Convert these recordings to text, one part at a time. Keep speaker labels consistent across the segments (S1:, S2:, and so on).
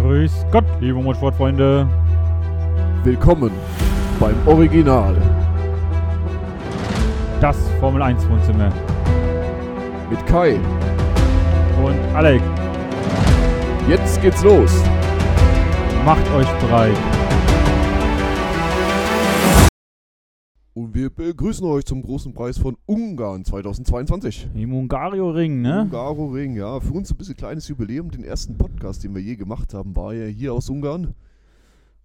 S1: Grüß Gott, liebe Motorsportfreunde.
S2: Willkommen beim Original
S1: Das Formel 1 Wohnzimmer.
S2: mit Kai.
S1: Und Alec,
S2: Jetzt geht's los.
S1: macht euch bereit.
S2: Und wir begrüßen euch zum großen Preis von Ungarn 2022.
S1: Im Ungario-Ring, ne?
S2: Ungaroring, ja. Für uns ein bisschen kleines Jubiläum. Den ersten Podcast, den wir je gemacht haben, war ja hier aus Ungarn.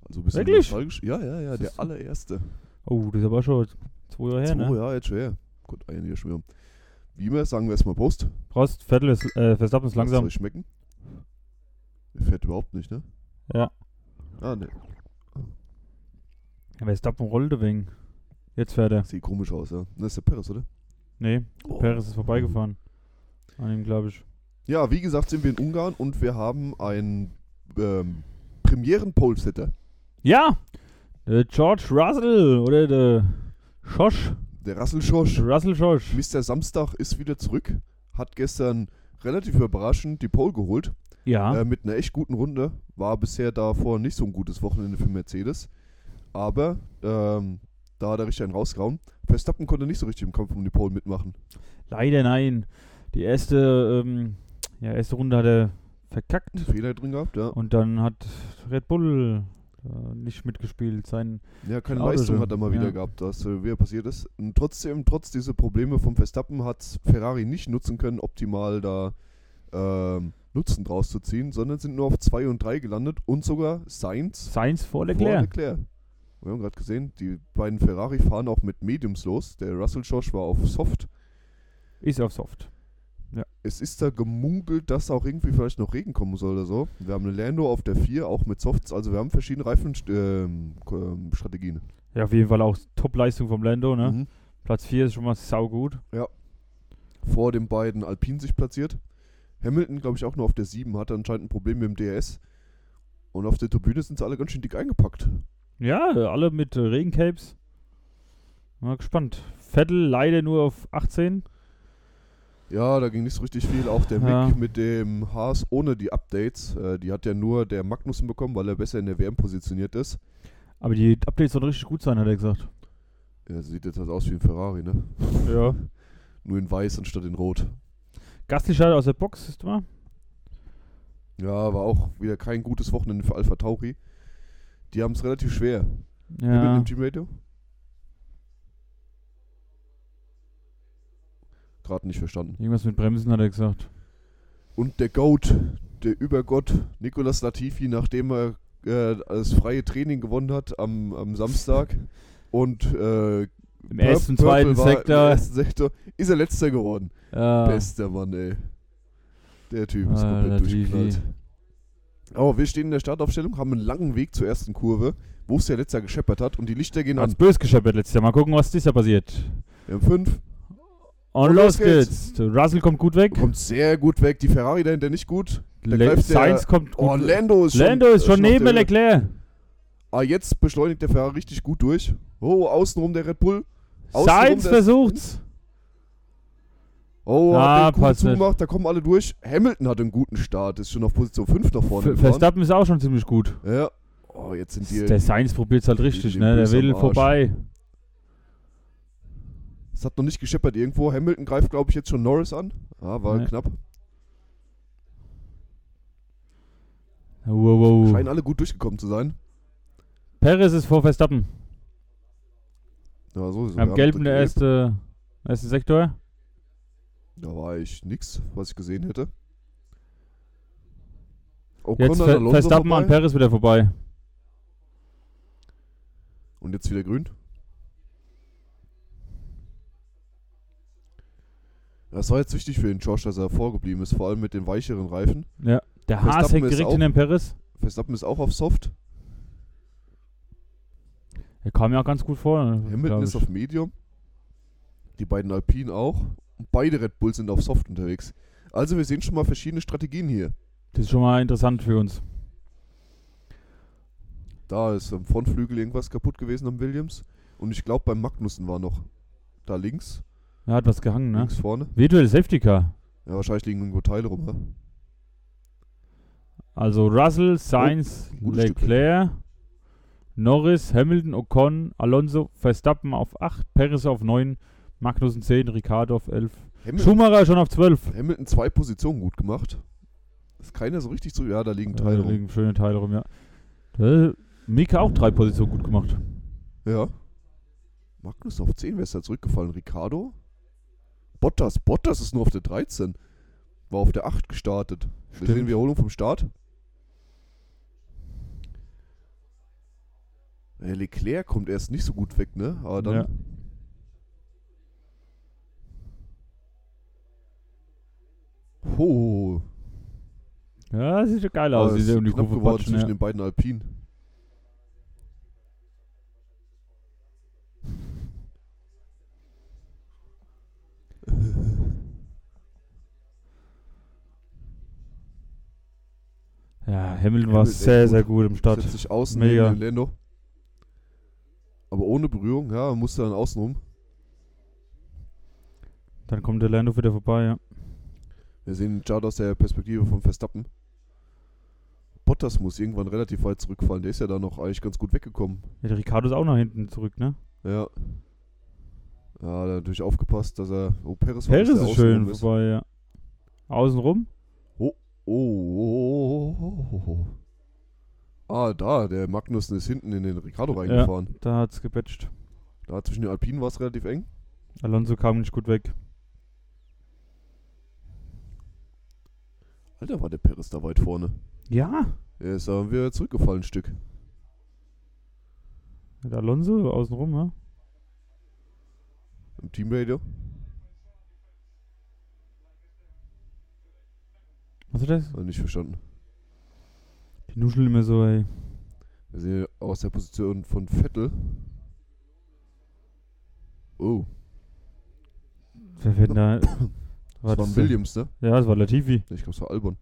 S2: Also ein bisschen
S1: Wirklich?
S2: nostalgisch. Ja, ja, ja,
S1: Das
S2: der
S1: ist-
S2: allererste.
S1: Oh, das ist aber schon zwei Jahre her,
S2: Zwei
S1: ne?
S2: Jahre jetzt schwer. Gut, ein Jahr schwer. Wie immer, sagen wir erstmal Prost.
S1: Prost, Vettel ist, äh, Verstappen ist
S2: Lass
S1: langsam.
S2: euch schmecken. Fährt überhaupt nicht, ne?
S1: Ja.
S2: Ah, ne.
S1: Verstappen rollte wegen. Jetzt fährt er.
S2: Sieht komisch aus, ja. Das ist der Perez, oder?
S1: Nee,
S2: Oh.
S1: Perez ist vorbeigefahren. An ihm, glaube ich.
S2: Ja, wie gesagt, sind wir in Ungarn und wir haben einen ähm, Premieren-Polesetter.
S1: Ja! Der George Russell oder der Schosch.
S2: Der Russell Schorsch.
S1: Russell Schosch.
S2: Mr. Samstag ist wieder zurück. Hat gestern relativ überraschend die Pole geholt.
S1: Ja.
S2: Äh, mit einer echt guten Runde. War bisher davor nicht so ein gutes Wochenende für Mercedes. Aber ähm, da hat er richtig einen rausgehauen. Verstappen konnte nicht so richtig im Kampf um die Pole mitmachen.
S1: Leider nein. Die erste, ähm, ja, erste Runde hat er verkackt.
S2: Einen Fehler drin gehabt, ja.
S1: Und dann hat Red Bull äh, nicht mitgespielt. Sein
S2: Ja, keine
S1: Auto
S2: Leistung
S1: drin,
S2: hat er mal wieder
S1: ja.
S2: gehabt, dass äh, wieder passiert ist. Und trotzdem, trotz dieser Probleme vom Verstappen, hat Ferrari nicht nutzen können, optimal da ähm, Nutzen draus zu ziehen, sondern sind nur auf 2 und 3 gelandet und sogar Sainz
S1: Sainz vor
S2: vor
S1: Leclerc.
S2: Leclerc. Wir haben gerade gesehen, die beiden Ferrari fahren auch mit Mediums los. Der Russell George war auf Soft.
S1: Ist auf Soft.
S2: Es ist da gemungelt, dass auch irgendwie vielleicht noch Regen kommen soll oder so. Wir haben eine Lando auf der 4, auch mit Softs. Also wir haben verschiedene ähm, Reifenstrategien.
S1: Ja, auf jeden Fall auch Top-Leistung vom Lando, ne?
S2: Mhm.
S1: Platz 4 ist schon mal saugut.
S2: vor den beiden Alpinen sich platziert. Hamilton, glaube ich, auch nur auf der 7, hatte anscheinend ein Problem mit dem DRS. Und auf der Tribüne sind sie alle ganz schön dick eingepackt.
S1: Ja, äh, alle mit äh, Regencapes. Mal gespannt. Vettel leider nur auf 18.
S2: Ja, da ging nicht so richtig viel. Auch der
S1: Ja.
S2: Mick mit dem Haas ohne die Updates, äh, die hat ja nur der Magnussen bekommen, weil er besser in der WM positioniert ist.
S1: Aber die Updates sollen richtig gut sein, hat er gesagt.
S2: Ja, sieht jetzt halt aus wie ein Ferrari, ne?
S1: Ja.
S2: Nur in weiß anstatt in rot.
S1: Gastlich schade aus der Box, ist mal.
S2: Ja, war auch wieder kein gutes Wochenende für Alpha Tauri. Die haben es relativ schwer. Himmel
S1: Ja.
S2: im Team Radio? Gerade nicht verstanden.
S1: Irgendwas mit Bremsen hat er gesagt.
S2: Und der Goat, der Übergott, Nicolas Latifi, nachdem er äh, das freie Training gewonnen hat am, am Samstag und äh,
S1: Im
S2: Pur-
S1: ersten,
S2: Purple
S1: zweiten
S2: war Im
S1: Sektor.
S2: ersten Sektor ist er letzter geworden.
S1: Ja.
S2: Bester Mann, ey. Der Typ ist
S1: Ah,
S2: komplett
S1: Latifi.
S2: durchgeknallt. Aber wir stehen in der Startaufstellung, haben einen langen Weg zur ersten Kurve, wo es der letzter gescheppert hat und die Lichter gehen
S1: Hat's
S2: an.
S1: bös gescheppert letztes Jahr. Mal gucken, was dieses Jahr passiert.
S2: Wir haben fünf,
S1: Und,
S2: Und
S1: los
S2: los
S1: geht's. Russell kommt gut weg.
S2: kommt sehr gut weg, die Ferrari dahinter nicht gut. da
S1: Le-
S2: greift der-
S1: Sainz kommt gut
S2: Oh, Lando ist schon,
S1: Lando ist schon
S2: auf
S1: neben
S2: der-
S1: Leclerc.
S2: Ah, jetzt beschleunigt der Ferrari richtig gut durch. Oh, außenrum der Red Bull. Außenrum
S1: Sainz
S2: der-
S1: versucht's.
S2: Oh,
S1: Ah,
S2: hat den Kuh
S1: passt nicht.
S2: zugemacht, da kommen alle durch. Hamilton hat einen guten Start, ist schon auf Position 5 nach vorne
S1: Ver-
S2: gefahren.
S1: Verstappen ist auch schon ziemlich gut.
S2: Ja. Oh, jetzt sind die...
S1: Der Sainz probiert's halt richtig,
S2: die
S1: ne? Der
S2: Böse
S1: will
S2: am Arsch.
S1: vorbei.
S2: Es hat noch nicht gescheppert irgendwo. Hamilton greift, glaube ich, jetzt schon Norris an. Ah, war
S1: Nee.
S2: knapp.
S1: Wow,
S2: Scheinen
S1: wow.
S2: alle gut durchgekommen zu sein.
S1: Perez ist vor Verstappen.
S2: Ja, so, so,
S1: Am
S2: ja,
S1: gelben der
S2: gelb.
S1: erste, erste Sektor.
S2: Da war ich nix, was ich gesehen hätte.
S1: Jetzt
S2: Ocon an
S1: Ver
S2: Alonso
S1: Verstappen
S2: vorbei.
S1: an Perez wieder vorbei.
S2: Und jetzt wieder grün. Das war jetzt wichtig für den Josh, dass er vorgeblieben ist, vor allem mit den weicheren Reifen.
S1: Ja. Der
S2: Verstappen
S1: Haas hängt
S2: ist
S1: direkt
S2: auch-
S1: in den Perez.
S2: Verstappen ist auch auf Soft,
S1: Er kam ja auch ganz gut vor. glaub
S2: Hamilton ist
S1: ich.
S2: auf Medium, die beiden Alpinen auch. Und beide Red Bulls sind auf Soft unterwegs. Also wir sehen schon mal verschiedene Strategien hier.
S1: Das ist schon mal interessant für uns.
S2: Da ist am Frontflügel irgendwas kaputt gewesen am Williams. Und ich glaube beim Magnussen war noch da links,
S1: Er hat was gehangen, ne?
S2: links vorne.
S1: Virtual Safety Car.
S2: ne? Ja, wahrscheinlich liegen irgendwo Teile rum. Ja?
S1: Also Russell, Sainz,
S2: Oh, gutes Stück
S1: Leclerc, Norris, Hamilton, Ocon, Alonso, Verstappen auf 8, Perez auf 9, Magnussen 10, Ricciardo auf 11.
S2: Hamilton,
S1: Schumacher schon auf 12.
S2: Hamilton zwei Positionen gut gemacht. Ist keiner so richtig zu. Ja, da liegen Teile
S1: Da
S2: rum.
S1: liegen schöne Teile rum, ja. Da- Mika auch drei Positionen gut gemacht.
S2: Ja. Magnus auf 10, wer ist da zurückgefallen? Ricardo? Bottas. Bottas ist nur auf der 13. War auf der 8 gestartet. Wir sehen
S1: Stimmt.
S2: Wiederholung vom Start. Äh, Leclerc kommt erst nicht so gut weg, ne? Aber dann.
S1: Ja.
S2: Oh,
S1: Ja, das sieht schon geil
S2: aber
S1: aus,
S2: es
S1: diese um die
S2: knapp
S1: Kurve
S2: geworden
S1: patschen.
S2: zwischen
S1: Ja.
S2: den beiden Alpinen.
S1: ja, Hamilton war
S2: Hamilton echt
S1: sehr,
S2: gut.
S1: sehr gut im Start.
S2: Setzt sich außen
S1: Mega.
S2: neben den Lando. Aber ohne Berührung, ja, musste dann außen rum.
S1: Dann kommt der Lando wieder vorbei, ja.
S2: Wir sehen Chad aus der Perspektive von Verstappen. Bottas muss irgendwann relativ weit zurückfallen. Der ist ja da noch eigentlich ganz gut weggekommen.
S1: ja der Ricardo ist auch nach hinten zurück, ne?
S2: Ja. Ja, da hat er natürlich aufgepasst, dass er. Oh, Perez, war
S1: Perez
S2: das, der
S1: ist schön
S2: außenrum ist.
S1: vorbei, ja. Außenrum?
S2: Oh, oh, oh, oh, oh, oh. Ah, da, der Magnussen ist hinten in den Ricardo reingefahren.
S1: Da hat's gepatcht.
S2: Da zwischen den Alpinen war es relativ eng.
S1: Alonso kam nicht gut weg.
S2: Alter, war der Perez da weit vorne.
S1: Ja.
S2: Er ist aber wieder zurückgefallen ein Stück.
S1: Mit Alonso außenrum, ja.
S2: Im Teamradio.
S1: Hast du das?
S2: Hat er nicht verstanden.
S1: Die nuscheln immer so, ey.
S2: Wir sehen aus der Position von Vettel. Oh,
S1: Wer fährt denn da?
S2: das war ein
S1: der?
S2: Williams, ne?
S1: Ja, das war Latifi.
S2: Ich glaube, es war Albon.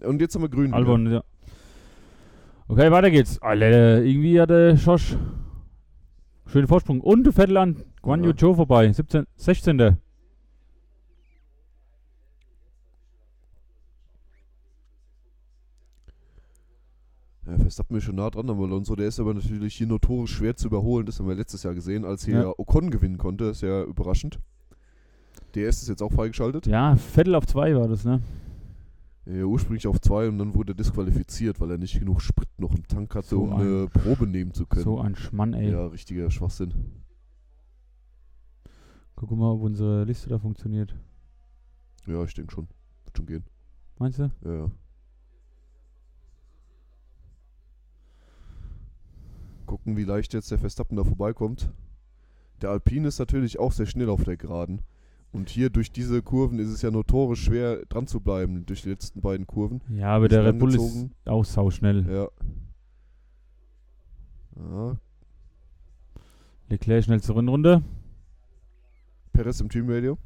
S2: Und jetzt haben wir Grün. wieder.
S1: Albon, ja. Okay, weiter geht's. Alter, irgendwie hat der Schosch schönen Vorsprung. Und der Vettel an Guan Yu
S2: Ja.
S1: Zhou vorbei. 17, 16.
S2: Ja, Verstappen ist schon nah dran, aber Alonso, der ist aber natürlich hier notorisch schwer zu überholen. Das haben wir letztes Jahr gesehen, als hier
S1: Ja.
S2: Ocon gewinnen konnte. Ist ja überraschend. DS ist jetzt auch freigeschaltet.
S1: Ja, Vettel auf 2 war das, ne?
S2: Er ursprünglich auf zwei und dann wurde er disqualifiziert, weil er nicht genug Sprit noch im Tank hatte,
S1: So
S2: um
S1: ein-
S2: eine Probe nehmen zu können.
S1: So ein Schmann, ey.
S2: ja, richtiger Schwachsinn.
S1: Guck mal, ob unsere Liste da funktioniert.
S2: Ja, ich denke schon. Wird schon gehen.
S1: Meinst du?
S2: Ja, ja. Gucken, wie leicht jetzt der Verstappen da vorbeikommt. Der Alpine ist natürlich auch sehr schnell auf der Geraden. Und hier durch diese Kurven ist es ja notorisch schwer dran zu bleiben, durch die letzten beiden Kurven.
S1: Ja, aber
S2: Ist
S1: der Red Bull ist
S2: angezogen.
S1: auch sauschnell.
S2: Ja. ja.
S1: Leclerc schnell zur Rennrunde.
S2: Perez im Teamradio.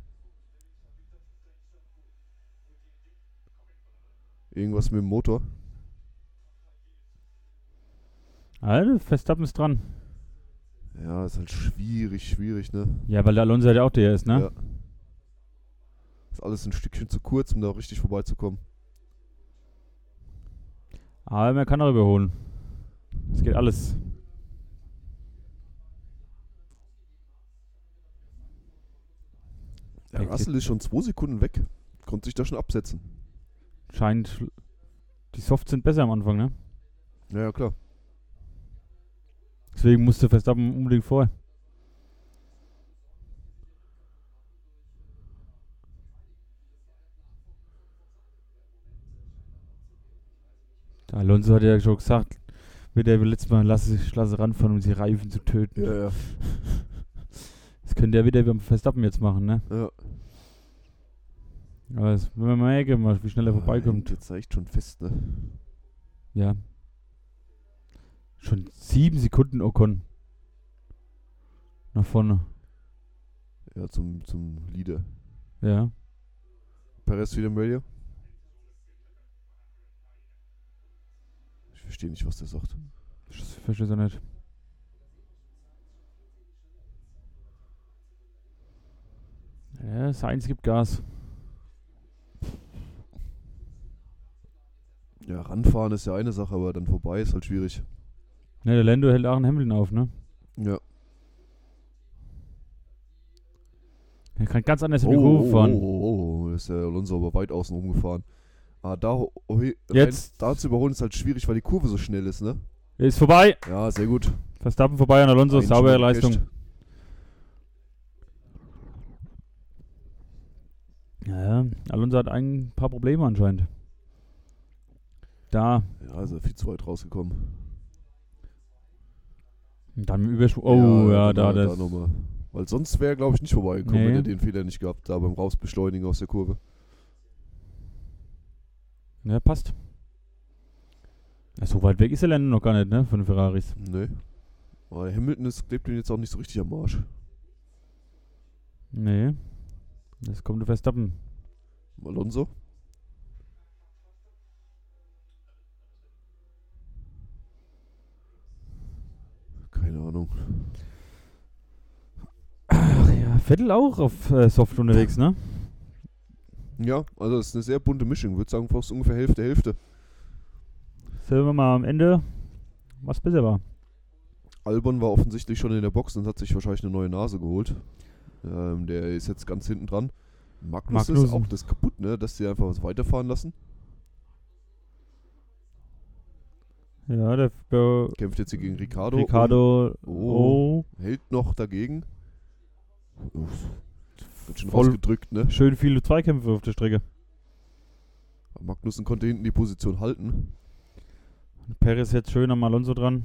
S2: Irgendwas mit dem Motor.
S1: Alter, Verstappen ist dran.
S2: Ja, ist halt schwierig, schwierig, ne?
S1: Ja, weil der Alonso ja auch der ist, ne?
S2: Ja. Ist alles ein Stückchen zu kurz, um da richtig vorbeizukommen.
S1: Aber man kann auch überholen. Es geht alles.
S2: Ja,
S1: Okay.
S2: Russell ist schon zwei Sekunden weg. Konnte sich da schon absetzen.
S1: Scheint. Die Softs sind besser am Anfang, ne?
S2: Ja, ja, klar.
S1: Deswegen musste Verstappen unbedingt vor. Der Alonso hat ja schon gesagt, wie der letztes Mal, lass ich lasse ranfahren, um die Reifen zu töten.
S2: Ja, ja.
S1: Das könnte er wieder beim Verstappen jetzt machen, ne?
S2: ja.
S1: Aber das, wenn man merken, mal, wie schnell er vorbeikommt.
S2: Jetzt reicht schon fest, ne?
S1: Ja. Schon sieben Sekunden Ocon. Nach vorne.
S2: Ja, zum, zum Leader.
S1: Ja.
S2: Perez wieder im Radio. Ich verstehe nicht, was der sagt.
S1: Ich verstehe es auch nicht. Ja, Science gibt Gas.
S2: Ja, ranfahren ist ja eine Sache, aber dann vorbei ist halt schwierig.
S1: Ne, der Lando hält Aaron Hamilton auf, ne?
S2: Ja.
S1: Er kann ganz anders in die
S2: Oh,
S1: Kurve
S2: oh,
S1: fahren.
S2: oh, oh, ist der Alonso aber weit außen rumgefahren. Ah, da, ho- oh, he-
S1: Jetzt.
S2: rein- da zu überholen ist halt schwierig, weil die Kurve so schnell ist, ne?
S1: Er ist vorbei.
S2: Ja, sehr gut.
S1: Verstappen vorbei an Alonso.
S2: Einen
S1: Saubere
S2: schon mal gecasht.
S1: Leistung. Ja, Alonso hat ein paar Probleme anscheinend. Da,
S2: Ja, also viel zu weit rausgekommen.
S1: dann im Überschwung. Oh, ja, da,
S2: nochmal-
S1: das.
S2: nochmal. Weil sonst wäre, glaube ich, nicht vorbeigekommen,
S1: Nee.
S2: wenn er den Fehler nicht gehabt, da beim Rausbeschleunigen aus der Kurve.
S1: Ja, Ne, passt. Ja, so weit weg ist der Lando noch gar nicht, ne? Von den Ferraris.
S2: Nee. Aber der Hamilton ist, klebt ihm jetzt auch nicht so richtig am Arsch.
S1: Nee. Jetzt kommt der Verstappen.
S2: Alonso? Keine Ahnung.
S1: Ach ja, Vettel auch auf äh, Soft unterwegs, ne?
S2: Ja, also es ist eine sehr bunte Mischung. Ich würde sagen, fast ungefähr Hälfte, Hälfte.
S1: Sehen wir mal am Ende, was besser war.
S2: Albon war offensichtlich schon in der Box und hat sich wahrscheinlich eine neue Nase geholt. Ähm, der ist jetzt ganz hinten dran. Magnus ist
S1: Magnussen.
S2: auch das kaputt, ne? Dass die einfach was weiterfahren lassen.
S1: Ja, der, der
S2: Kämpft jetzt hier gegen Ricardo.
S1: Ricardo. Oh.
S2: Oh. und Hält noch dagegen. Uff. Ganz schön
S1: Voll-
S2: rausgedrückt, ne?
S1: Schön viele Zweikämpfe auf der Strecke.
S2: Magnussen konnte hinten die Position halten.
S1: Perez jetzt schön am Alonso dran.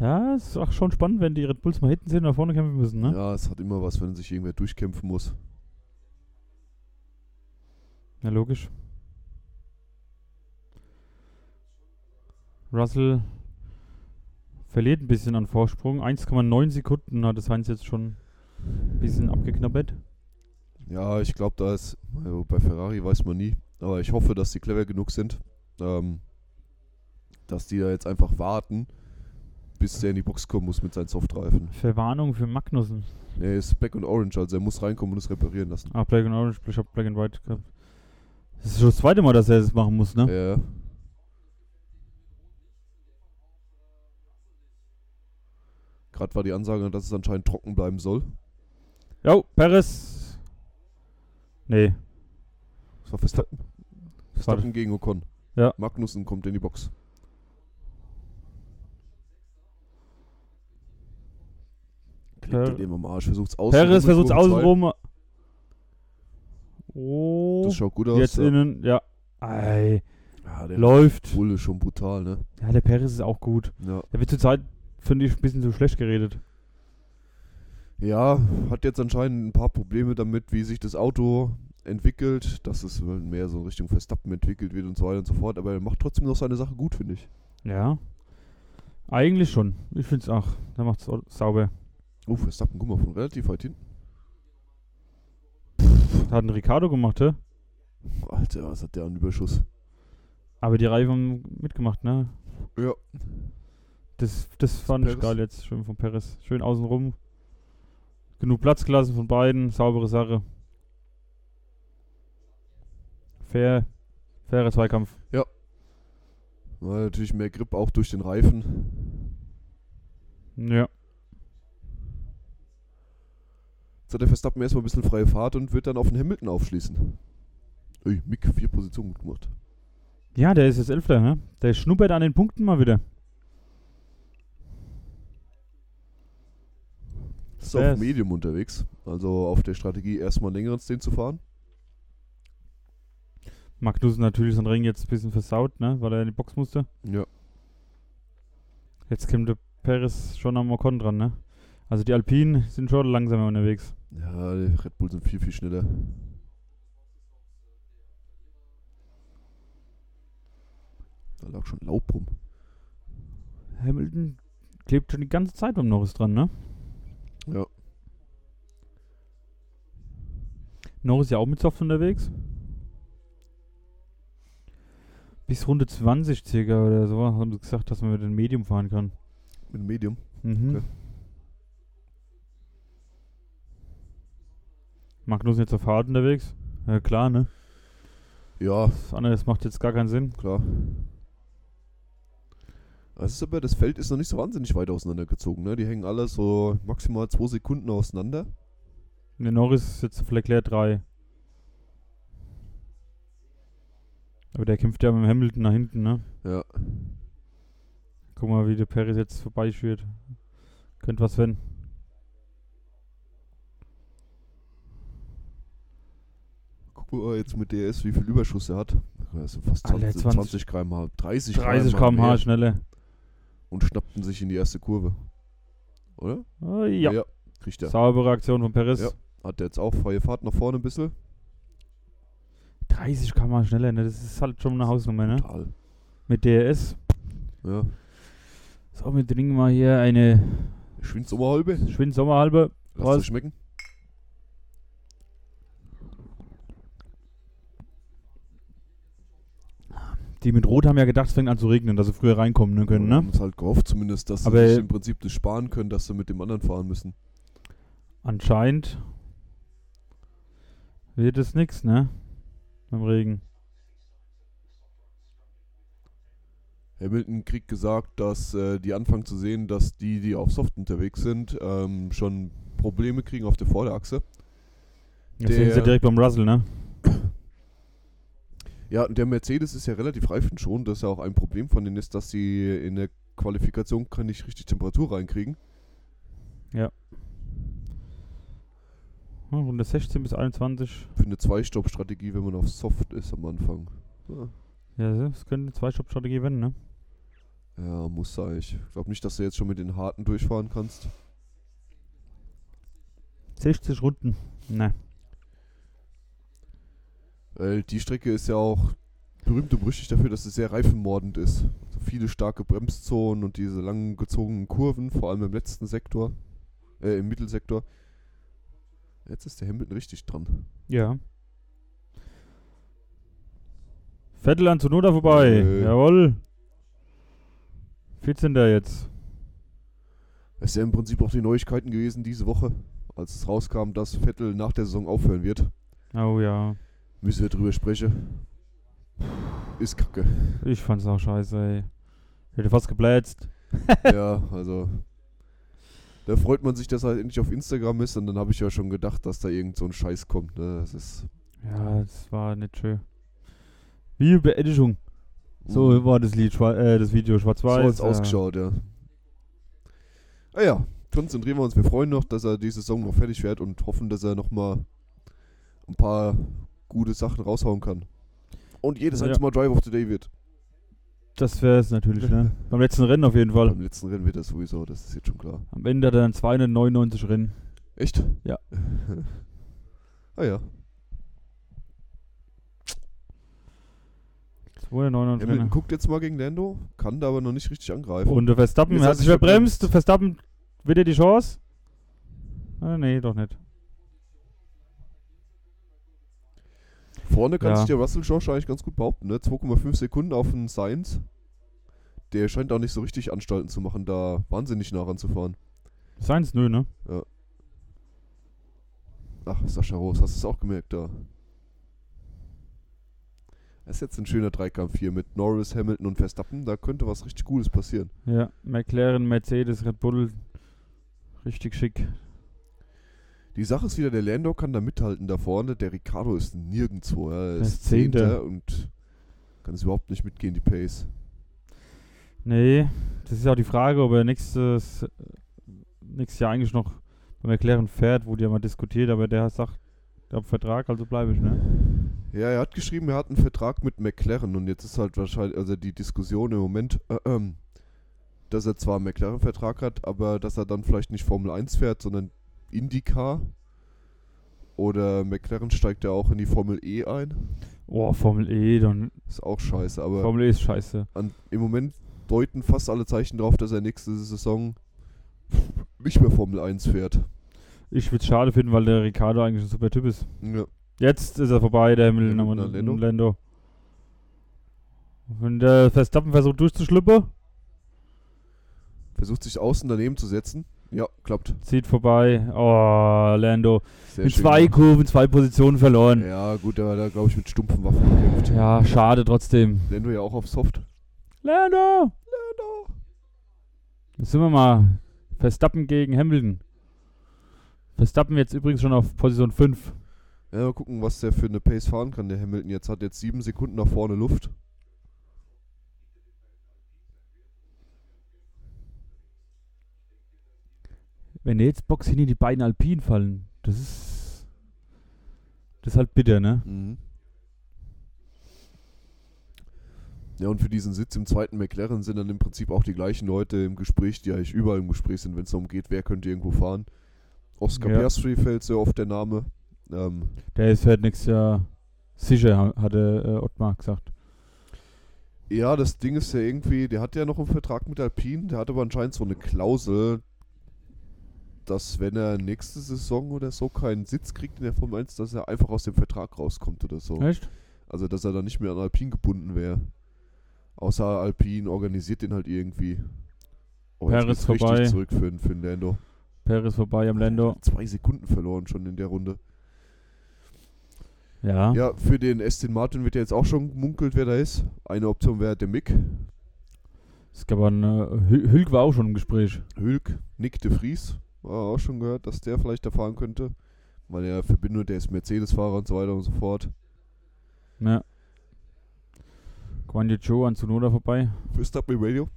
S1: Ja, ist auch schon spannend, wenn die Red Bulls mal hinten sind und nach vorne kämpfen müssen, ne?
S2: Ja, es hat immer was, wenn sich irgendwer durchkämpfen muss.
S1: Ja, logisch. Russell verliert ein bisschen an Vorsprung. 1,9 Sekunden hat es Heinz jetzt schon ein bisschen abgeknabbert.
S2: Ja, ich glaube, da ist, also bei Ferrari weiß man nie, aber ich hoffe, dass die clever genug sind, ähm, dass die da jetzt einfach warten, bis der in die Box kommen muss mit seinen Softreifen.
S1: Verwarnung für Magnussen.
S2: Er ist Black und Orange, also er muss reinkommen und es reparieren lassen.
S1: Ah, Black and Orange, ich hab Black and White gehabt. Das ist schon das zweite Mal, dass er das machen muss, ne?
S2: Ja. Gerade war die Ansage, dass es anscheinend trocken bleiben soll.
S1: Jo, Perez. Nee,
S2: Das war Verstappen. Verstappen gegen Ocon.
S1: Ja.
S2: Magnussen kommt in die Box.
S1: Per-
S2: Klickt den eben am Arsch, versucht's um außen.
S1: Perez versucht
S2: rum.
S1: außenrum. Oh,
S2: Das schaut gut aus.
S1: jetzt
S2: ja.
S1: innen, ja. Ei,
S2: ja, der
S1: läuft.
S2: Bull ist schon brutal, ne?
S1: Ja, der Perez ist auch gut.
S2: Ja.
S1: Der wird zurzeit, finde ich, ein bisschen zu schlecht geredet.
S2: ja, hat jetzt anscheinend ein paar Probleme damit, wie sich das Auto entwickelt, dass es mehr so in Richtung Verstappen entwickelt wird und so weiter und so fort. Aber er macht trotzdem noch seine Sache gut, finde ich.
S1: Ja. Eigentlich schon. Ich finde es auch. Der macht es sauber.
S2: Oh, Verstappen, guck mal, von relativ weit hinten.
S1: Das hat ein Ricardo gemacht, hä?
S2: Alter, was hat der an Überschuss?
S1: Aber die Reifen haben mitgemacht, ne?
S2: Ja.
S1: Das, das fand ich
S2: Perez.
S1: geil jetzt. Schön von Perez. Schön außenrum. Genug Platz gelassen von beiden. Saubere Sache. Fair. Fairer Zweikampf.
S2: Weil natürlich mehr Grip auch durch den Reifen.
S1: Ja.
S2: Jetzt hat der Verstappen erstmal ein bisschen freie Fahrt und wird dann auf den Hamilton aufschließen. Ui, Mick, vier Positionen gut gemacht.
S1: Ja, der ist jetzt Elfter, ne? Der schnuppert an den Punkten mal wieder.
S2: Ist
S1: Wer
S2: auf
S1: ist-
S2: Medium unterwegs. Also auf der Strategie erstmal einen längeren Stint zu fahren.
S1: Magnussen natürlich seinen Ring jetzt ein bisschen versaut, ne? Weil er in die Box musste.
S2: Ja.
S1: Jetzt kommt der Perez schon am Ocon dran, ne? Also die Alpinen sind schon langsamer unterwegs.
S2: Ja, die Red Bull sind viel, viel schneller. Da lag schon Laub rum.
S1: Hamilton klebt schon die ganze Zeit um Norris dran, ne?
S2: Ja.
S1: Norris ja auch mit Soft unterwegs. Bis Runde 20 circa oder so haben sie gesagt, dass man mit dem Medium fahren kann.
S2: Mit dem Medium.
S1: Mhm.
S2: Okay.
S1: Magnussen jetzt auf Hard unterwegs. Ja, klar, ne?
S2: Ja,
S1: Das andere, das macht jetzt gar keinen Sinn.
S2: klar. Das ist aber, das Feld ist noch nicht so wahnsinnig weit auseinandergezogen, ne? Die hängen alle so maximal zwei Sekunden auseinander.
S1: Ne, Norris ist jetzt auf Leclerc 3. Aber der kämpft ja mit dem Hamilton nach hinten, ne?
S2: Ja.
S1: Guck mal, wie der Perez jetzt vorbeischwirrt. Könnte was werden.
S2: Guck mal jetzt mit DRS, wie viel Überschuss er hat. Das sind fast
S1: Alter,
S2: 20,
S1: 20
S2: 20 km/h, 30
S1: 30 km/h
S2: mehr
S1: schneller.
S2: Und schnappten sich in die erste Kurve. Oder?
S1: Oh, ja.
S2: Kriegt er.
S1: Saubere Aktion von Perez.
S2: Ja. Hat er jetzt auch freie Fahrt nach vorne ein bisschen?
S1: 30 km/h schneller, ne? Das ist halt schon eine Hausnummer, ne?
S2: Total.
S1: Mit DRS.
S2: Ja.
S1: So, wir trinken mal hier eine
S2: Schwind's um eine halbe.
S1: Schwind Sommerhalbe.
S2: Lass
S1: Prost.
S2: es schmecken.
S1: Die mit Rot haben ja gedacht, es fängt an zu regnen, dass sie früher reinkommen können,
S2: Wir
S1: ne?
S2: haben uns halt gehofft zumindest, dass
S1: Aber-
S2: sie sich im Prinzip das sparen können, dass sie mit dem anderen fahren müssen.
S1: Anscheinend wird es nix, ne? Beim Regen.
S2: Hamilton kriegt gesagt, dass äh, die anfangen zu sehen, dass die, die auf Soft unterwegs sind, ähm, schon Probleme kriegen auf der Vorderachse.
S1: Jetzt sind sie
S2: Der-
S1: direkt beim Russell, ne?
S2: Ja, und der Mercedes ist ja relativ reifend schon. Das ist ja auch ein Problem von denen ist, dass sie in der Qualifikation kann nicht richtig Temperatur reinkriegen.
S1: Ja, Runde 16 bis 21.
S2: Für eine Zwei-Stopp-Strategie, wenn man auf Soft ist am Anfang. Ja,
S1: Ja, das könnte eine Zwei-Shop-Strategie werden, ne?
S2: ja muss sein. Ich glaube nicht, dass du jetzt schon mit den harten durchfahren kannst.
S1: 60 Runden. Ne.
S2: Weil die Strecke ist ja auch berühmt und berüchtigt dafür, dass sie sehr reifenmordend ist. Also viele starke Bremszonen und diese langen gezogenen Kurven, vor allem im letzten Sektor, äh, im Mittelsektor. Jetzt ist der Hamilton richtig dran.
S1: Ja. Vettel an Zunoda vorbei.
S2: Äh.
S1: Jawohl. 14. jetzt.
S2: Das ist ja im Prinzip auch die Neuigkeiten gewesen diese Woche, als es rauskam, dass Vettel nach der Saison aufhören wird.
S1: Oh ja.
S2: Müssen wir drüber sprechen. Ist kacke.
S1: Ich fand's auch scheiße, ey. Hätte fast geplätzt.
S2: ja, also. Da freut man sich, dass er endlich auf Instagram ist und dann habe ich ja schon gedacht, dass da irgend so ein Scheiß kommt. Ne? Das ist.
S1: Ja, das war nicht schön. Wie Beerdigung. So war das Lied, schwa- äh, das Video
S2: Mhm. so
S1: schwarz-weiß.
S2: hat's
S1: ja.
S2: ausgeschaut, ja. Ah ja, konzentrieren wir uns. Wir freuen noch, dass er die Saison noch fertig wird und hoffen, dass er nochmal ein paar gute Sachen raushauen kann. Und jedes
S1: Ja.
S2: einzelne Mal Drive of the Day wird.
S1: Das wäre es natürlich, ne? Beim letzten Rennen auf jeden Fall.
S2: Beim letzten Rennen wird das sowieso, das ist jetzt schon klar.
S1: Am Ende hat er dann 299 Rennen.
S2: Echt?
S1: Ja.
S2: ah ja.
S1: 299
S2: Hamilton
S1: Rennen.
S2: guckt jetzt mal gegen Lando, kann da aber noch nicht richtig angreifen.
S1: Und der Verstappen
S2: Jetzt
S1: hat
S2: hat
S1: sich
S2: sich
S1: verbremst. Verstappen, wieder die Chance? Ah, nee, doch nicht.
S2: Vorne kann
S1: Ja.
S2: sich der Russell George eigentlich ganz gut behaupten, ne? 2,5 Sekunden auf den Sainz. Der scheint auch nicht so richtig Anstalten zu machen, da wahnsinnig nah ranzufahren.
S1: Seins, nö, ne?
S2: Ach, Sascha Rose, hast du es auch gemerkt da? Das ist jetzt ein schöner Dreikampf hier mit Norris, Hamilton und Verstappen. Da könnte was richtig Gutes passieren.
S1: Ja, McLaren, Mercedes, Red Bull. Richtig schick.
S2: Die Sache ist wieder, der Lando kann da mithalten da vorne. Der Ricardo ist nirgendwo. Er
S1: ist
S2: ist Zehnter
S1: Zehnter.
S2: und kann es überhaupt nicht mitgehen, die Pace.
S1: Nee, das ist auch die Frage, ob er nächstes, nächstes Jahr eigentlich noch beim Erklären fährt, wurde ja mal diskutiert, aber der sagt, ich hab Vertrag, also bleibe ich, ne?
S2: Ja, er hat geschrieben, er hat einen Vertrag mit McLaren und jetzt ist halt wahrscheinlich, also die Diskussion im Moment, äh, ähm, dass er zwar einen McLaren-Vertrag hat, aber dass er dann vielleicht nicht Formel 1 fährt, sondern IndyCar. Oder McLaren steigt ja auch in die Formel E ein.
S1: Oh, Formel E, dann.
S2: Ist auch scheiße, aber
S1: Formel E ist scheiße.
S2: an, im Moment deuten fast alle Zeichen darauf, dass er nächste Saison nicht mehr Formel 1 fährt.
S1: Ich würde es schade finden, weil der Ricardo eigentlich ein super Typ ist.
S2: Ja.
S1: Jetzt ist er vorbei, der Hamilton
S2: Hamilton
S1: am
S2: an Lando.
S1: Lando. Lando. Wenn der Verstappen versucht durchzuschlüpfen,
S2: Versucht sich außen daneben zu setzen. Ja, klappt.
S1: Zieht vorbei. Oh, Lando.
S2: Sehr
S1: in
S2: schön
S1: zwei
S2: gemacht.
S1: Kurven, zwei Positionen verloren.
S2: Ja, gut, der war da, glaube ich, mit stumpfen Waffen gekämpft.
S1: Ja, schade trotzdem.
S2: Lendo ja auch auf Soft.
S1: Lando! Jetzt sind wir mal. Verstappen gegen Hamilton. Verstappen jetzt übrigens schon auf Position 5.
S2: Ja, mal gucken, was der für eine Pace fahren kann, der Hamilton. Jetzt hat jetzt sieben Sekunden nach vorne Luft.
S1: Wenn der jetzt Box hinter die beiden Alpinen fallen, das ist. Das ist halt bitter, ne?
S2: Mhm. Ja, und für diesen Sitz im zweiten McLaren sind dann im Prinzip auch die gleichen Leute im Gespräch, die eigentlich überall im Gespräch sind, wenn es darum geht, wer könnte irgendwo fahren. Oscar
S1: Ja.
S2: Piastri fällt sehr oft der Name. Ähm,
S1: Der ist halt nächstes Jahr sicher, ha- hatte äh, Ottmar gesagt.
S2: ja, das Ding ist ja irgendwie, der hat ja noch einen Vertrag mit Alpine, der hat aber anscheinend so eine Klausel, dass wenn er nächste Saison oder so keinen Sitz kriegt in der Formel 1, dass er einfach aus dem Vertrag rauskommt oder so.
S1: Echt?
S2: Also, dass er dann nicht mehr an Alpine gebunden wäre. Außer Alpine organisiert den halt irgendwie. Oh, jetzt
S1: Perez
S2: geht's richtig
S1: vorbei.
S2: zurück für, den- für den Lando.
S1: Paris vorbei am Lando.
S2: Zwei Sekunden verloren schon in der Runde.
S1: Ja.
S2: Ja, für den Aston Martin wird ja jetzt auch schon gemunkelt, wer da ist. Eine Option wäre der Mick.
S1: Es gab einen. Äh, Hül- Hülk war auch schon im Gespräch.
S2: Hülk, Nick de Vries. War auch schon gehört, dass der vielleicht da fahren könnte. Weil er verbindet, der ist Mercedes-Fahrer und so weiter und so fort.
S1: Ja. Quan Yu Zhou an Tsunoda vorbei.
S2: Für Stubby Radio.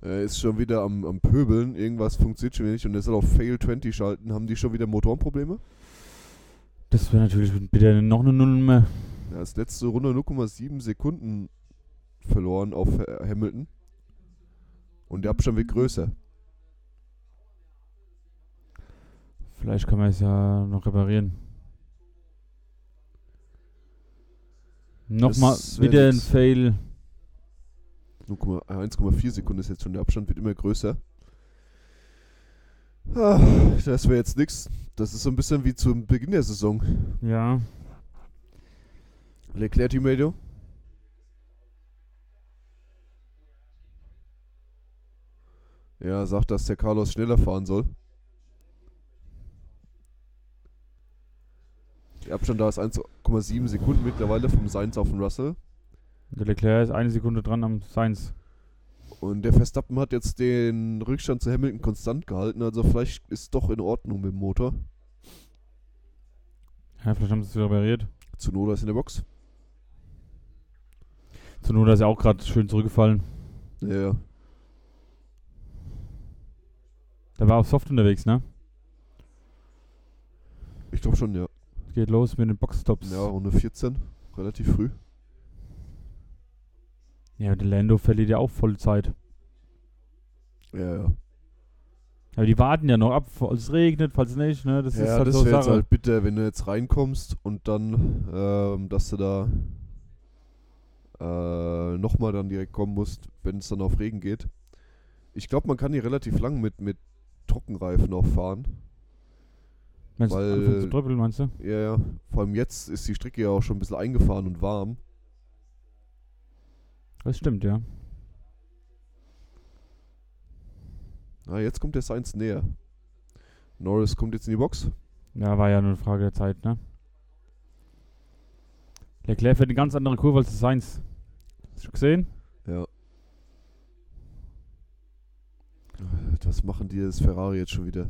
S2: Er ist schon wieder am, am Pöbeln, irgendwas funktioniert schon wieder nicht und er soll auf Fail 20 schalten. Haben die schon wieder Motorenprobleme?
S1: Das wäre natürlich bitte noch eine Null mehr.
S2: Er ist letzte Runde 0,7 Sekunden verloren auf äh, Hamilton. Und der Abstand wird größer.
S1: Vielleicht kann man es ja noch reparieren. Nochmal
S2: Das wär
S1: wieder ein
S2: nix.
S1: Fail.
S2: 0,1, äh, 1,4 Sekunden ist jetzt schon. Der Abstand wird immer größer. Ah, das wäre jetzt nix. Das ist so ein bisschen wie zum Beginn der Saison.
S1: Ja.
S2: Leclerc Team Radio. Ja, sagt, dass der Carlos schneller fahren soll. Der Abstand da ist 1,7 Sekunden mittlerweile vom Sainz auf den Russell.
S1: Der Leclerc ist eine Sekunde dran am Sainz.
S2: Und der Verstappen hat jetzt den Rückstand zu Hamilton konstant gehalten, also vielleicht ist doch in Ordnung mit dem Motor.
S1: Ja, vielleicht haben sie es wieder repariert.
S2: Zunoda ist in der Box.
S1: Tsunoda ist ja auch gerade schön zurückgefallen.
S2: Ja, ja.
S1: Der war auf Soft unterwegs, ne?
S2: ich glaube schon, ja.
S1: Geht los mit den Boxstops.
S2: Ja, Runde 14, relativ früh.
S1: Ja, der Lando verliert ja auch volle Zeit.
S2: Ja, ja.
S1: Aber die warten ja noch ab, falls es regnet, falls es nicht, ne? Das
S2: Das ja,
S1: ist halt
S2: das
S1: so
S2: wäre jetzt
S1: Sache.
S2: halt bitter, wenn du jetzt reinkommst und dann, ähm, dass du da äh, nochmal dann direkt kommen musst, wenn es dann auf Regen geht. Ich glaube, man kann hier relativ lang mit, mit Trockenreifen auch fahren.
S1: meinst du,
S2: weil-
S1: anfangen zu dröppeln, meinst du?
S2: Ja, ja. Vor allem jetzt ist die Strecke ja auch schon ein bisschen eingefahren und warm.
S1: Das stimmt, ja.
S2: Na, jetzt kommt der Sainz näher. Norris kommt jetzt in die Box.
S1: Ja, war ja nur eine Frage der Zeit, ne? Leclerc fährt eine ganz andere Kurve als das Seins. Hast du gesehen?
S2: Ja. Was machen die das Ferrari jetzt schon wieder?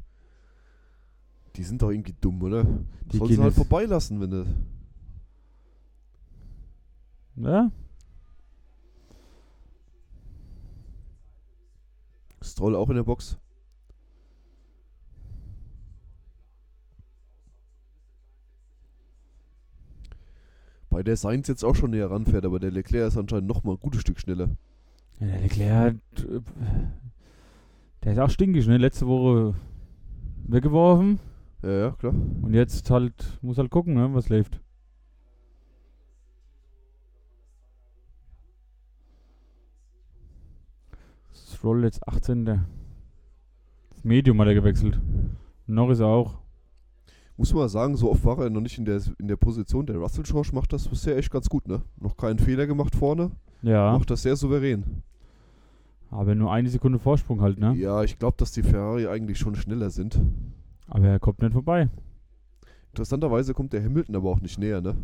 S2: Die sind doch irgendwie dumm, oder?
S1: Die
S2: Die Sollen
S1: gehen
S2: sie halt
S1: jetzt-
S2: vorbeilassen, wenn du.
S1: Ja?
S2: Stroll auch in der Box. Bei der Sainz jetzt auch schon näher ranfährt, aber der Leclerc ist anscheinend nochmal ein gutes Stück schneller.
S1: ja der Leclerc, äh, der ist auch stinkig, ne? Letzte Woche weggeworfen
S2: Ja, ja, klar.
S1: und jetzt halt, muss halt gucken, ne? Was läuft. Stroll jetzt 18. Das Medium hat er gewechselt. Norris auch.
S2: muss man sagen, so oft war er noch nicht in der, in der Position. Der Russell George macht das bisher echt ganz gut, ne? Noch keinen Fehler gemacht vorne.
S1: Ja,
S2: Macht das sehr souverän.
S1: aber nur eine Sekunde Vorsprung halt, ne?
S2: Ja, ich glaube, dass die Ferrari eigentlich schon schneller sind.
S1: Aber er kommt nicht vorbei.
S2: Interessanterweise kommt der Hamilton aber auch nicht näher, ne?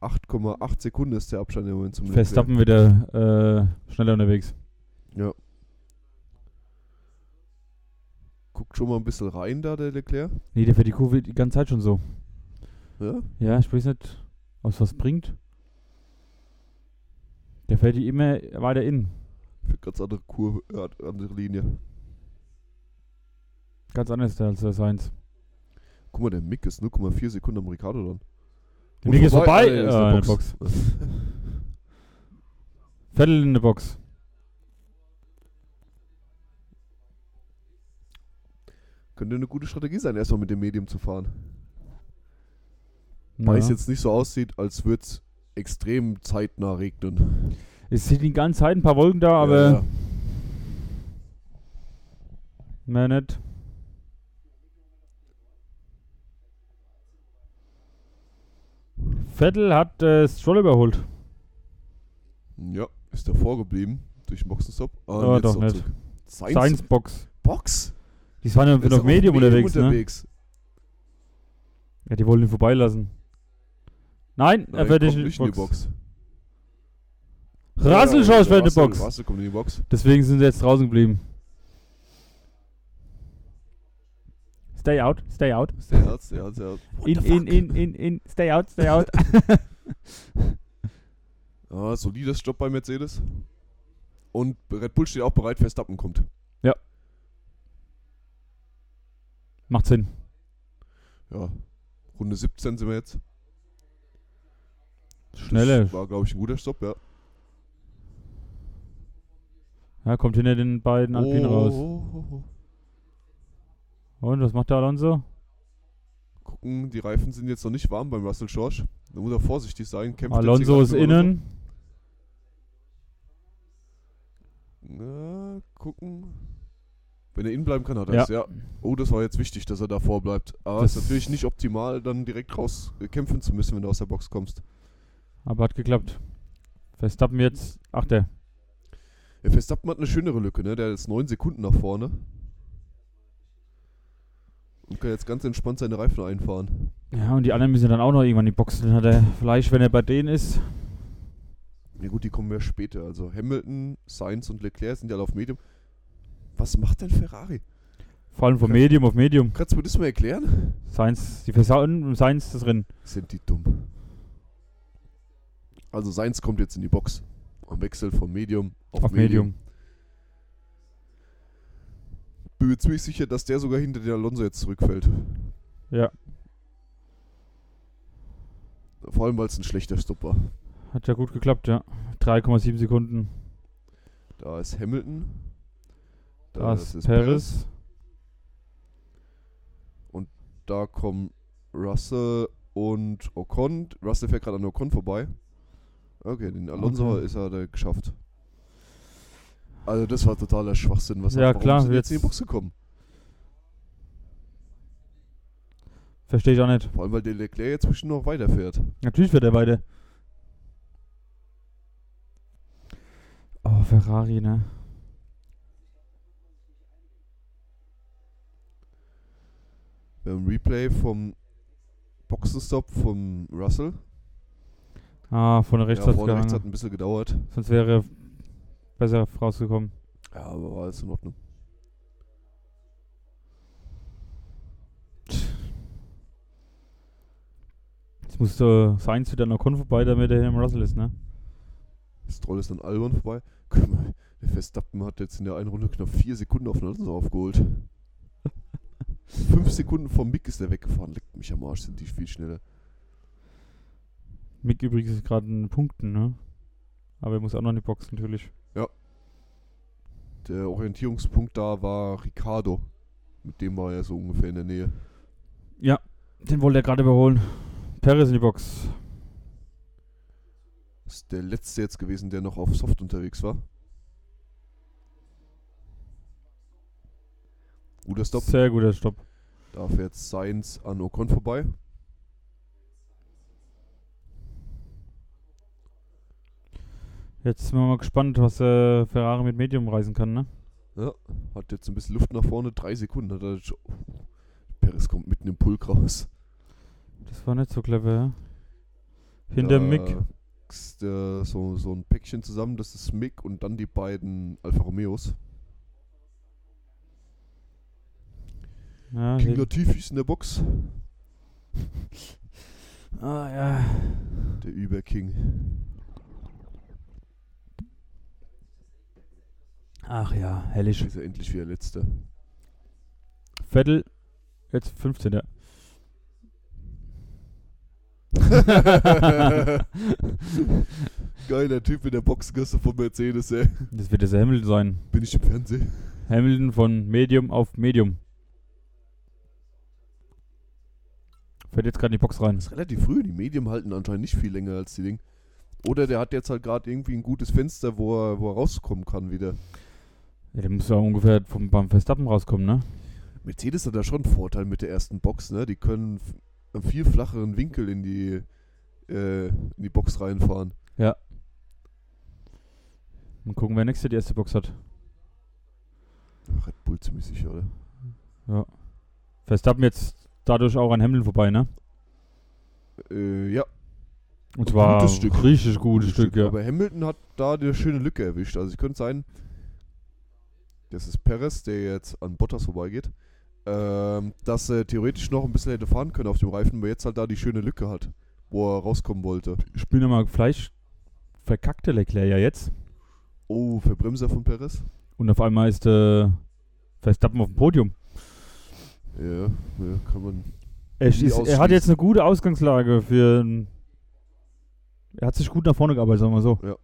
S2: 8,8 Sekunden ist der Abstand im Moment zum Leclerc.
S1: Verstappen wieder äh, schneller unterwegs.
S2: Guckt schon mal ein bisschen rein da, der Leclerc.
S1: Nee, der fährt die Kurve die ganze Zeit schon so.
S2: Ja?
S1: Ja, ich weiß nicht, was was bringt. Der fährt die immer weiter in.
S2: Für ganz andere Kurve, äh, andere Linie.
S1: Ganz anders als das eins.
S2: Guck mal, der Mick ist 0,4 Sekunden am Ricardo dran.
S1: Der
S2: Und
S1: Nick ist
S2: vorbei,
S1: vorbei.
S2: äh, ist
S1: äh,
S2: eine
S1: in der Box. Vettel in der Box.
S2: Könnte eine gute Strategie sein, erstmal mit dem Medium zu fahren.
S1: Ja.
S2: Weil es jetzt nicht so aussieht, als würde es extrem zeitnah regnen.
S1: Es sind die ganze Zeit ein paar Wolken da,
S2: Ja,
S1: aber
S2: ja.
S1: mehr nicht. Vettel hat äh, Stroll überholt.
S2: Ja, ist davor geblieben durch den Boxenstopp. Ah,
S1: Aber
S2: jetzt
S1: doch
S2: noch
S1: nicht.
S2: zurück. Sainz,
S1: Seins Box.
S2: Box?
S1: Die waren ja
S2: Der ist
S1: noch
S2: auf
S1: Medium, unterwegs, ne?
S2: unterwegs.
S1: Ja, die wollen ihn vorbeilassen. Nein,
S2: Nein,
S1: er fährt
S2: kommt
S1: nicht in die Box.
S2: Box.
S1: Russell
S2: Ja,
S1: George fährt in die
S2: Russell-
S1: Box.
S2: Russell kommt in die Box.
S1: Deswegen sind sie jetzt draußen geblieben. Stay out, stay out.
S2: Ist der Herz, der Herz, der Herz. What
S1: In,
S2: the
S1: in,
S2: fuck?
S1: in, in, in, stay out, stay out.
S2: Ah, solides Job bei Mercedes. Und Red Bull steht auch bereit, Verstappen kommt.
S1: Macht Sinn.
S2: Ja. Runde 17 sind wir jetzt.
S1: Schnelle.
S2: Das war, glaube ich, ein guter Stopp, ja.
S1: Ja, kommt hinter den beiden Alpinen raus.
S2: oh, oh, oh.
S1: Und was macht der Alonso?
S2: Gucken, die Reifen sind jetzt noch nicht warm beim Russell George. Da muss er vorsichtig sein. Kämpft jetzt
S1: Alonso
S2: gegen
S1: ist
S2: Alonso.
S1: innen.
S2: Na, gucken. Wenn er innen bleiben kann, hat er
S1: Ja.
S2: es, ja. Oh, das war jetzt wichtig, dass er davor bleibt. Aber es
S1: Das-
S2: ist natürlich nicht optimal, dann direkt raus äh, kämpfen zu müssen, wenn du aus der Box kommst.
S1: Aber hat geklappt. Verstappen jetzt. Ach, der.
S2: Ja, Verstappen hat eine schönere Lücke, ne? Der hat jetzt 9 Sekunden nach vorne. Und kann jetzt ganz entspannt seine Reifen einfahren.
S1: Ja, und die anderen müssen dann auch noch irgendwann in die Box. Dann hat er vielleicht, wenn er bei denen ist.
S2: Ja gut, die kommen ja später. Also Hamilton, Sainz und Leclerc sind ja alle auf Medium. Was macht denn Ferrari?
S1: Vor allem vom Medium auf Medium.
S2: Kannst du mir das mal erklären?
S1: Seins, die versauen Seins das Rennen.
S2: Sind die dumm. Also Sainz kommt jetzt in die Box und wechselt vom Medium auf,
S1: Auf
S2: Medium.
S1: Medium.
S2: Bin mir ziemlich sicher, dass der sogar hinter den Alonso jetzt zurückfällt.
S1: Ja.
S2: Vor allem, weil es ein schlechter Stopp war.
S1: Hat ja gut geklappt, ja. 3,7 Sekunden.
S2: Da ist Hamilton.
S1: Das, ist Paris.
S2: Da kommen Russell und Ocon. Russell fährt gerade an Ocon vorbei. Okay, den Alonso
S1: Okay.
S2: ist er da geschafft. Also das war totaler Schwachsinn. Was
S1: Ja,
S2: warum
S1: klar,
S2: sind die jetzt
S1: jetzt-
S2: in die Box gekommen?
S1: Verstehe ich auch nicht.
S2: Vor allem, weil der Leclerc jetzt bestimmt noch weiterfährt.
S1: Natürlich wird er beide. Oh, Ferrari, ne?
S2: Wir haben ein Replay vom Boxenstopp vom Russell.
S1: Ah, vorne rechts
S2: ja,
S1: hat's
S2: vorne rechts hat
S1: gehangen.
S2: ein bisschen gedauert.
S1: Sonst wäre er besser rausgekommen.
S2: Ja, aber war alles in Ordnung.
S1: Jetzt musste Sainz wieder an Ocon vorbei, damit er hinter Russell ist, ne?
S2: Stroll ist an Albon vorbei. Guck mal, der Verstappen hat jetzt in der einen Runde knapp vier Sekunden auf den Alonso aufgeholt. Fünf Sekunden vom Mick ist er weggefahren. Leckt mich am Arsch, sind die viel schneller.
S1: Mick übrigens ist gerade in Punkten, ne? Aber er muss auch noch in die Box, natürlich.
S2: Der Orientierungspunkt da war Ricardo. Mit dem war er so ungefähr in der Nähe.
S1: Den wollte er gerade überholen. Perez in die Box.
S2: Ist der letzte jetzt gewesen, der noch auf Soft unterwegs war. Guter Stopp.
S1: Sehr guter Stopp.
S2: Da fährt Sainz an Ocon vorbei.
S1: Jetzt sind wir mal gespannt, was äh, Ferrari mit Medium reisen kann, ne?
S2: Ja, hat jetzt ein bisschen Luft nach vorne, drei Sekunden hat er. schon- Perez kommt mitten im Pulk raus.
S1: Das war nicht so clever, ja. Hinter
S2: Da
S1: Mick.
S2: ist, äh, so, so ein Päckchen zusammen, das ist Mick und dann die beiden Alfa Romeos.
S1: Ja,
S2: King
S1: hier-
S2: Latifi ist in der Box,
S1: ah, ja.
S2: der Überking.
S1: Ach ja,
S2: Ist
S1: herrlich.
S2: er endlich wieder Letzter.
S1: Vettel, jetzt 15.
S2: Geiler Typ in der Boxgasse von Mercedes, ey.
S1: Das wird jetzt der Hamilton sein.
S2: Bin ich im Fernsehen?
S1: Hamilton von Medium auf Medium. Fährt jetzt gerade in die Box rein.
S2: Das ist relativ früh. Die Medien halten anscheinend nicht viel länger als die Ding. Oder der hat jetzt halt gerade irgendwie ein gutes Fenster, wo er, wo er rauskommen kann wieder.
S1: Ja, der muss ja ungefähr vom, beim Verstappen rauskommen, ne?
S2: Mercedes hat da schon einen Vorteil mit der ersten Box, ne? Die können f- einen viel flacheren Winkel in die, äh, in die Box reinfahren.
S1: Mal gucken, wer nächste die erste Box hat.
S2: Red Bull ziemlich sicher, oder?
S1: Verstappen jetzt dadurch auch an Hamilton vorbei, ne?
S2: Äh, ja.
S1: Und zwar
S2: Gutes Stück.
S1: richtig gutes Stück, ja.
S2: Aber Hamilton hat da eine schöne Lücke erwischt. Also es könnte sein, das ist Perez, der jetzt an Bottas vorbeigeht, ähm, dass er theoretisch noch ein bisschen hätte fahren können auf dem Reifen, aber jetzt halt da die schöne Lücke hat, wo er rauskommen wollte.
S1: Ich bin mal Fleisch verkackte Leclerc ja jetzt.
S2: Oh, Verbremser von Perez.
S1: Und auf einmal ist äh, Verstappen auf dem Podium.
S2: Ja, ja kann man.
S1: Er,
S2: Die
S1: ist, er hat
S2: ausschließen.
S1: jetzt eine gute Ausgangslage für. ein- Er hat sich gut nach vorne gearbeitet, sagen wir so.
S2: Ja.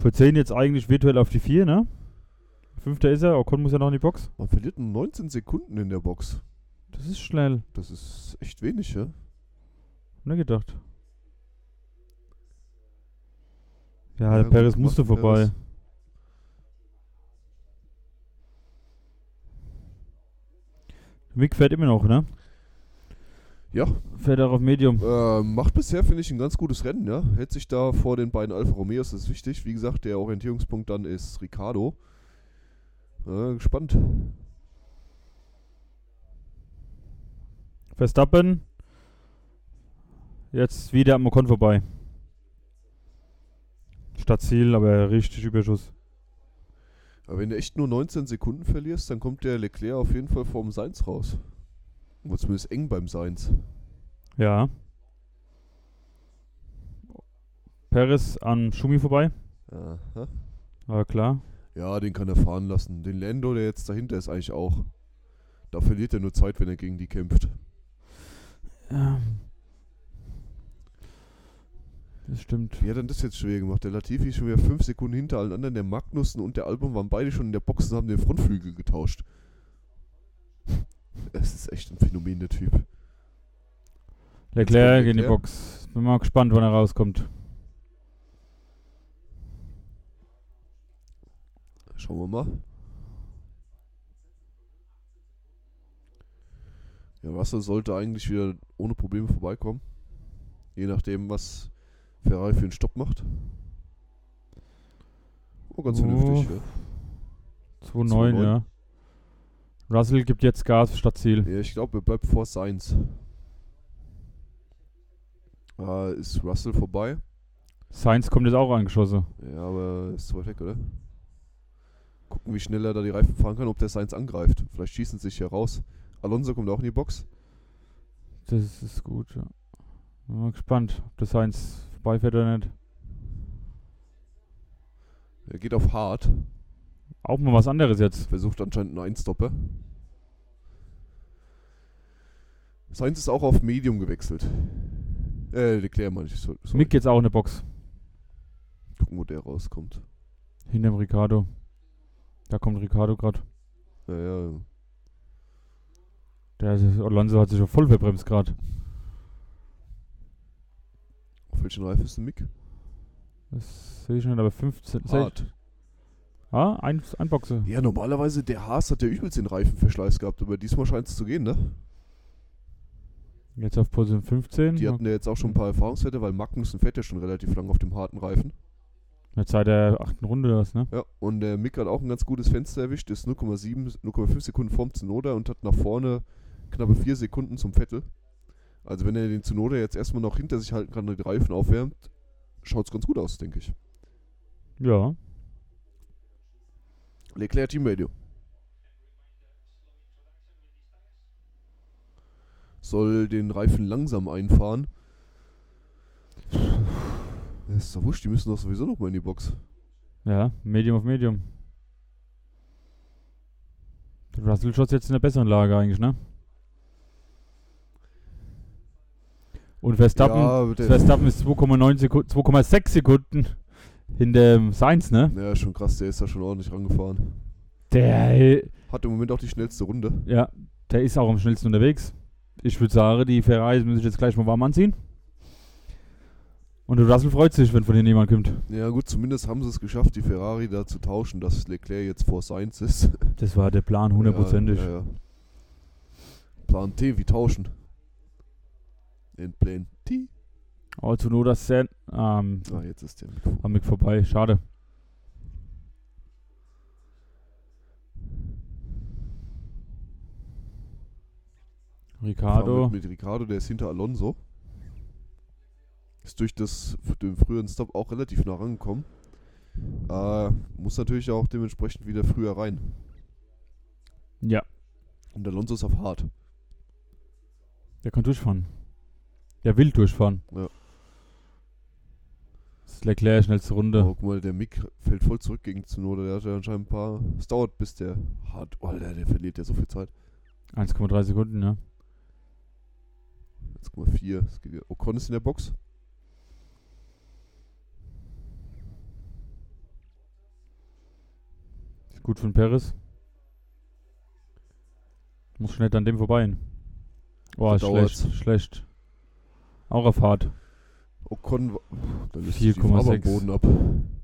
S1: Für 10 jetzt eigentlich virtuell auf die 4, ne? Fünfter ist er, Ocon muss ja noch in die Box.
S2: Man verliert nur 19 Sekunden in der Box.
S1: Das ist schnell,
S2: Das ist echt wenig, ja?
S1: ne gedacht. Ja,
S2: Ja,
S1: der
S2: gut
S1: Perez musste
S2: gemacht,
S1: vorbei.
S2: Perez.
S1: Mick fährt immer noch, ne?
S2: Ja.
S1: Fährt auch auf Medium.
S2: Ähm, macht bisher, finde ich, ein ganz gutes Rennen, ja. Hält sich da vor den beiden Alfa Romeos, das ist wichtig. Wie gesagt, der Orientierungspunkt dann ist Ricardo. Äh, gespannt.
S1: Verstappen. Jetzt wieder am Ocon vorbei. Statt Ziel, aber richtig Überschuss.
S2: Aber wenn du echt nur 19 Sekunden verlierst, dann kommt der Leclerc auf jeden Fall vorm Seins raus. Oder zumindest eng beim Seins.
S1: Ja. Perez an Schumi vorbei.
S2: Aha.
S1: War klar.
S2: Ja, den kann er fahren lassen. Den Lando, der jetzt dahinter ist, eigentlich auch. Da verliert er nur Zeit, wenn er gegen die kämpft.
S1: Ähm. Das stimmt.
S2: Wie hat denn das jetzt schwer gemacht? Der Latifi ist schon wieder 5 Sekunden hinter allen anderen. Der Magnussen und der Albon waren beide schon in der Box und haben den Frontflügel getauscht. Es ist echt ein Phänomen, der Typ.
S1: Leclerc
S2: kommt
S1: in die
S2: Leclerc.
S1: Box. Bin mal gespannt, wann er rauskommt.
S2: Schauen wir mal. Ja, Russell sollte eigentlich wieder ohne Probleme vorbeikommen. Je nachdem, was Ferrari für einen Stopp macht. Oh, ganz
S1: Oh,
S2: vernünftig. Ja.
S1: 2-9,
S2: 2-9.
S1: ja. Russell gibt jetzt Gas statt Ziel.
S2: Ja, ich glaube, er bleibt vor Seins. Ah, ist Russell vorbei?
S1: Sainz kommt jetzt auch angeschossen.
S2: Ja, aber ist zu weit weg, oder? Gucken, wie schnell er da die Reifen fahren kann, ob der Seins angreift. Vielleicht schießen sie sich hier raus. Alonso kommt auch in die Box.
S1: Das ist gut, ja. Bin mal gespannt, ob das Sainz vorbeifährt oder nicht.
S2: Er geht auf hart.
S1: Auch mal was anderes jetzt.
S2: Versucht anscheinend einen Einstopper. Seins ist auch auf Medium gewechselt. Äh, Leclerc meine ich. So, sorry.
S1: Mick jetzt auch in der Box.
S2: Gucken, wo der rauskommt.
S1: Hinterm Ricardo. Da kommt Ricardo gerade.
S2: Ja, ja.
S1: Der Alonso hat sich ja voll verbremst gerade.
S2: Auf welchen Reifen ist denn Mick?
S1: Das sehe ich nicht, aber 15. sech-
S2: Hart.
S1: Ah, ein, einboxe.
S2: Ja, normalerweise, der Haas hat ja übelst den Reifenverschleiß gehabt, aber diesmal scheint es zu gehen, ne?
S1: Jetzt auf Position 15.
S2: Die hatten ja jetzt auch schon ein paar Erfahrungswerte, weil Magnussen fährt ja schon relativ lang auf dem harten Reifen.
S1: Jetzt seit der achten Runde das, ne?
S2: Ja, und der Mick hat auch ein ganz gutes Fenster erwischt, ist 0,7, 0,5 Sekunden vorm Tsunoda und hat nach vorne knappe 4 Sekunden zum Vettel. Also wenn er den Tsunoda jetzt erstmal noch hinter sich halten kann und die Reifen aufwärmt, schaut es ganz gut aus, denke ich.
S1: Ja.
S2: Leclerc Team Radio. Soll den Reifen langsam einfahren. Ja, Ist doch wurscht, die müssen doch sowieso noch mal in die Box.
S1: Ja, Medium auf Medium. Der Russell Schotz jetzt in der besseren Lage eigentlich, ne? Und Verstappen,
S2: Ja, der-
S1: Verstappen ist 2,9 Sekunden, 2,6 Sekunden hinter Sainz, ne?
S2: Ja, schon krass, der ist da schon ordentlich rangefahren.
S1: Der,
S2: Hat im Moment auch die schnellste Runde.
S1: ja, der ist auch am schnellsten unterwegs. Ich würde sagen, die Ferraris müssen sich jetzt gleich mal warm anziehen. Und der Russell freut sich, wenn von denen jemand kommt.
S2: Ja gut, zumindest haben sie es geschafft, die Ferrari da zu tauschen, dass Leclerc jetzt vor Sainz ist.
S1: Das war der Plan, hundertprozentig.
S2: Ja, ja, ja. Plan T, wie tauschen. In Plan T.
S1: Oh, Tsunoda Sen. Ähm,
S2: Ah, jetzt ist der Mikrofon.
S1: am Mick vorbei, schade.
S2: Fahren
S1: Ricardo.
S2: Mit, mit Ricardo, der ist hinter Alonso. Ist durch das, den früheren Stop auch relativ nah rangekommen. Äh, muss natürlich auch dementsprechend wieder früher rein.
S1: Ja,
S2: Und Alonso ist auf hart.
S1: der kann durchfahren. Der will durchfahren.
S2: Ja.
S1: Das ist Leclerc, schnellste Runde.
S2: Oh, guck mal, der Mick fällt voll zurück gegen Zunoda. Der hat ja anscheinend ein paar. Es dauert, bis der hart. Oh, Alter, der verliert ja so viel Zeit.
S1: 1,3 Sekunden, ja.
S2: Jetzt guck mal, vier. Es geht ja- Ocon ist in der Box.
S1: Ist gut von Paris. Muss schnell an dem vorbei. Oh,
S2: Da
S1: ist schlecht, schlecht. Auch auf hart.
S2: Ocon. wa- Da löst sich die Farbe am
S1: 4,6.
S2: Boden ab.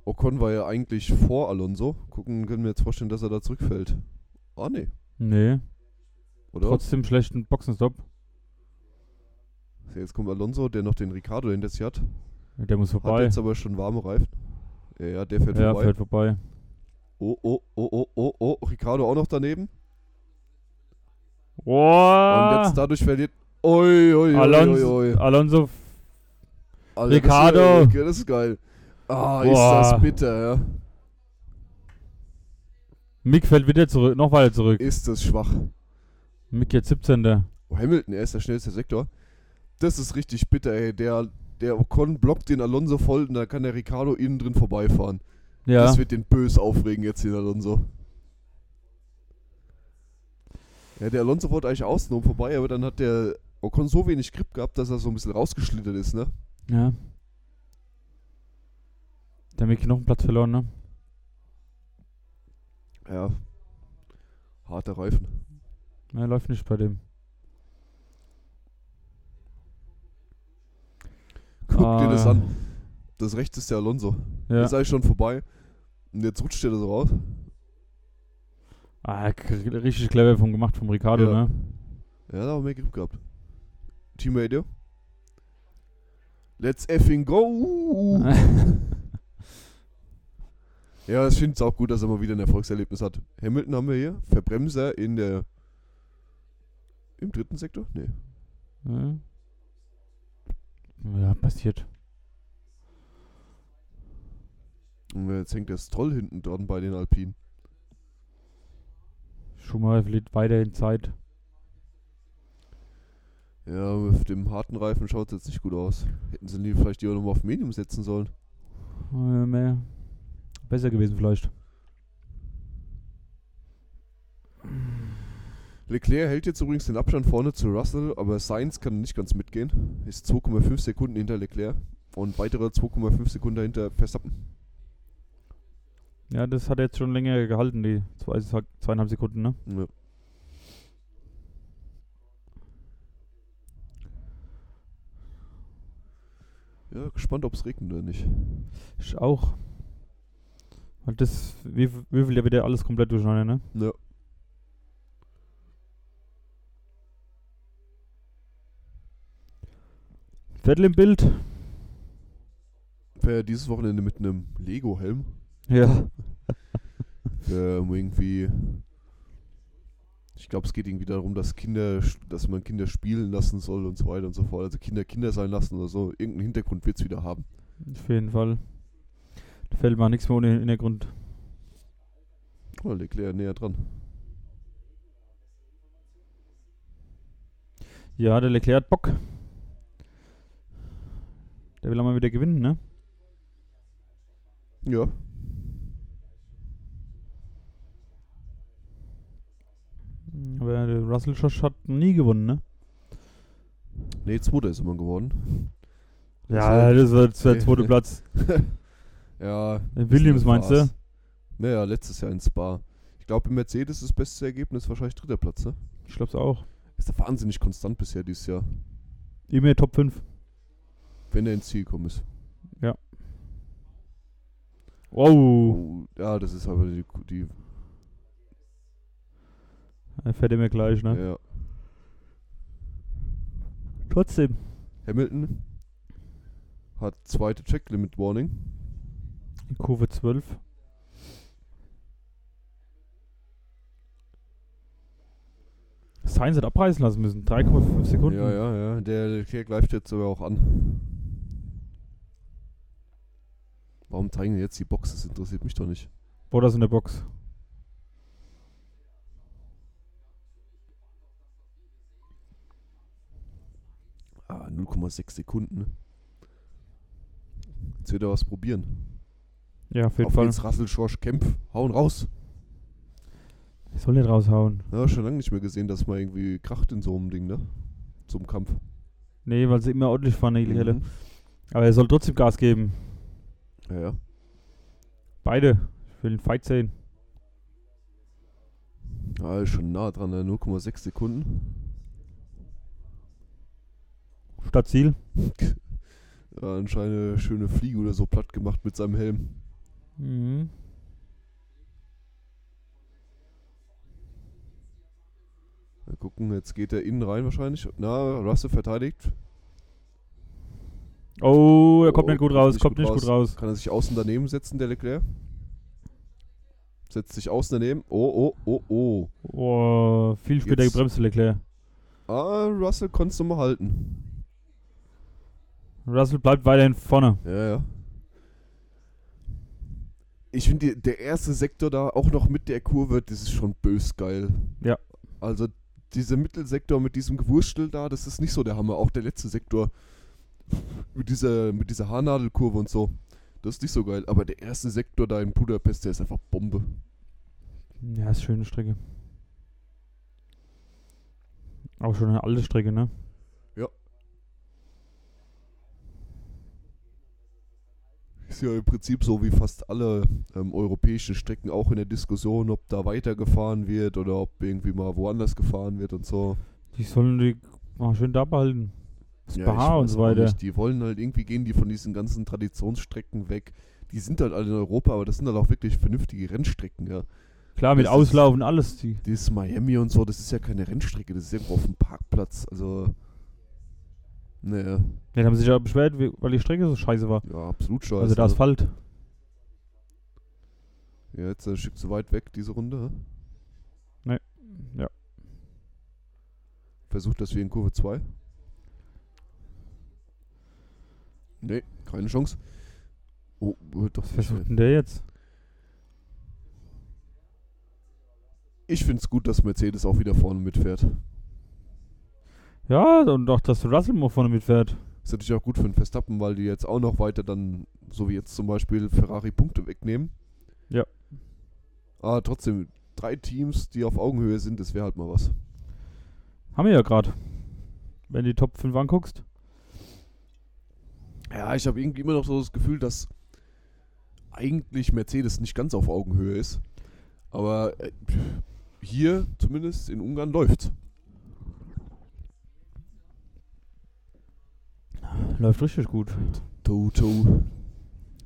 S2: Ocon war ja eigentlich vor Alonso. Gucken, können wir jetzt vorstellen, dass er da zurückfällt. Ah, nee.
S1: Nee,
S2: Oder?
S1: trotzdem schlechten Boxenstopp.
S2: So, Jetzt kommt Alonso, der noch den Ricardo hinter sich hat.
S1: Der muss
S2: Hat
S1: vorbei.
S2: jetzt aber schon warme Reifen. Ja, ja, der fährt
S1: ja,
S2: vorbei.
S1: fährt vorbei.
S2: Oh, oh, oh, oh, oh, oh. Ricardo auch noch daneben.
S1: Oh,
S2: Und jetzt dadurch verliert. Oi, oi, oi,
S1: Ah. Alonso,
S2: oi, oi.
S1: Oh! Alonso,
S2: Alter, Das
S1: Ricardo.
S2: ist, ja- das ist geil. Ah, ist
S1: Boah.
S2: das bitter, ja.
S1: Mick fällt wieder zurück, noch weiter zurück.
S2: Ist das schwach.
S1: Mick jetzt 17.
S2: Oh, Hamilton, er ist der schnellste Sektor. Das ist richtig bitter, ey. Der, der Ocon blockt den Alonso voll und dann kann der Ricardo innen drin vorbeifahren.
S1: Ja,
S2: Das wird den bös aufregen jetzt, den Alonso. Ja, der Alonso wollte eigentlich außenrum vorbei, aber dann hat der Ocon so wenig Grip gehabt, dass er so ein bisschen rausgeschlittert ist, ne?
S1: ja. Der Mick noch einen Platz verloren, ne?
S2: Ja. Harter Reifen.
S1: Ne, läuft nicht bei dem.
S2: Guck dir das
S1: Ah.
S2: an. Das rechts ist der Alonso.
S1: Ja.
S2: Ist eigentlich schon vorbei. Und jetzt rutscht er da so raus.
S1: Ah, k- richtig clever von gemacht vom Ricardo,
S2: Ja.
S1: ne?
S2: Er hat aber mehr Grip gehabt. Team Radio. Let's effing go! Ja, ich finde es auch gut, dass er mal wieder ein Erfolgserlebnis hat. Hamilton haben wir hier, Verbremser in der. Im dritten Sektor? Nee.
S1: Ja. ja, passiert.
S2: Und Jetzt hängt der Stroll hinten dran bei den Alpinen.
S1: Schumacher verliert weiterhin Zeit.
S2: Ja, auf dem harten Reifen schaut es jetzt nicht gut aus. Hätten sie die vielleicht die auch nochmal auf Medium setzen sollen.
S1: Äh, mehr. Besser gewesen vielleicht.
S2: Leclerc hält jetzt übrigens den Abstand vorne zu Russell, aber Sainz kann nicht ganz mitgehen. Ist 2,5 Sekunden hinter Leclerc und weitere 2,5 Sekunden hinter Verstappen.
S1: Ja, das hat er jetzt schon länger gehalten, die zwei, zweieinhalb Sekunden, ne?
S2: Ja. Ja, gespannt, ob es regnet oder nicht.
S1: Ich auch. Weil das wirf- würfelt ja wieder alles komplett durcheinander, ne?
S2: Ja.
S1: Vettel im Bild.
S2: Wer dieses Wochenende mit einem Lego-Helm,
S1: Ja.
S2: der irgendwie. Ich glaube, es geht irgendwie darum, dass Kinder, dass man Kinder spielen lassen soll und so weiter und so fort. Also Kinder Kinder sein lassen oder so. Irgendeinen Hintergrund wird es wieder haben.
S1: Auf jeden Fall. Da fällt mir auch nichts mehr ohne Hintergrund.
S2: Oh, Leclerc näher dran.
S1: Ja, der Leclerc hat Bock. Der will auch mal wieder gewinnen, ne?
S2: Ja.
S1: Aber der Russell Josh hat noch nie gewonnen, ne?
S2: Nee, Zweiter ist immer geworden.
S1: Ja, das war Also, das war der
S2: Nee.
S1: zweite Platz.
S2: Ja.
S1: Der Williams meinst du?
S2: Naja, letztes Jahr in Spa. Ich glaube, im Mercedes ist das beste Ergebnis wahrscheinlich dritter Platz, ne?
S1: Ich glaub's auch.
S2: Ist er wahnsinnig konstant bisher dieses Jahr,
S1: Immer Top 5.
S2: wenn er ins Ziel gekommen ist.
S1: Wow.
S2: Oh, ja, das ist aber die, die
S1: Er fährt immer gleich, ne?
S2: ja.
S1: Trotzdem.
S2: Hamilton hat zweite Check Limit Warning.
S1: In Kurve 12. Sainz hat abreißen lassen müssen. 3,5 Sekunden.
S2: Ja, ja, ja. Der Leclerc greift jetzt sogar auch an. Warum zeigen die jetzt die Box? Das interessiert mich doch nicht.
S1: Bottas in der Box.
S2: Ah, 0,6 Sekunden. ne? Jetzt wird er was probieren.
S1: Ja, auf jeden
S2: Auf
S1: Fall.
S2: jetzt Russell, Schorsch, Kempf. Hauen raus.
S1: Ich soll nicht raushauen.
S2: Ja, schon lange nicht mehr gesehen, dass man irgendwie kracht in so einem Ding, ne? Zum Kampf.
S1: Nee, weil sie immer ordentlich fahren, die Kerle.
S2: Mhm.
S1: Aber er soll trotzdem Gas geben.
S2: Ja, ja.
S1: Beide. Ich will einen Fight sehen.
S2: Ah, ist schon nah dran, ne? 0,6 Sekunden.
S1: Statt Ziel.
S2: Ja, anscheinend eine schöne Fliege oder so platt gemacht mit seinem Helm.
S1: Mhm.
S2: Mal gucken, jetzt geht er innen rein wahrscheinlich. Na, Russell verteidigt.
S1: Oh, er kommt
S2: Oh,
S1: nicht gut
S2: kommt
S1: raus.
S2: nicht
S1: Kommt
S2: gut
S1: nicht gut raus.
S2: Kann er sich außen daneben setzen, der Leclerc? Setzt sich außen daneben. Oh, oh, oh, oh.
S1: Oh, viel später
S2: Jetzt.
S1: gebremst, Leclerc.
S2: Ah, Russell konntest du mal halten.
S1: Russell bleibt weiterhin vorne.
S2: Ja, ja. Ich finde, der erste Sektor da auch noch mit der Kurve, das ist schon bös geil.
S1: Ja.
S2: Also, dieser Mittelsektor mit diesem Gewurstel da, das ist nicht so der Hammer. Auch der letzte Sektor mit dieser, mit dieser Haarnadelkurve und so, das ist nicht so geil. Aber der erste Sektor da in Budapest, der ist einfach Bombe.
S1: Ja, ist schöne Strecke. Auch schon eine alte Strecke, ne?
S2: Ist ja im Prinzip so wie fast alle ähm, europäischen Strecken auch in der Diskussion, ob da weitergefahren wird oder ob irgendwie mal woanders gefahren wird und so.
S1: Die sollen die mal schön da behalten. Das
S2: Ja, ich
S1: Bahar und
S2: weiß
S1: so
S2: auch
S1: weiter.
S2: nicht. Die wollen halt irgendwie gehen, die von diesen ganzen Traditionsstrecken weg. Die sind halt alle in Europa, aber das sind halt auch wirklich vernünftige Rennstrecken, ja.
S1: Klar, mit
S2: Das ist-
S1: Auslauf und alles. Die.
S2: Dieses Miami und so, das ist ja keine Rennstrecke, das ist irgendwo auf dem Parkplatz. Also, naja,
S1: Ja, die haben sich ja beschwert, wie- weil die Strecke so scheiße war.
S2: ja, absolut scheiße. ne?
S1: Also der Asphalt.
S2: Ja, jetzt ein Stück zu weit weg, diese Runde. hm? hä?
S1: Ja.
S2: Versucht das wie in Kurve 2. Nee, keine Chance. Oh, wird doch
S1: Was
S2: nicht
S1: versucht denn der jetzt?
S2: Ich finde es gut, dass Mercedes auch wieder vorne mitfährt.
S1: Ja, und auch, dass Russell mal vorne mitfährt.
S2: Ist natürlich auch gut für den Verstappen, weil die jetzt auch noch weiter dann, so wie jetzt zum Beispiel, Ferrari Punkte wegnehmen.
S1: Ja.
S2: Aber trotzdem, drei Teams, die auf Augenhöhe sind, das wäre halt mal was.
S1: Haben wir ja gerade. Wenn du die Top 5 anguckst.
S2: Ja, ich habe irgendwie immer noch so das Gefühl, dass eigentlich Mercedes nicht ganz auf Augenhöhe ist. Aber äh, pff, hier, zumindest in Ungarn, läuft's.
S1: Läuft richtig gut.
S2: Toto.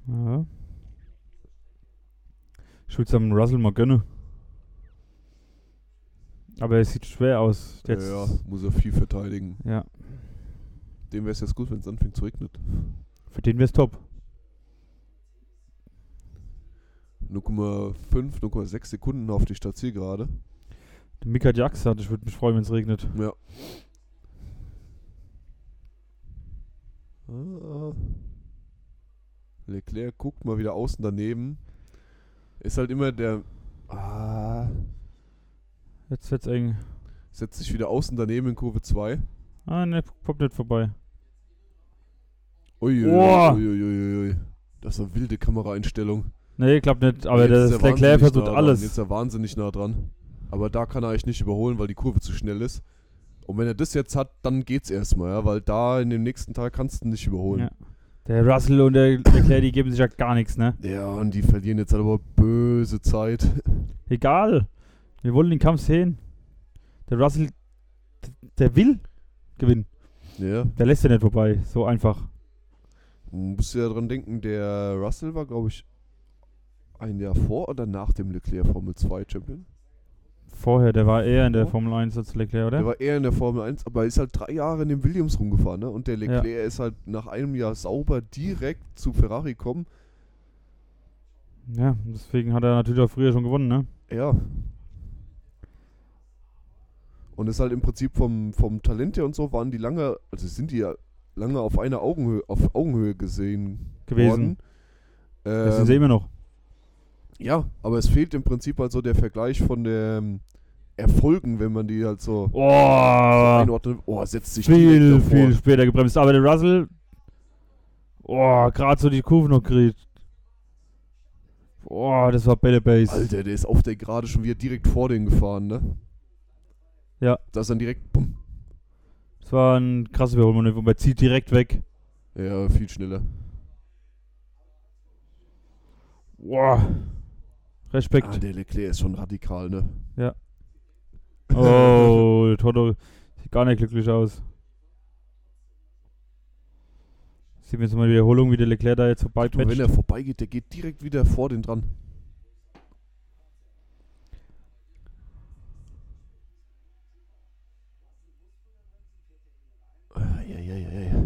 S1: Ja. Ich würde es einem Russell mal gönnen. Aber es sieht schwer aus.
S2: Ja,
S1: Jetzt.
S2: ja, muss er viel verteidigen.
S1: ja.
S2: Dem wäre es jetzt gut, wenn es anfängt zu regnen.
S1: Für den wäre es top.
S2: 0,5, 0,6 Sekunden auf die Stazielgerade.
S1: Der Mika hat ja Axt gesagt, ich würde mich freuen, wenn es regnet.
S2: Ja. Ah. Leclerc guckt mal wieder außen daneben. Ist halt immer der. Ah.
S1: Jetzt wird's eng.
S2: Setzt sich wieder außen daneben in Kurve 2.
S1: Ah, ne, kommt nicht vorbei.
S2: Uiuiui.
S1: Boah.
S2: Das ist eine wilde Kameraeinstellung.
S1: Nee, Ne, klappt nicht, aber
S2: Jetzt
S1: der
S2: ist er
S1: Leclerc
S2: wahnsinnig
S1: versucht
S2: nah dran.
S1: alles.
S2: Jetzt ist er wahnsinnig nah dran. Aber da kann er eigentlich nicht überholen, weil die Kurve zu schnell ist. Und wenn er das jetzt hat, dann geht's erstmal, ja, weil da in dem nächsten Teil kannst du nicht überholen.
S1: Ja. Der Russell und der Leclerc, die geben sich ja gar nichts, ne?
S2: Ja, und die verlieren jetzt halt aber böse Zeit.
S1: Egal. Wir wollen den Kampf sehen. Der Russell, d- der will gewinnen.
S2: Ja.
S1: Der lässt ja nicht vorbei. So einfach.
S2: Musst du ja dran denken, der Russell war, glaube ich, ein Jahr vor oder nach dem Leclerc Formel 2 Champion.
S1: Vorher, der war eher in der
S2: Oh.
S1: Formel 1 als Leclerc,
S2: Der
S1: oder?
S2: war eher in der Formel 1, aber ist halt drei Jahre in dem Williams rumgefahren, ne? Und der Leclerc ist halt nach einem Jahr sauber direkt zu Ferrari gekommen.
S1: Ja, deswegen hat er natürlich auch früher schon gewonnen, ne?
S2: Ja. Und ist halt im Prinzip vom, vom Talent her und so waren die lange, also sind die ja lange auf einer Augenhöhe, auf Augenhöhe gesehen
S1: Gewesen.
S2: worden.
S1: Das sind sie
S2: Ähm,
S1: immer noch.
S2: Ja, aber es fehlt im Prinzip halt so der Vergleich von den Erfolgen, wenn man die halt so, so
S1: Oh,
S2: einordnet. Oh, setzt sich
S1: viel,
S2: direkt davor.
S1: viel später gebremst. Aber der Russell, oh, gerade so die Kurve noch kriegt. Oh, das war Bälle Base.
S2: Alter, der ist auf der Gerade schon wieder direkt vor den gefahren, ne?
S1: Ja.
S2: Das ist dann direkt, bumm.
S1: Das war ein krasses Überholmanöver. Man zieht direkt weg.
S2: Ja, viel schneller.
S1: Wow.
S2: Ah,
S1: Respekt.
S2: der Leclerc ist schon radikal, ne?
S1: oh, der Toto sieht gar nicht glücklich aus. Sehen wir jetzt mal die Wiederholung, wie der Leclerc da jetzt vorbei
S2: Du, wenn er vorbeigeht, der geht direkt wieder vor den dran. Eieieiei.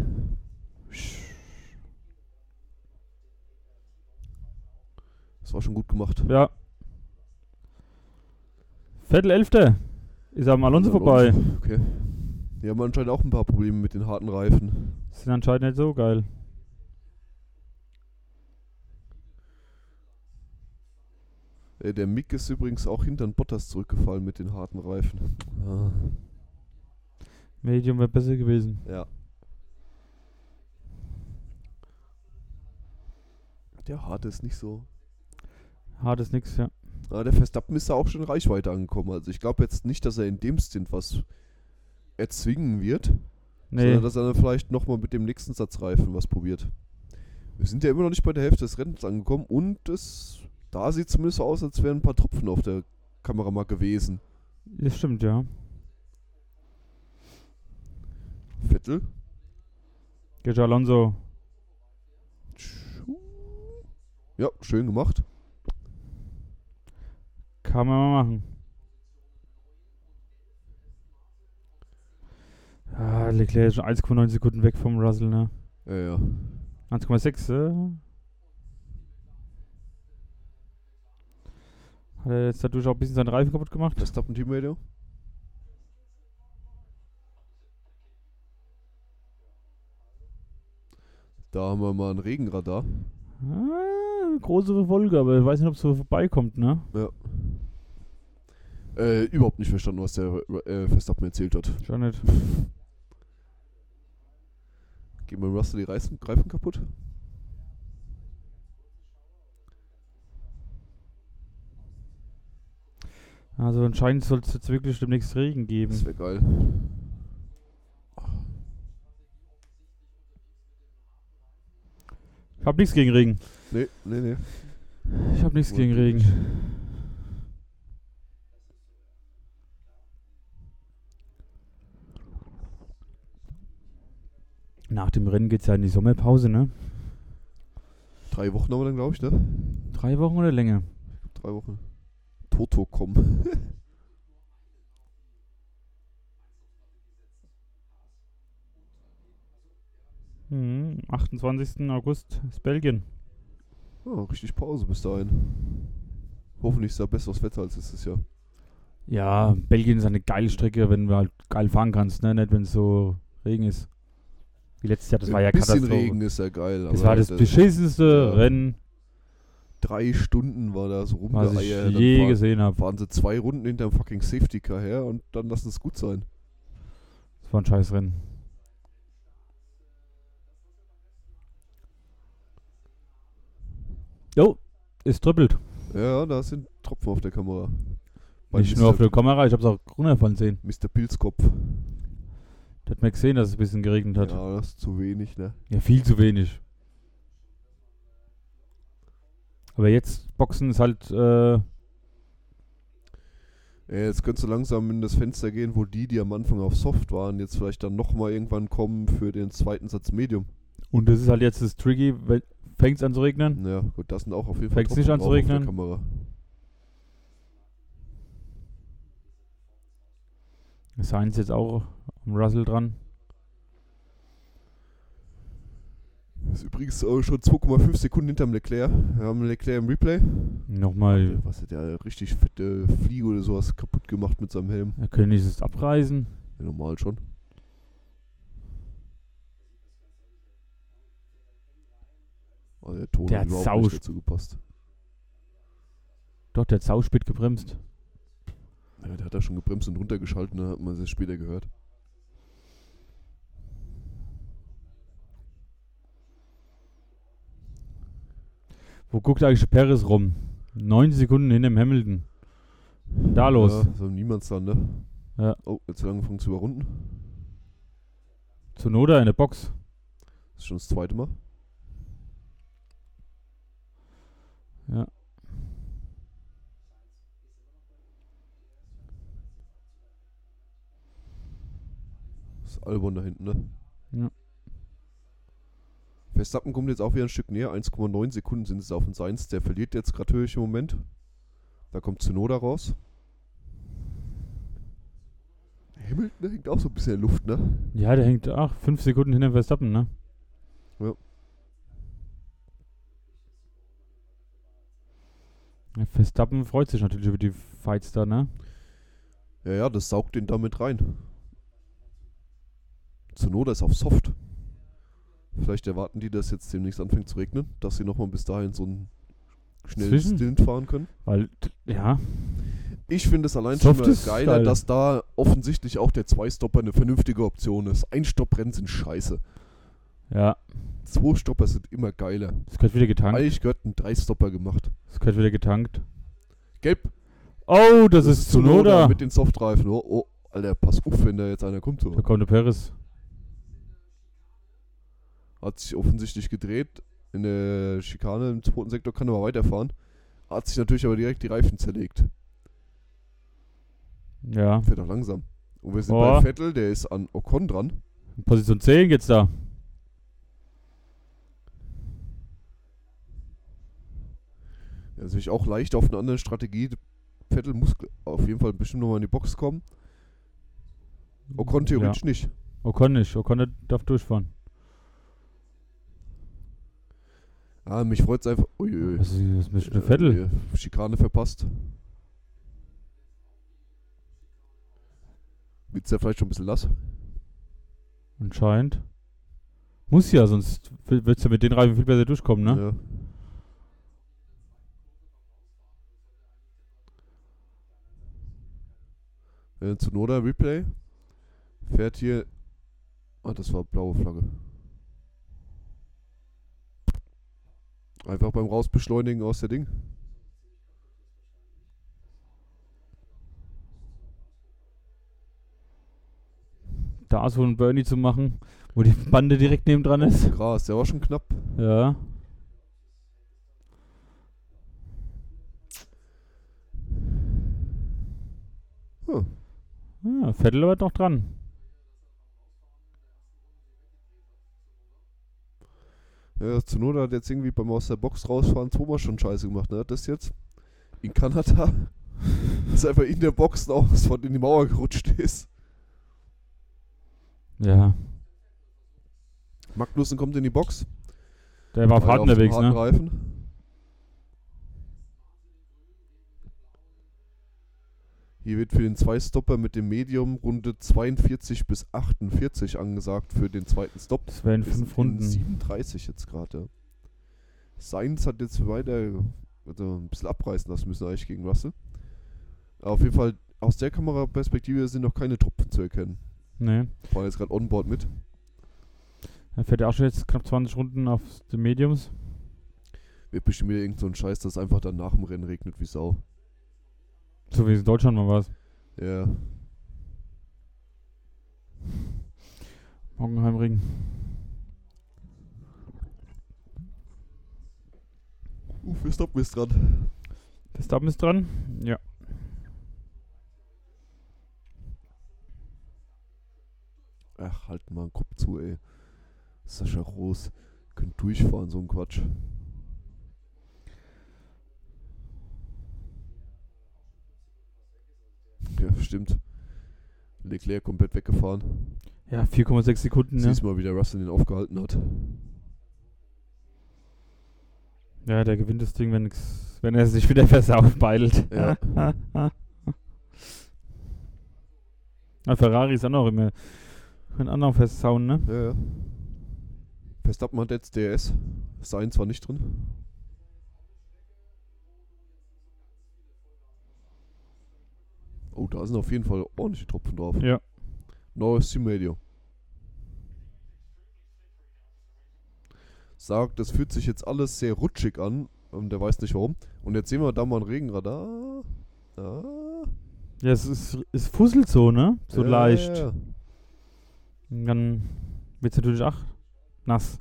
S2: Das war schon gut gemacht.
S1: Ja. Viertel elfte. Ist am Alonso
S2: Alonso.
S1: vorbei.
S2: Okay. Die haben anscheinend auch ein paar Probleme mit den harten Reifen.
S1: Sind anscheinend nicht so geil.
S2: Äh, Der Mick ist übrigens auch hinter den Bottas zurückgefallen mit den harten Reifen. Ah,
S1: Medium wäre besser gewesen.
S2: Ja. Der harte ist nicht so.
S1: Hart ist nix, ja.
S2: Aber Ah, der Verstappen ist da auch schon in Reichweite angekommen. Also ich glaube jetzt nicht, dass er in dem Stint was erzwingen wird,
S1: Nee.
S2: sondern dass er dann vielleicht nochmal mit dem nächsten Satz Reifen was probiert. Wir sind ja immer noch nicht bei der Hälfte des Rennens angekommen und es, da sieht zumindest so aus, als wären ein paar Tropfen auf der Kamera mal gewesen.
S1: Das stimmt, ja.
S2: Vettel.
S1: Geht Alonso.
S2: Ja, schön gemacht.
S1: Kann man mal machen. Ah, Leclerc ist schon 1,9 Sekunden weg vom Russell, ne?
S2: Ja, ja.
S1: 1,6. Äh. Hat er jetzt dadurch auch ein bisschen seinen Reifen kaputt gemacht?
S2: Verstappen Team Radio. Da haben wir mal ein Regenradar.
S1: Ah, große Folge, aber ich weiß nicht, ob es so vorbeikommt, ne?
S2: Äh, überhaupt nicht verstanden, was der äh, Verstappen erzählt hat.
S1: Schon nicht.
S2: Gehen wir Russell die Reifen, Reifen kaputt?
S1: Genau. Also anscheinend soll es jetzt wirklich demnächst Regen geben.
S2: Das wäre geil.
S1: Ich hab nichts gegen Regen.
S2: Nee, nee, nee.
S1: Ich hab nichts gegen
S2: Wirklich.
S1: Regen. Nach dem Rennen geht's ja in die Sommerpause, ne?
S2: Drei Wochen haben wir dann, glaube ich, ne?
S1: Drei Wochen oder länger?
S2: zwei Wochen. Totocom.
S1: Mhm, 28. August ist Belgien.
S2: oh, richtig Pause bis dahin. Hoffentlich ist da besseres Wetter als letztes Jahr.
S1: Ja, Belgien ist eine geile Strecke, wenn du halt geil fahren kannst, ne? Nicht wenn es so Regen ist. Wie letztes Jahr, das war ja
S2: Ein bisschen
S1: Katastrophe.
S2: Regen ist ja geil.
S1: das war das beschissenste
S2: ja.
S1: Rennen,
S2: drei Stunden war da so
S1: was ich
S2: rumgeeiert.
S1: je
S2: Dann fahr-
S1: gesehen habe.
S2: fahren sie zwei Runden hinterm fucking Safety Car her und dann lassen es gut sein.
S1: Das war ein scheiß Rennen. Jo, ist trippelt.
S2: Ja, da sind Tropfen auf der Kamera. Bei
S1: Nicht
S2: Mr.
S1: nur auf der Kamera, ich hab's auch runterfallen sehen.
S2: Mr. Pilzkopf.
S1: Da hat man gesehen, dass es ein bisschen geregnet
S2: Ja,
S1: hat.
S2: das ist zu wenig, ne?
S1: Ja, viel zu wenig. Aber jetzt Boxen ist halt, äh,
S2: Äh, Jetzt könntest du langsam in das Fenster gehen, wo die, die am Anfang auf Soft waren, jetzt vielleicht dann nochmal irgendwann kommen für den zweiten Satz Medium.
S1: und das ist halt jetzt das Tricky, fängt es an zu regnen.
S2: Ja, gut, das sind auch auf jeden Fall
S1: Fängt's nicht
S2: Tropfen
S1: Hm. an zu
S2: drauf auf der
S1: regnen?
S2: Kamera.
S1: Sainz jetzt auch am Russell dran.
S2: Ist übrigens auch schon 2,5 Sekunden hinterm Leclerc. Wir haben Leclerc im Replay.
S1: Nochmal,
S2: Was hat der richtig fette Fliege oder sowas kaputt gemacht mit seinem Helm?
S1: der König ist abreisen.
S2: Ja, normal schon. Oh, der Ton
S1: Der
S2: hat
S1: hat
S2: überhaupt
S1: sau
S2: nicht
S1: sp-
S2: dazu gepasst.
S1: Doch, der hat sauspät gebremst.
S2: Ja, der hat da schon gebremst und runtergeschaltet, dann hat man es später gehört.
S1: Wo guckt eigentlich Perez rum? Neun Sekunden hinter dem Hamilton. Da los.
S2: Ja, so im Niemandsland, ne?
S1: Ja.
S2: Oh, jetzt hat er angefangen zu überrunden.
S1: Zunoda in der Box.
S2: Das ist schon das zweite Mal.
S1: Ja.
S2: Das ist Albon da hinten, ne?
S1: Ja.
S2: Verstappen kommt jetzt auch wieder ein Stück näher. 1,9 Sekunden sind es auf den Seins. Der verliert jetzt gerade höchst im Moment. Da kommt Zunoda raus. Hamilton hängt auch so ein bisschen in der Luft, ne?
S1: Ja, der hängt, ach, fünf Sekunden hinter Verstappen, ne?
S2: Ja.
S1: Ja, Verstappen freut sich natürlich über die Fights da, ne?
S2: Ja, ja, das saugt den damit rein. Zunoda ist auf Soft. Vielleicht erwarten die, dass jetzt demnächst anfängt zu regnen, dass sie nochmal bis dahin so einen schnellen
S1: Zwischen-
S2: Stint fahren können.
S1: Weil, ja,
S2: Ich finde es allein
S1: Soft
S2: schon mal
S1: ist
S2: geiler,
S1: geil.
S2: dass da offensichtlich auch der Zweistopper eine vernünftige Option ist. Einstopprennen sind scheiße.
S1: ja,
S2: Zweistopper sind immer geiler.
S1: es gehört wieder getankt.
S2: Eigentlich gehört ein Dreistopper gemacht.
S1: Es gehört wieder getankt.
S2: Gelb.
S1: Oh, das, ist Zunoda.
S2: Mit den Softreifen. Oh, oh, Alter, pass auf, wenn da jetzt einer kommt. So.
S1: Da kommt der Perez.
S2: Hat sich offensichtlich gedreht. In der Schikane im zweiten Sektor kann er mal weiterfahren. Hat sich natürlich aber direkt die Reifen zerlegt.
S1: Ja,
S2: Fährt doch langsam. Und wir sind
S1: Oh.
S2: bei Vettel, der ist an Ocon dran.
S1: Position 10 geht's da.
S2: Der ist nämlich auch leicht auf eine andere Strategie. Vettel muss gl- auf jeden Fall bestimmt nochmal in die Box kommen. Ocon theoretisch nicht.
S1: Ja. Ocon nicht. Ocon nicht- darf durchfahren.
S2: Ah, mich freut es einfach. Uiuiui.
S1: Das ist, das ist ein bisschen
S2: Äh,
S1: der Vettel.
S2: die Schikane verpasst. Wird's ja vielleicht schon ein bisschen nass.
S1: Anscheinend. Muss ja, sonst w- würdest du mit den Reifen viel besser durchkommen, ne?
S2: Ja. Äh, Tsunoda Replay fährt hier. Ah, das war blaue Flagge. Einfach beim Rausbeschleunigen aus der Ding.
S1: Da so einen Bernie zu machen, wo die Bande direkt nebendran ist.
S2: Gras, der war schon knapp.
S1: Ja.
S2: Hm.
S1: ja Ah, Vettel aber noch dran.
S2: Ja, Tsunoda hat jetzt irgendwie beim Aus der Box rausfahren zweimal schon Scheiße gemacht, ne? Hat das jetzt in Kanada, dass einfach in der Box noch was von in die Mauer gerutscht ist.
S1: Ja.
S2: Magnussen kommt in die Box.
S1: Der war auf
S2: Weil er
S1: hart
S2: auf dem
S1: unterwegs,
S2: harten
S1: ne?
S2: Reifen. Hier wird für den Zweistopper mit dem Medium Runde 42 bis 48 angesagt für den zweiten Stop.
S1: Das wären
S2: Wir sind
S1: fünf
S2: in
S1: Runden.
S2: 37 jetzt gerade. ja. Sainz hat jetzt weiter also ein bisschen abreißen lassen müssen eigentlich gegen Russell. Aber auf jeden Fall aus der Kameraperspektive sind noch keine Tropfen zu erkennen.
S1: Nee.
S2: War jetzt gerade onboard mit.
S1: Er fährt ja auch schon jetzt knapp 20 Runden auf den Mediums.
S2: Wird bestimmt wieder irgend so ein Scheiß, dass einfach dann nach dem Rennen regnet wie Sau.
S1: So wie es in Deutschland mal war.
S2: Ja.
S1: Hockenheimring.
S2: Uh, wir stoppen jetzt dran.
S1: Verstappen ist dran. Ja.
S2: Ach, halt mal den Kopf zu, ey. Sascha Roos. Könnt durchfahren, so ein Quatsch. Ja, stimmt. Leclerc komplett weggefahren.
S1: Ja, 4,6 Sekunden, ne?
S2: Siehst mal, wie der Russell den aufgehalten hat.
S1: Ja, der gewinnt das Ding, wenn, nix- wenn er sich wieder versaut beidelt.
S2: Ja.
S1: Ah, Ferrari ist auch noch immer. Können anderen versauen, ne?
S2: Ja, ja. Verstappen hat jetzt DRS. Sainz war nicht drin. Oh, da sind auf jeden Fall ordentliche Tropfen drauf.
S1: Ja.
S2: Norris zu Medio. Sagt, das fühlt sich jetzt alles sehr rutschig an. Ähm, der weiß nicht warum. Und jetzt sehen wir da mal ein Regenradar. Ah,
S1: Ja, es ist, es fusselt so, ne? So
S2: ja,
S1: leicht.
S2: ja, ja.
S1: Und dann wird's natürlich auch nass.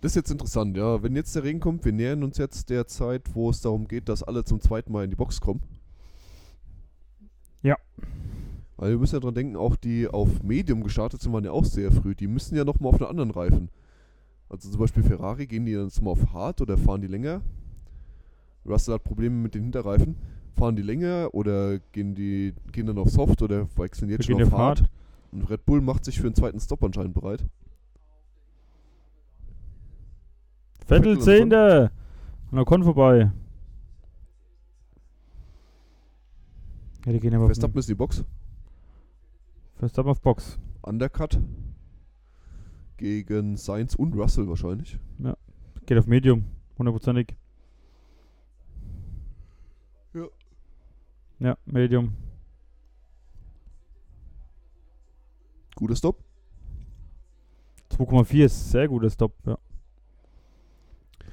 S2: Das ist jetzt interessant, ja. Wenn jetzt der Regen kommt, wir nähern uns jetzt der Zeit, wo es darum geht, dass alle zum zweiten Mal in die Box kommen.
S1: Ja.
S2: Weil wir müssen ja dran denken, auch die auf Medium gestartet sind, waren ja auch sehr früh. Die müssen ja nochmal auf einen anderen Reifen. Also zum Beispiel Ferrari, gehen die dann jetzt mal auf Hart oder fahren die länger? Russell hat Probleme mit den Hinterreifen. Fahren die länger oder gehen die gehen dann auf Soft oder wechseln jetzt schon
S1: Beginn
S2: auf Hart? Und Red Bull macht sich für einen zweiten Stop anscheinend bereit.
S1: Viertel
S2: Viertel und
S1: Zehnte! An der Kon vorbei. Ja, die gehen aber hm. auf,
S2: Verstappen ist in die Box.
S1: Verstappen auf Box.
S2: Undercut gegen Sainz und Russell wahrscheinlich.
S1: Geht auf Medium. Hundertprozentig.
S2: Ja.
S1: Ja, Medium.
S2: Guter Stop.
S1: 2,4 ist sehr guter Stop, ja.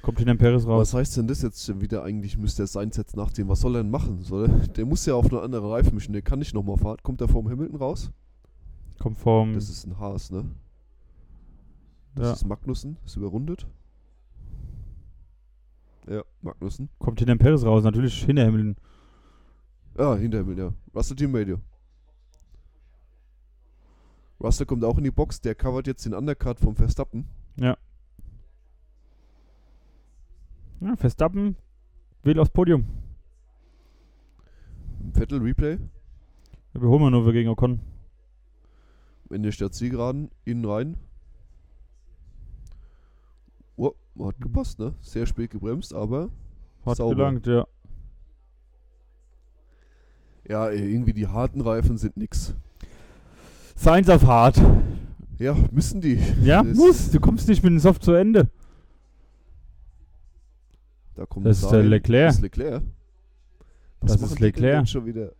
S1: Kommt in den Perez raus.
S2: Was heißt denn das jetzt schon wieder eigentlich? Müsste der Sainz jetzt nachziehen. Was soll er denn machen? Soll er, der muss ja auf eine andere Reifen mischen. Der kann nicht nochmal fahren. Kommt er vom Hamilton raus?
S1: Kommt vom.
S2: Das ist ein Haas, ne? Das
S1: Mhm. ja,
S2: ist Magnussen. Ist überrundet. Ja, Magnussen.
S1: kommt in den Perez raus, natürlich hinter Hamilton.
S2: Ja, Ah, hinter Hamilton, ja. Russell Team Radio. Russell kommt auch in die Box. Der covert jetzt den Undercut vom Verstappen.
S1: Ja, Verstappen will aufs Podium.
S2: Vettel Replay.
S1: Überholmanöver gegen Ocon.
S2: in der Stadt Zielgeraden, innen rein. Oh, hat gepasst, ne? Sehr spät gebremst, aber
S1: Hat
S2: Sauber.
S1: gelangt, ja.
S2: ja, ey, irgendwie die harten Reifen sind nix.
S1: Seins auf hart.
S2: Ja, müssen die.
S1: Ja,
S2: Das-
S1: muss. Du kommst nicht mit dem Soft zu Ende.
S2: Da kommt
S1: Das ist
S2: Um Sainz,
S1: der Leclerc.
S2: Das ist Leclerc. Was
S1: Das ist
S2: machen die denn
S1: Leclerc.
S2: jetzt Schon wieder?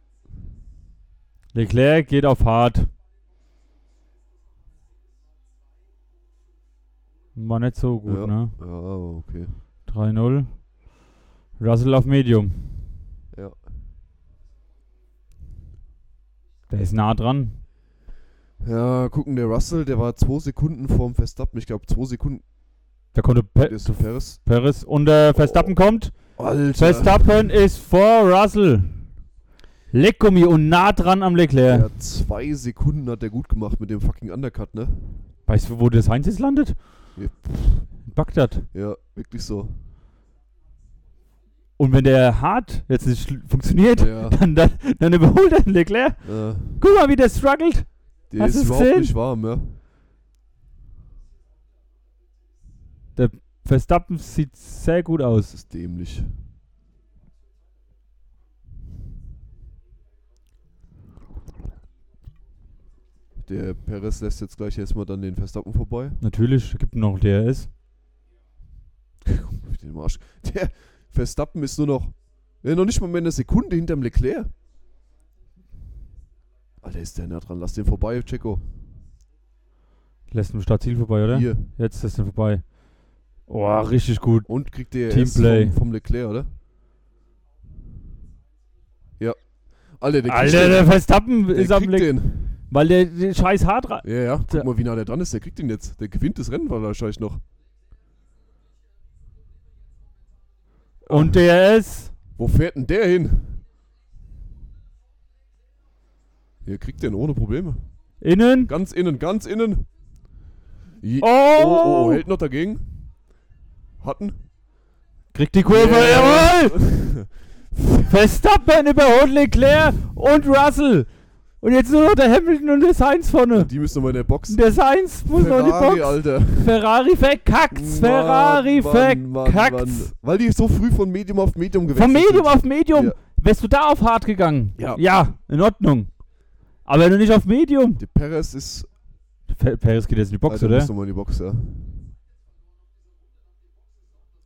S1: Leclerc geht auf hart. War nicht so gut,
S2: Ja.
S1: ne?
S2: Ja, Ah, okay.
S1: 3-0. Russell auf Medium.
S2: Ja.
S1: Der ist nah dran.
S2: Ja, gucken, der Russell, der war zwei Sekunden vorm Verstappen. Ich glaube, zwei Sekunden.
S1: Da konnte Pe
S2: Der ist zu Ferris.
S1: Perez und äh,
S2: Oh.
S1: Verstappen kommt.
S2: Alter.
S1: Verstappen ist vor Russell. Leckgummi und nah dran am Leclerc.
S2: Ja, zwei Sekunden hat er gut gemacht mit dem fucking Undercut, ne?
S1: Weißt du, wo das Heinz jetzt landet?
S2: Ja.
S1: In Bagdad.
S2: Ja, wirklich so.
S1: Und wenn der hart jetzt nicht schl- funktioniert,
S2: Ja,
S1: dann, dann, dann überholt er den Leclerc.
S2: äh,
S1: Guck mal, wie der struggelt.
S2: der
S1: Hast
S2: ist
S1: du's
S2: überhaupt
S1: gesehen?
S2: nicht warm, ja.
S1: Verstappen sieht sehr gut
S2: Das
S1: aus.
S2: ist dämlich. Der Perez lässt jetzt gleich erstmal dann den Verstappen vorbei.
S1: Natürlich gibt noch DRS.
S2: Auf den Arsch. Der Verstappen ist nur noch. Ja, noch nicht mal mehr eine Sekunde hinterm Leclerc. Alter, ist der nah dran. Lass den vorbei, Checo.
S1: Lässt ihm Startziel vorbei, oder?
S2: Hier.
S1: Jetzt ist er vorbei. Oh, richtig gut.
S2: Und kriegt der
S1: Teamplay.
S2: Vom, vom Leclerc, oder? Ja. Alter, der kriegt
S1: Alter, der
S2: den.
S1: Verstappen
S2: Der
S1: ist am
S2: kriegt
S1: Leck.
S2: den.
S1: Weil der, der scheiß hart ra-
S2: Ja, ja. Guck
S1: Der-
S2: mal, wie nah der dran ist. Der kriegt ihn jetzt. Der gewinnt das Rennen wahrscheinlich noch.
S1: Und DRS.
S2: Wo fährt denn der hin? Hier kriegt den ohne Probleme.
S1: Innen.
S2: Ganz innen, ganz innen. Je
S1: Oh!
S2: oh, oh, oh, hält noch dagegen. Hatten.
S1: Kriegt die Kurve.
S2: Yeah.
S1: Jawohl. Verstappen überholt Leclerc und Russell. Und jetzt nur noch der Hamilton und der Sainz vorne.
S2: Die müssen nochmal in der Box.
S1: Der Sainz muss noch in die
S2: Ferrari,
S1: Box.
S2: Alter.
S1: Ferrari verkackt's. Ferrari
S2: Mann, Mann,
S1: verkackt's.
S2: Mann. Weil die so früh von Medium auf Medium gewechselt
S1: Vom Medium
S2: sind.
S1: auf Medium.
S2: Ja.
S1: Wärst du da auf hart gegangen?
S2: Ja.
S1: Ja, in Ordnung. Aber wenn du nicht auf Medium.
S2: Der Perez ist...
S1: Pe- Perez geht jetzt in die Box,
S2: Alter,
S1: oder?
S2: Muss nochmal in die Box, ja.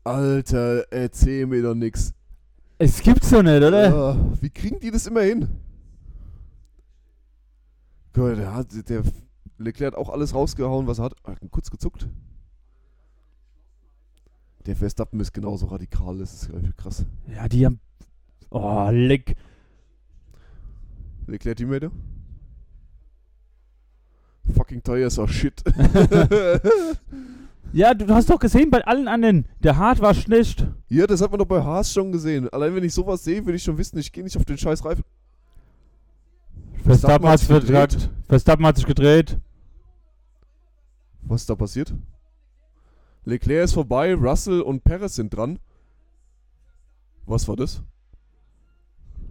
S2: Alter, erzähl mir doch nix.
S1: Es gibt's doch nicht, oder?
S2: Ah, wie kriegen die das immer hin? Gott, der, hat, der Leclerc hat auch alles rausgehauen, was er hat. Ah, kurz gezuckt. Der Verstappen ist genauso radikal, das ist irgendwie krass.
S1: Ja, die haben. Oh, leck.
S2: Leclerc Teammate? Fucking tires are shit.
S1: Ja, du, du hast doch gesehen bei allen anderen, der Hart war schlecht.
S2: ja, das hat man doch bei Haas schon gesehen. Allein wenn ich sowas sehe, will ich schon wissen, ich gehe nicht auf den scheiß Reifen.
S1: Verstappen hat sich
S2: gedreht.
S1: gedreht. Verstappen hat sich gedreht.
S2: Was ist da passiert? Leclerc ist vorbei, Russell und Perez sind dran. Was war das?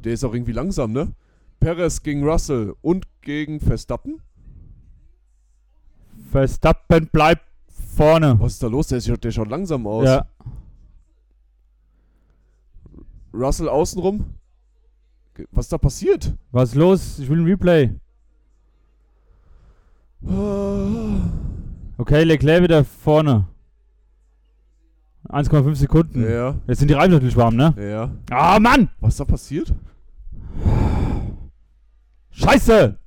S2: Der ist auch irgendwie langsam, ne? Perez gegen Russell und gegen Verstappen?
S1: Verstappen bleibt vorne.
S2: Was ist da los? Der, schaut- der schaut langsam aus.
S1: Ja,
S2: Russell außenrum? Ge- Was ist da passiert?
S1: was ist los? Ich will ein Replay. Okay, Leclerc wieder vorne. 1,5 Sekunden.
S2: Ja,
S1: Jetzt sind die Reifen natürlich warm, ne?
S2: ja.
S1: Ah, Mann!
S2: Was ist da passiert?
S1: Scheiße!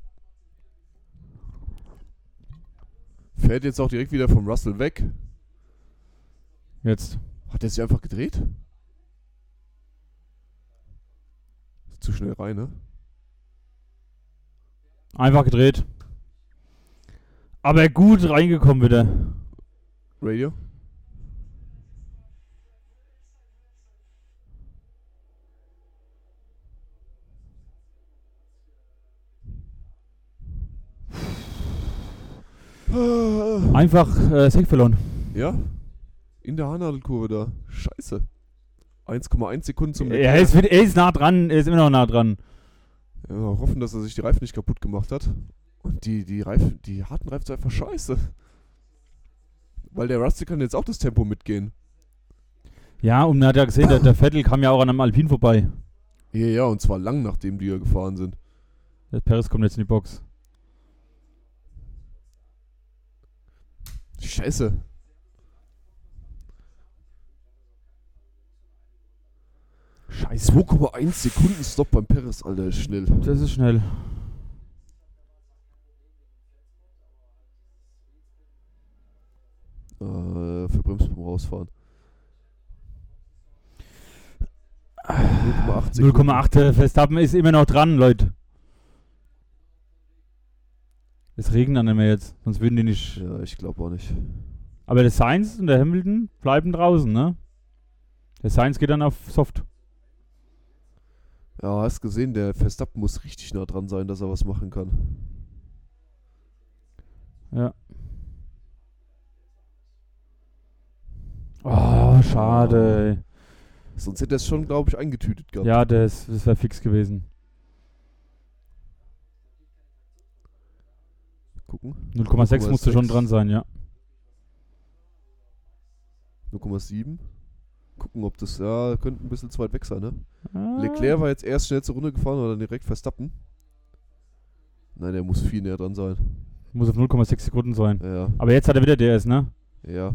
S2: Fährt jetzt auch direkt wieder vom Russell weg.
S1: Jetzt.
S2: Hat er sich einfach gedreht? Zu schnell rein, ne?
S1: Einfach gedreht. Aber gut reingekommen wieder.
S2: Radio?
S1: Einfach äh, Sack verloren.
S2: Ja? In der Haarnadelkurve da. Scheiße. 1,1 Sekunden zum
S1: Er ist, er ist nah dran, er ist immer noch nah dran.
S2: Ja, wir hoffen, dass er sich die Reifen nicht kaputt gemacht hat. Und die, die, Reifen, die harten Reifen sind einfach scheiße. Weil der Rusty kann jetzt auch das Tempo mitgehen.
S1: Ja, und man hat ja gesehen, der, der Vettel kam ja auch an einem Alpin vorbei.
S2: Ja, ja, und zwar lang, nachdem die ja gefahren sind.
S1: Der Perez kommt jetzt in die Box.
S2: Scheiße.
S1: Scheiße.
S2: 2,1 Sekunden Stopp beim Perez, Alter, ist schnell.
S1: Das ist schnell.
S2: Äh, verbremst beim Rausfahren. 0,8 Sekunden.
S1: 0,8 äh, Verstappen ist immer noch dran, Leute. Es regnet dann nicht mehr jetzt, sonst würden die nicht.
S2: Ja, ich glaube auch nicht.
S1: Aber der Sainz und der Hamilton bleiben draußen, ne? Der Sainz geht dann auf Soft.
S2: Ja, hast gesehen, der Verstappen muss richtig nah dran sein, dass er was machen kann.
S1: Ja. Oh, schade. ey.
S2: Sonst hätte er es schon, glaube ich, eingetütet gehabt.
S1: Ja, das, das wäre fix gewesen.
S2: Gucken.
S1: 0,6 musste schon dran sein, ja.
S2: 0,7. Gucken, ob das, ja, könnte ein bisschen zu weit weg sein, ne?
S1: Ah.
S2: Leclerc war jetzt erst schnellste Runde gefahren oder direkt Verstappen. Nein, der muss viel näher dran sein.
S1: Muss auf 0,6 Sekunden sein.
S2: Ja,
S1: Aber jetzt hat er wieder DRS, ne?
S2: ja.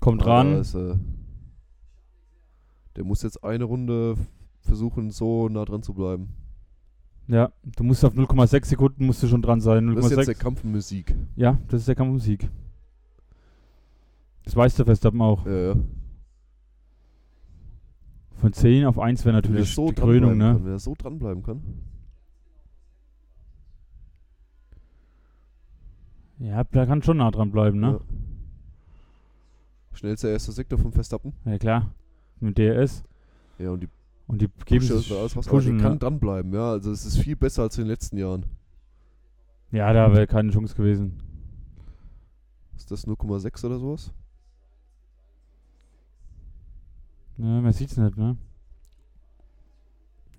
S1: Kommt
S2: Aber
S1: ran.
S2: es, äh, der muss jetzt eine Runde f- versuchen, so nah dran zu bleiben.
S1: Ja, du musst auf 0,6 Sekunden musst du schon dran sein.
S2: Das ist jetzt der
S1: 0,6.
S2: Kampf um den Sieg.
S1: Ja, das ist der Kampf um Sieg. Das weiß der Verstappen auch.
S2: Ja, ja.
S1: Von 10 auf 1 wäre
S2: Wenn er
S1: natürlich
S2: so
S1: die
S2: dranbleiben
S1: Krönung, ne?
S2: kann, wenn er so dranbleiben kann.
S1: Ja, da kann schon nah dran bleiben, ne?
S2: Schnellster erster Sektor vom Verstappen.
S1: Ja, klar. Mit DRS.
S2: Ja, und die
S1: Und die geben
S2: Pusher
S1: sich
S2: und alles, was aber
S1: pushen,
S2: die
S1: ne?
S2: kann dranbleiben, ja. Also es ist viel besser als in den letzten Jahren.
S1: Ja, da wäre keine Chance gewesen.
S2: Ist das 0,6 oder sowas?
S1: Ja, man sieht's nicht, ne?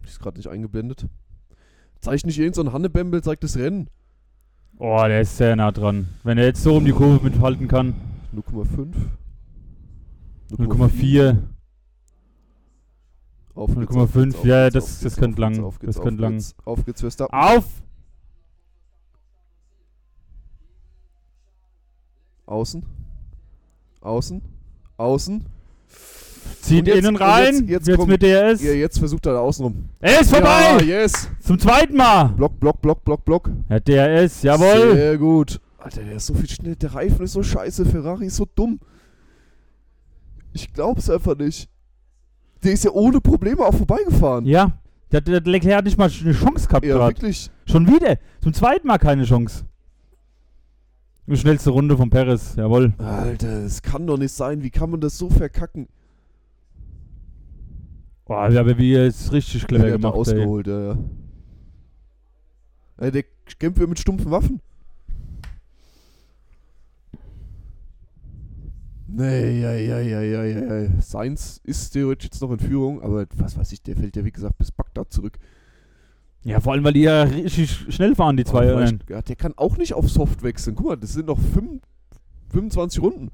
S2: Ist gerade nicht eingeblendet. Zeigt nicht irgend so ein Hannebembel, zeigt das Rennen.
S1: Oh, der ist sehr nah dran. Wenn er jetzt so um die Kurve mithalten kann.
S2: 0,5.
S1: 0,4,
S2: Auf geht's, auf
S1: 0,5.
S2: geht's, auf
S1: Ja,
S2: geht's,
S1: das-
S2: auf
S1: das
S2: geht's,
S1: könnte
S2: auf geht's,
S1: lang.
S2: Auf geht's,
S1: Das
S2: auf
S1: könnte lang. Ah.
S2: geht's, Auf geht's, Verstappen.
S1: Auf!
S2: Außen. Außen. Außen.
S1: Zieht
S2: Und jetzt-
S1: innen
S2: und
S1: rein.
S2: jetzt-
S1: Jetzt,
S2: jetzt kommt-
S1: mit DRS.
S2: Ja, jetzt versucht er da außen rum.
S1: Er ist vorbei!
S2: Ja, yes.
S1: Zum zweiten Mal!
S2: Block, Block, Block, Block, Block.
S1: Ja, DRS, jawohl!
S2: Sehr gut. Alter, der ist so viel schnell. Der Reifen ist so scheiße. Ferrari ist so dumm. Ich glaub's einfach nicht. Der ist ja ohne Probleme auch vorbeigefahren.
S1: Ja, der, der Leclerc hat nicht mal eine Chance gehabt
S2: Ja,
S1: gerade.
S2: wirklich.
S1: Schon wieder! Zum zweiten Mal keine Chance. Die schnellste Runde von Perez, jawohl.
S2: Alter, das kann doch nicht sein. Wie kann man das so verkacken?
S1: Oh, aber wie er es richtig
S2: Der
S1: clever
S2: hat da
S1: gemacht ey.
S2: ausgeholt, ja, ja. Ey, der kämpft ja mit stumpfen Waffen. Nee, ja, ja, ja, ja, ja, ja. Sainz ist theoretisch jetzt noch in Führung, aber was weiß ich, der fällt ja wie gesagt bis Bagdad zurück.
S1: Ja, vor allem, weil die ja richtig schnell fahren, die zwei.
S2: Aber
S1: Euren.
S2: vielleicht- ja, der kann auch nicht auf Soft wechseln. Guck mal, das sind noch fünf, 25 Runden.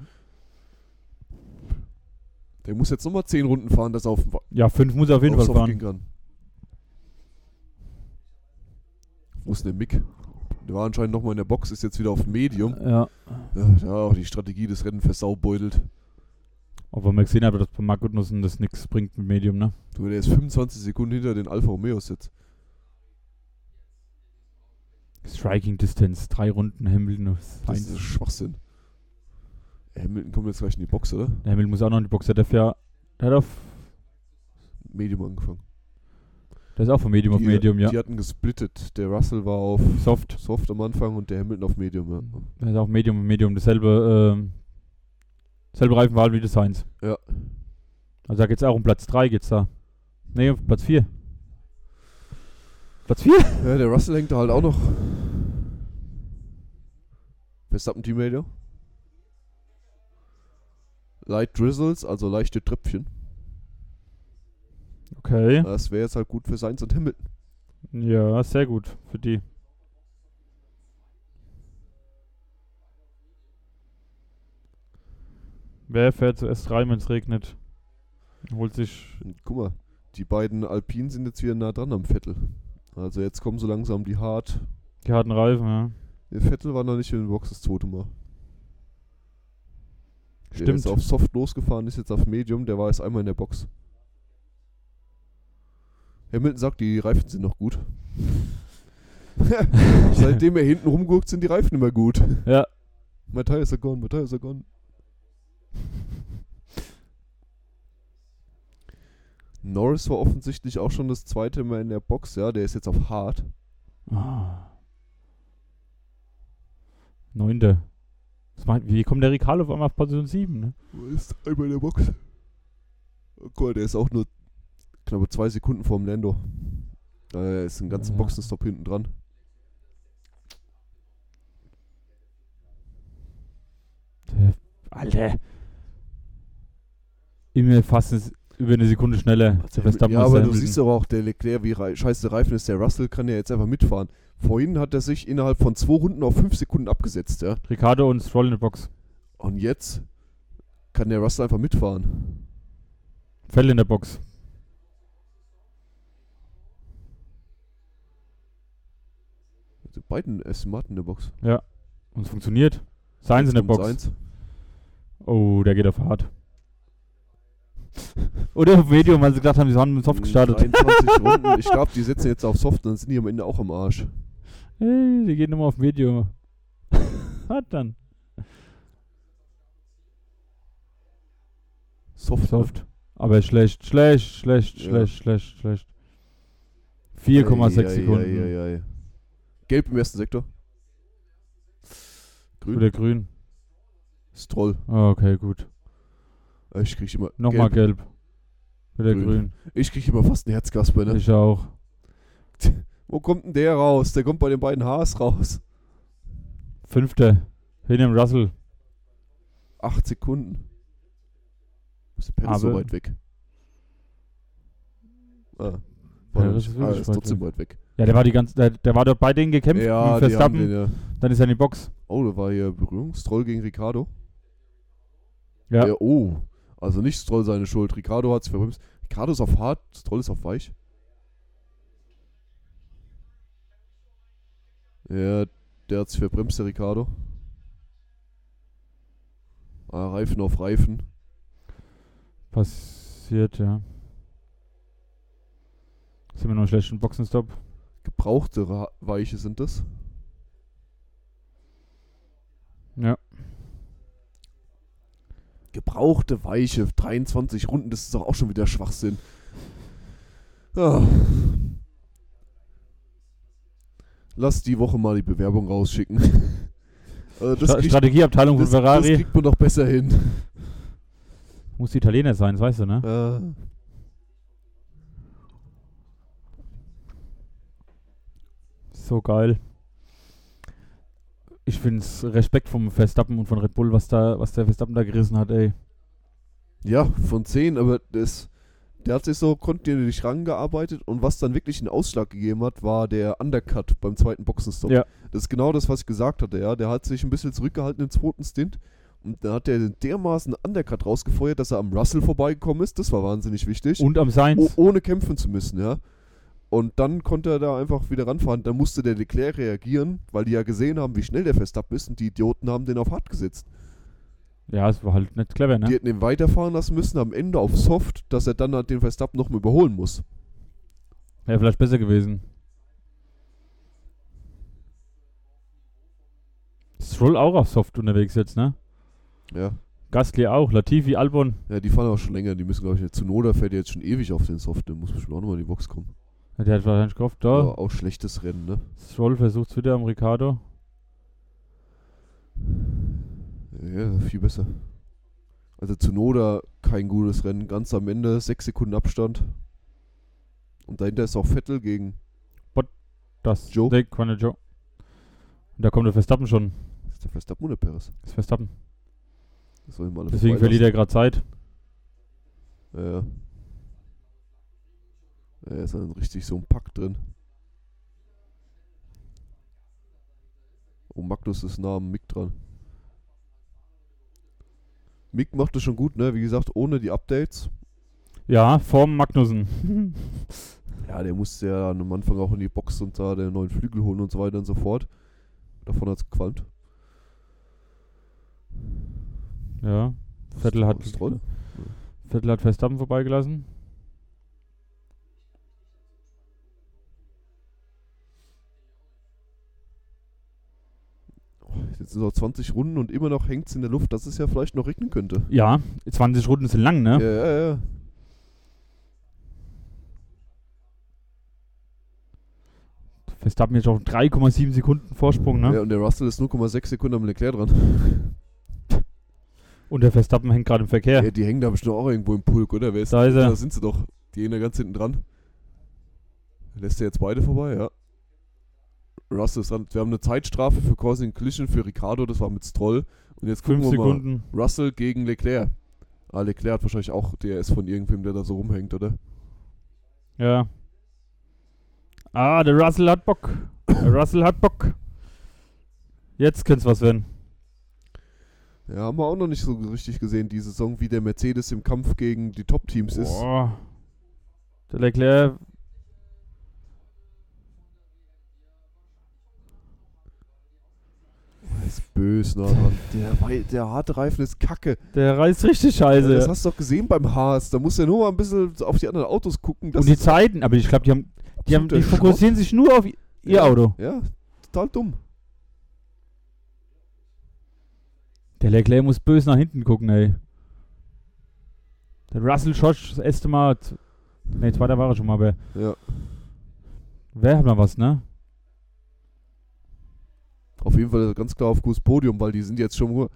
S2: Der muss jetzt nochmal 10 Runden fahren, dass er auf, auf
S1: Ja, fünf muss er auf jeden Fall
S2: Soft
S1: fahren.
S2: gehen kann. Wo ist denn der Mick? Der war anscheinend nochmal in der Box, ist jetzt wieder auf Medium.
S1: Ja.
S2: Ja, der hat auch die Strategie des Rennen versaubeutelt.
S1: Obwohl man gesehen hat, dass bei Mark Goodnussen das nichts bringt mit Medium, ne?
S2: Du, der ist 25 Sekunden hinter den Alfa Romeos jetzt.
S1: Striking Distance, drei Runden, Hamilton auf
S2: Das ist
S1: eins.
S2: Schwachsinn. Hamilton kommt jetzt gleich in die Box, oder?
S1: Der Hamilton muss auch noch in die Box, der darf ja, der hat auf,
S2: Medium angefangen.
S1: der ist auch vom Medium
S2: die,
S1: auf Medium, ja.
S2: Die hatten gesplittet. Der Russell war auf
S1: Soft, Mhm.
S2: Soft am Anfang und der Hamilton auf Medium.
S1: der ist auch Medium auf Medium, dasselbe, ähm, dasselbe Reifenwahl wie das Heinz.
S2: Ja.
S1: Also da geht's auch um Platz 3 geht's da. Ne, um Platz 4. Platz 4?
S2: Ja, ja der Russell hängt da halt auch noch. Verstappen Teammate. Light Drizzles, also leichte Tröpfchen.
S1: Okay.
S2: Das wäre jetzt halt gut für Sainz und Hamilton.
S1: Ja, sehr gut für die. Wer fährt zuerst rein, wenn es regnet? Holt sich.
S2: Und guck mal, die beiden Alpinen sind jetzt wieder nah dran am Vettel. Also jetzt kommen so langsam die hart.
S1: Die harten Reifen, ja.
S2: Der Vettel war noch nicht in den Box das zweite Mal. Der
S1: Stimmt.
S2: ist auf Soft losgefahren, ist jetzt auf Medium, der war erst einmal in der Box. Hamilton sagt, die Reifen sind noch gut. Seitdem er hinten rumguckt, sind die Reifen immer gut.
S1: Ja.
S2: My tires are gone, my tires are gone. Norris war offensichtlich auch schon das zweite Mal in der Box, ja, der ist jetzt auf Hard.
S1: Ah. Neunte. Was meint, wie kommt der Ricard auf einmal auf Position 7, ne?
S2: Wo ist einmal in der Box? Oh Gott, der ist auch nur knappe zwei Sekunden vorm Lando. Ah, Er ist einen ganzen
S1: Ja.
S2: Boxenstopp hinten dran.
S1: Der, Alter. immer fast eine, S- über eine Sekunde schneller. Verstappen
S2: ja,
S1: als
S2: aber du
S1: Hamilton.
S2: siehst aber auch, der Leclerc, wie rei- scheiße der Reifen ist, der Russell kann ja jetzt einfach mitfahren. Vorhin hat er sich innerhalb von zwei Runden auf fünf Sekunden abgesetzt, ja.
S1: Ricardo und Stroll in der Box.
S2: Und jetzt kann der Russell einfach mitfahren.
S1: Fell in der Box.
S2: Also beiden Aston Martin in der Box.
S1: Und es funktioniert. Seins in der
S2: Jetzt
S1: Box.
S2: kommt's eins.
S1: Oh, der geht auf hart. Oder auf Medium, weil sie gedacht haben, sie haben mit Soft
S2: Hm,
S1: gestartet.
S2: 23 Runden. Ich glaube, die setzen jetzt auf Soft und dann sind die am Ende auch am Arsch.
S1: Hey, die gehen immer auf Medium. Hat dann.
S2: Soft.
S1: Soft. Aber schlecht, schlecht, schlecht,
S2: Ja.
S1: schlecht, schlecht, schlecht. 4,6
S2: Ei, ei,
S1: Sekunden.
S2: ei, ei, ei. Gelb im ersten Sektor. Grün.
S1: Oder grün.
S2: Stroll.
S1: Ah, okay, gut.
S2: Äh, Ich krieg immer.
S1: Nochmal
S2: gelb.
S1: gelb. Wieder grün.
S2: Grün. Ich krieg immer fast einen Herzgasper, ne?
S1: Ich auch.
S2: Wo kommt denn der raus? Der kommt bei den beiden Haas raus.
S1: Fünfter. Hinter dem Russell.
S2: Acht Sekunden. Ist der Perez so
S1: Aber-
S2: weit weg? Ah.
S1: Perez
S2: Warte,
S1: ist
S2: ich- ah,
S1: wirklich
S2: ist
S1: weit
S2: trotzdem weit weg.
S1: Ja, der war die ganze der, der war dort bei denen gekämpft
S2: Ja,
S1: mit
S2: die haben den,
S1: Verstappen.
S2: ja.
S1: Dann ist er in die Box.
S2: Oh, da war hier Berührung. Stroll gegen Ricardo.
S1: Ja.
S2: Der, oh. Also nicht Stroll seine Schuld. Ricardo hat sich verbremst. Ricardo ist auf hart, Stroll ist auf weich. Ja, der hat sich verbremst, der Ricardo. Ah, Reifen auf Reifen.
S1: Passiert, ja. Sind wir noch einen schlechten Boxenstopp?
S2: Gebrauchte Ra Weiche sind das.
S1: Ja.
S2: Gebrauchte Weiche, 23 Runden, das ist doch auch schon wieder Schwachsinn. Ah. Lass die Woche mal die Bewerbung rausschicken. also das,
S1: Stra
S2: kriegt,
S1: Strategieabteilung von
S2: das, das
S1: Ferrari.
S2: kriegt man doch besser hin.
S1: Muss Italiener sein, das weißt du, ne?
S2: Ah.
S1: So geil. Ich find's Respekt vom Verstappen und von Red Bull, was da, was der Verstappen da gerissen hat, ey.
S2: Ja, von 10, aber das, der hat sich so kontinuierlich rangearbeitet und was dann wirklich einen Ausschlag gegeben hat, war der Undercut beim zweiten Boxenstopp.
S1: Ja.
S2: Das ist genau das, was ich gesagt hatte, ja. Der hat sich ein bisschen zurückgehalten im zweiten Stint und dann hat der den dermaßen Undercut rausgefeuert, dass er am Russell vorbeigekommen ist. Das war wahnsinnig wichtig.
S1: Und am
S2: O
S1: Seins.
S2: ohne kämpfen zu müssen, ja. Und dann konnte er da einfach wieder ranfahren. Dann musste der Leclerc reagieren, weil die ja gesehen haben, wie schnell der Verstappen ist und die Idioten haben den auf hart gesetzt. Oh.
S1: Ja, es war halt nicht clever,
S2: Die
S1: ne?
S2: hätten ihn weiterfahren lassen müssen, am Ende auf Soft, dass er dann halt den Verstappen nochmal überholen muss.
S1: Wäre vielleicht besser gewesen. Stroll auch auf Soft unterwegs jetzt, ne?
S2: Ja.
S1: Gasly auch, Latifi, Albon.
S2: ja, die fahren auch schon länger, die müssen, glaube ich, jetzt zu Noda fährt jetzt schon ewig auf den Soft, der muss bestimmt auch nochmal in die Box kommen.
S1: Ja, Der hat wahrscheinlich gehofft, da.
S2: Aber auch schlechtes Rennen, ne?
S1: Stroll versucht's wieder am Ricardo.
S2: Ja, viel besser. Also zu Noda kein gutes Rennen, ganz am Ende, 6 Sekunden Abstand. Und dahinter ist auch Vettel gegen.
S1: Das.
S2: Joe.
S1: Dick, Quanne Joe. Und da kommt der Verstappen schon.
S2: Ist der Verstappen oder Perez?
S1: Das ist Verstappen.
S2: Das soll ihm alle
S1: Deswegen verliert er gerade Zeit.
S2: er. Ja. ja. Er ist dann richtig so ein Pack drin. Oh, Magnus ist nah am Mick dran. Mick macht das schon gut, ne? Wie gesagt, ohne die Updates.
S1: Ja, vorm Magnussen.
S2: Ja, der musste ja am Anfang auch in die Box und da den neuen Flügel holen und so weiter und so fort. Davon hat's gequalmt.
S1: ja, Vettel hat-
S2: Stroll.
S1: Vettel hat Verstappen vorbeigelassen.
S2: Jetzt sind es noch 20 Runden und immer noch hängt's in der Luft, dass es ja vielleicht noch regnen könnte.
S1: Ja, 20 Runden sind lang,
S2: Ja,
S1: ne?
S2: ja, ja. ja.
S1: Verstappen jetzt auf 3,7 Sekunden Vorsprung, ne?
S2: Ja, und der Russell ist 0,6 Sekunden am Leclerc dran.
S1: Und der Verstappen hängt gerade im
S2: Ja.
S1: Verkehr.
S2: die hängen da bestimmt auch irgendwo im Pulk, oder? Wer ist
S1: Da ist
S2: da
S1: er.
S2: sind sie doch. Die hängen da ganz hinten dran. Lässt er jetzt beide vorbei, ja. Russell ist dran. Wir haben eine Zeitstrafe für Causing Collision für Ricardo, das war mit Stroll. Und jetzt gucken
S1: 5
S2: wir
S1: Sekunden.
S2: mal. Russell gegen Leclerc. Ah, Leclerc hat wahrscheinlich auch DRS von irgendwem, der da so rumhängt, oder?
S1: Ja. Ah, der Russell hat Bock. Der Russell hat Bock. Jetzt könnte es was werden.
S2: Ja, haben wir auch noch nicht so richtig gesehen, die Saison, wie der Mercedes im Kampf gegen die Top-Teams ist.
S1: Boah. Der Leclerc.
S2: Der ist böse nah dran. Der, Wei- der harte Reifen ist kacke.
S1: Der reißt richtig
S2: Ja, das
S1: scheiße.
S2: hast du doch gesehen beim Haas. Da musst du ja nur mal ein bisschen auf die anderen Autos gucken.
S1: Und die
S2: ist
S1: Zeiten, aber ich glaube, die haben, die, haben, die
S2: absoluter
S1: fokussieren sich nur auf i- ihr
S2: Ja.
S1: Auto.
S2: Schrott. Ja, total dumm.
S1: Der Leclerc muss böse nach hinten gucken, ey. Der Russell Schosch, das erste Mal. z- Nee, zweiter war er schon mal, aber.
S2: Ja.
S1: Wer hat mal was, ne?
S2: Auf jeden Fall ganz klar auf gutes Podium, weil die sind jetzt schon nur,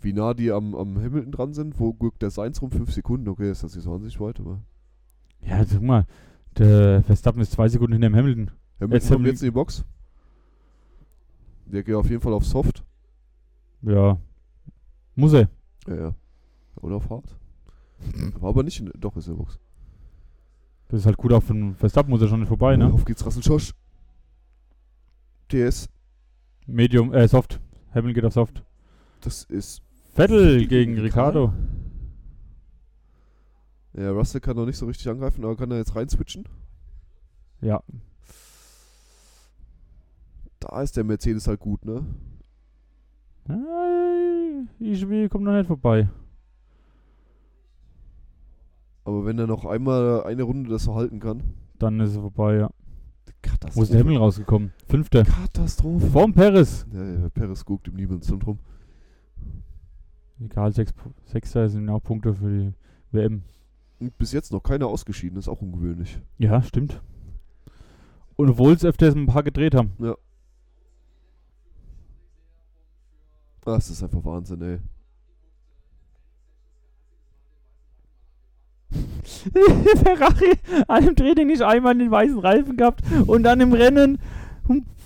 S2: wie nah die am, am Hamilton dran sind. Wo guckt der Seins rum? 5 Sekunden. Okay, ist das nicht so an sich weit, aber.
S1: Ja, sag mal. Der Verstappen ist zwei Sekunden hinter dem Hamilton.
S2: Hamilton
S1: Jetzt
S2: jetzt kommt
S1: Hamilton-
S2: jetzt in die Box. Der geht auf jeden Fall auf Soft.
S1: Ja. Muss er.
S2: Ja, ja. Oder auf Hard. War aber nicht in, Doch, ist in der Box.
S1: Das ist halt gut, auch von Verstappen muss er schon nicht vorbei, ne?
S2: Auf geht's, Rassel Schosch. TS,
S1: Medium, äh, Soft. Hamilton geht auf Soft.
S2: das ist.
S1: Vettel gegen Ricardo.
S2: Ja, Russell kann noch nicht so richtig angreifen, aber kann er jetzt reinswitchen?
S1: Ja.
S2: Da ist der Mercedes halt gut, ne?
S1: Äh, Ich will, kommt noch nicht vorbei.
S2: Aber wenn er noch einmal eine Runde das so halten kann.
S1: Dann ist er vorbei, ja. Wo ist der
S2: Katastrophe.
S1: Hamilton rausgekommen? Fünfter.
S2: Katastrophe.
S1: Vorm Paris.
S2: Ja, ja, Paris guckt ihm niemand drum.
S1: Egal, sechs, Pu- Sechster sind auch Punkte für die WM.
S2: Und bis jetzt noch keiner ausgeschieden, ist auch ungewöhnlich.
S1: Ja, stimmt. Und obwohl es öfters ein paar gedreht haben.
S2: Ah, Das ist einfach Wahnsinn, ey.
S1: Ferrari an dem Training nicht einmal den weißen Reifen gehabt und dann im Rennen,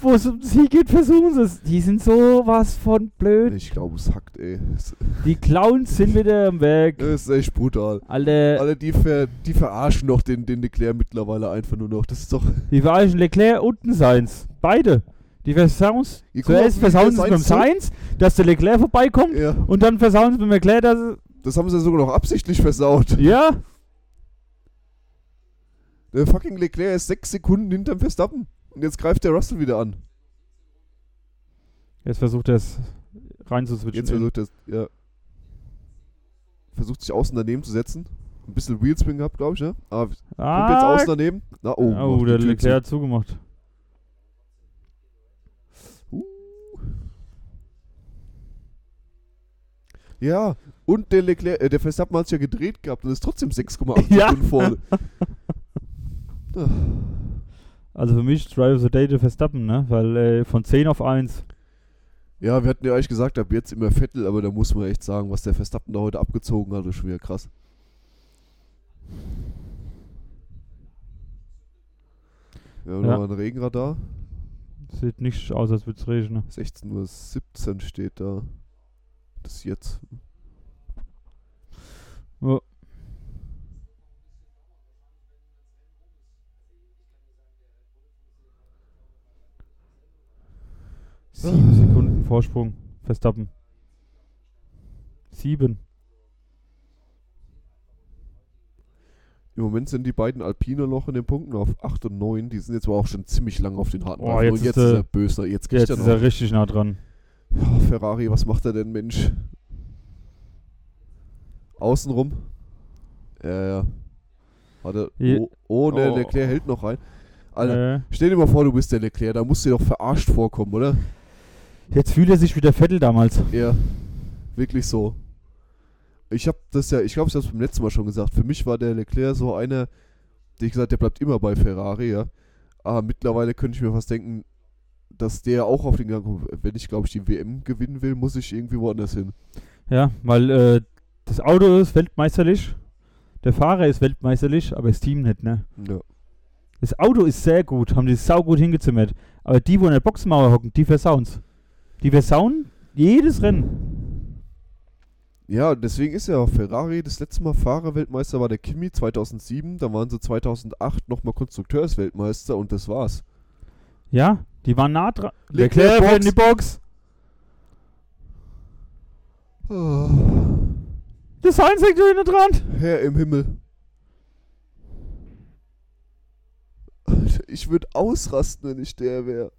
S1: wo es um Sieg geht, versuchen sie es. Die sind sowas von blöd.
S2: Ich glaube, es hackt, ey. Es
S1: Die Clowns sind wieder im Weg.
S2: es ist echt brutal.
S1: Alle,
S2: Alle, die, ver, die verarschen doch den, den Leclerc mittlerweile einfach nur noch. Das ist doch.
S1: die verarschen Leclerc und den Sainz. Beide. Die versauen es.
S2: Ihr guckt
S1: Zuerst
S2: mal, wie
S1: versauen
S2: der
S1: sie es mit dem Sainz, dass der Leclerc vorbeikommt.
S2: ne? Ja,
S1: Und dann versauen sie mit dem Leclerc, dass es-
S2: das haben sie sogar noch absichtlich versaut.
S1: Ja,
S2: Der fucking Leclerc ist sechs Sekunden hinterm Verstappen. Und jetzt greift der Russell wieder an.
S1: Jetzt versucht er es reinzuswitchen.
S2: Jetzt versucht er, ja. Versucht sich außen daneben zu setzen. Ein bisschen Wheelspin gehabt, glaube ich, ne? Aber kommt jetzt
S1: ah,
S2: außen daneben. Na, oh.
S1: oh,
S2: macht die
S1: der
S2: Tür
S1: Leclerc hat zugemacht.
S2: zu. Ja, und der Leclerc, äh, der Verstappen hat sich ja gedreht gehabt und ist trotzdem 6,8
S1: Ja.
S2: Sekunden vorne. Ah,
S1: Also für mich Drive of the Day der Verstappen, ne? Weil äh, von 10 auf 1.
S2: Ja, wir hatten ja eigentlich gesagt, ab jetzt immer Vettel, aber da muss man echt sagen, was der Verstappen da heute abgezogen hat, ist schon wieder krass. Wir haben
S1: Ja.
S2: nochmal ein Regenradar.
S1: Sieht nicht aus, als würde es regnen.
S2: 16.17 Uhr steht da. Das ist jetzt. Ah.
S1: Ja.
S2: Ah.
S1: Sieben Sekunden Vorsprung. Verstappen. Sieben.
S2: Im Moment sind die beiden Alpiner noch in den Punkten auf 8 und 9. Die sind jetzt aber auch schon ziemlich lang auf den harten
S1: Oh,
S2: Reifen.
S1: jetzt
S2: und
S1: ist
S2: jetzt
S1: der-
S2: ist er böse. Jetzt kriegt
S1: Jetzt
S2: er
S1: ist
S2: noch.
S1: er richtig nah dran.
S2: Ja, Ferrari, was macht er denn, Mensch? Außenrum. Ja, ja. Warte.
S1: Je-
S2: Oh, oh, der
S1: Oh.
S2: Leclerc hält noch rein. Alter,
S1: Äh,
S2: stell dir mal vor, du bist der Leclerc. Da musst du dir doch verarscht vorkommen, oder?
S1: jetzt fühlt er sich wie der Vettel damals.
S2: Ja, wirklich so. Ich habe das ja, ich glaube, ich habe es beim letzten Mal schon gesagt. Für mich war der Leclerc so einer, der ich gesagt, der bleibt immer bei Ferrari, ja. Aber mittlerweile könnte ich mir fast denken, dass der auch auf den Gang kommt. Wenn ich, glaube ich, die WM gewinnen will, muss ich irgendwie woanders hin.
S1: Ja, weil äh, das Auto ist weltmeisterlich, der Fahrer ist weltmeisterlich, aber das Team nicht, ne?
S2: Ja.
S1: Das Auto ist sehr gut, haben die saugut hingezimmert. Aber die, wo in der Boxenmauer hocken, die versauen's. Die versauen jedes Rennen.
S2: Ja, deswegen ist ja Ferrari das letzte Mal Fahrerweltmeister war der Kimi 2007, dann waren sie 2008 nochmal Konstrukteursweltmeister und das war's.
S1: Ja, die waren nah dran.
S2: Leclerc
S1: Leclerc fährt in die Box. Das Heinz hängt hinten dran.
S2: Herr im Himmel. Ich würde ausrasten, wenn ich der wäre.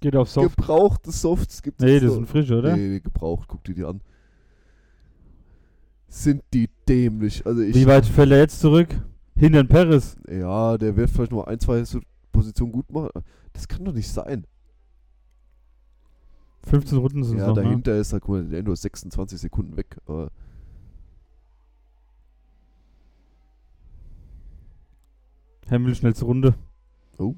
S1: Geht auf Soft.
S2: Gebrauchte Softs gibt
S1: Nee, das sind frisch, oder?
S2: Nee, nee, gebraucht, guck dir die an. Sind die dämlich. Also ich,
S1: Wie weit fällt er jetzt zurück? Hinter den Paris.
S2: Ja, der wird vielleicht nur ein, zwei so Positionen gut machen. Das kann doch nicht sein.
S1: 15 Runden sind
S2: Ja,
S1: es noch, ne?
S2: dahinter ist, da, guck mal, der Lando ist 26 Sekunden weg. Aber
S1: Hamill schnellste Runde.
S2: Oh.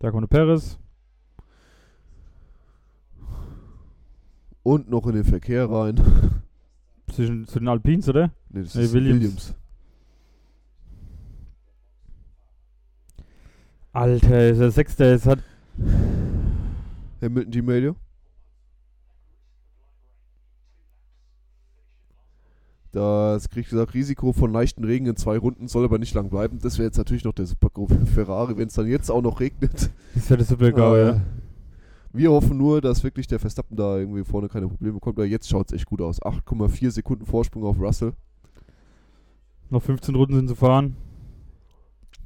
S1: Da kommt der Paris.
S2: und noch in den Verkehr rein.
S1: Zwischen, zu den Alpins, oder?
S2: Nee, das
S1: Nee,
S2: ist
S1: Williams.
S2: Williams.
S1: Alter, ist halt- der Sechste. Es hat
S2: Hamilton G-Media. Das kriegt gesagt, Risiko von leichten Regen in zwei Runden soll aber nicht lang bleiben. Das wäre jetzt natürlich noch der Supergroup für Ferrari, wenn es dann jetzt auch noch regnet.
S1: ist ja das super geil,
S2: Äh,
S1: ja.
S2: Wir hoffen nur, dass wirklich der Verstappen da irgendwie vorne keine Probleme bekommt. Aber jetzt schaut es echt gut aus. 8,4 Sekunden Vorsprung auf Russell.
S1: Noch 15 Runden sind zu fahren.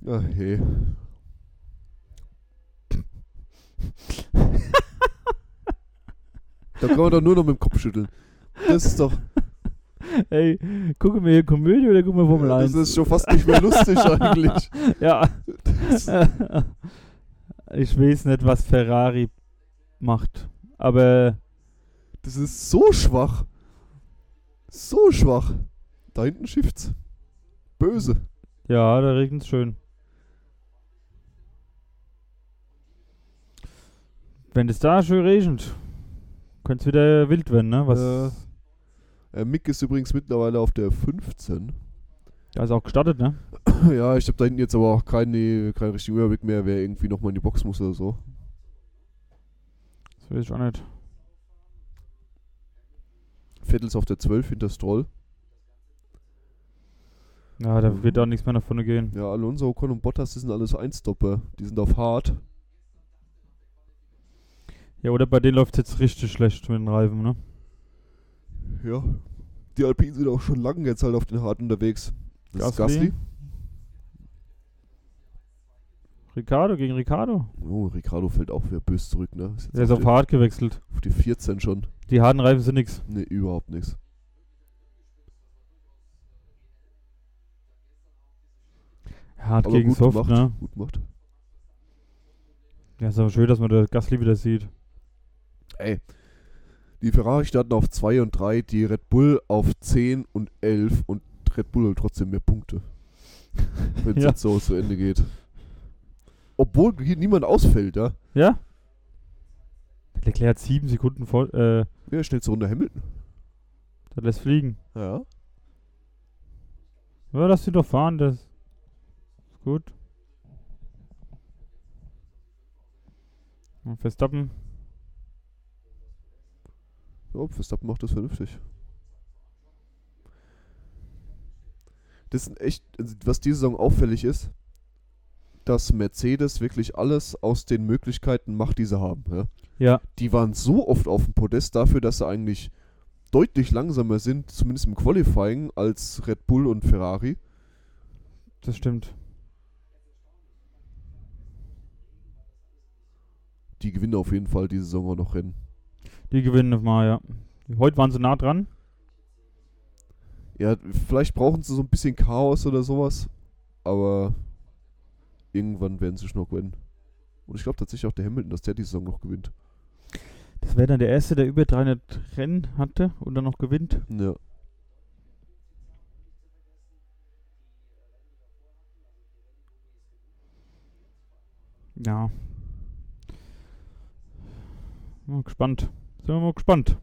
S2: Ah, hey. da kann man doch nur noch mit dem Kopf schütteln. Das ist doch.
S1: Ey, gucken wir hier Komödie oder gucken wir Formel
S2: das
S1: 1?
S2: ist schon fast nicht mehr lustig eigentlich.
S1: ja. ich weiß nicht, was Ferrari macht. Aber
S2: Das ist so schwach. So schwach. Da hinten schifft's. Böse.
S1: ja, da regnet es schön. Wenn es da schön regnet, könnte es wieder wild werden, ne? Was,
S2: Äh, Mick ist übrigens mittlerweile auf der 15.
S1: Da ist auch gestartet, ne?
S2: Ja, ich habe da hinten jetzt aber auch keinen, keinen richtigen Überblick mehr, wer irgendwie nochmal in die Box muss oder so.
S1: Das weiß ich auch nicht.
S2: Vettel ist auf der 12 hinter Stroll.
S1: Ja, da
S2: Mhm.
S1: wird auch nichts mehr nach vorne gehen.
S2: Ja, Alonso, Ocon und Bottas, das sind alles Einstopper. Die sind auf hart.
S1: Ja, oder bei denen läuft es jetzt richtig schlecht mit den Reifen, ne?
S2: Ja. Die Alpinen sind auch schon lange jetzt halt auf den harten unterwegs. Das ist
S1: Gasly.
S2: Gasly.
S1: Ricardo gegen Ricardo.
S2: Oh, Ricardo fällt auch wieder böse zurück, ne? Ist jetzt
S1: Der ist auf
S2: die,
S1: hart gewechselt.
S2: auf die 14 schon.
S1: Die harten Reifen sind nix.
S2: Ne, überhaupt nichts.
S1: Hart
S2: Aber
S1: gegen
S2: gut
S1: Soft,
S2: gemacht.
S1: ne?
S2: Gut gemacht.
S1: Ja, ist aber schön, dass man das Gasly wieder sieht.
S2: Ey. Die Ferrari starten auf 2 und 3, die Red Bull auf 10 und 11 und Red Bull holt trotzdem mehr Punkte. Wenn es
S1: Ja.
S2: jetzt so zu Ende geht. Obwohl hier niemand ausfällt, ja?
S1: Ja? Leclerc hat sieben Sekunden vor. Äh,
S2: Ja, schnellste Runde Hamilton.
S1: der lässt fliegen.
S2: Ja.
S1: Ja, lass ihn doch fahren, das. Ist gut. Und Verstappen.
S2: Ja, Verstappen macht das vernünftig. Das sind echt, also was diese Saison auffällig ist, dass Mercedes wirklich alles aus den Möglichkeiten macht, die sie haben. Ja?
S1: Ja,
S2: die waren so oft auf dem Podest dafür, dass sie eigentlich deutlich langsamer sind, zumindest im Qualifying, als Red Bull und Ferrari.
S1: das stimmt.
S2: Die gewinnen auf jeden Fall diese Saison auch noch Rennen.
S1: Die gewinnen nochmal, ja. Heute waren sie nah dran.
S2: Ja, vielleicht brauchen sie so ein bisschen Chaos oder sowas, aber irgendwann werden sie schon noch gewinnen. Und ich glaube tatsächlich auch der Hamilton, dass der die Saison noch gewinnt.
S1: Das wäre dann der erste, der über 300 Rennen hatte und dann noch gewinnt.
S2: Ja.
S1: Ja. Mal gespannt. Sind wir mal gespannt.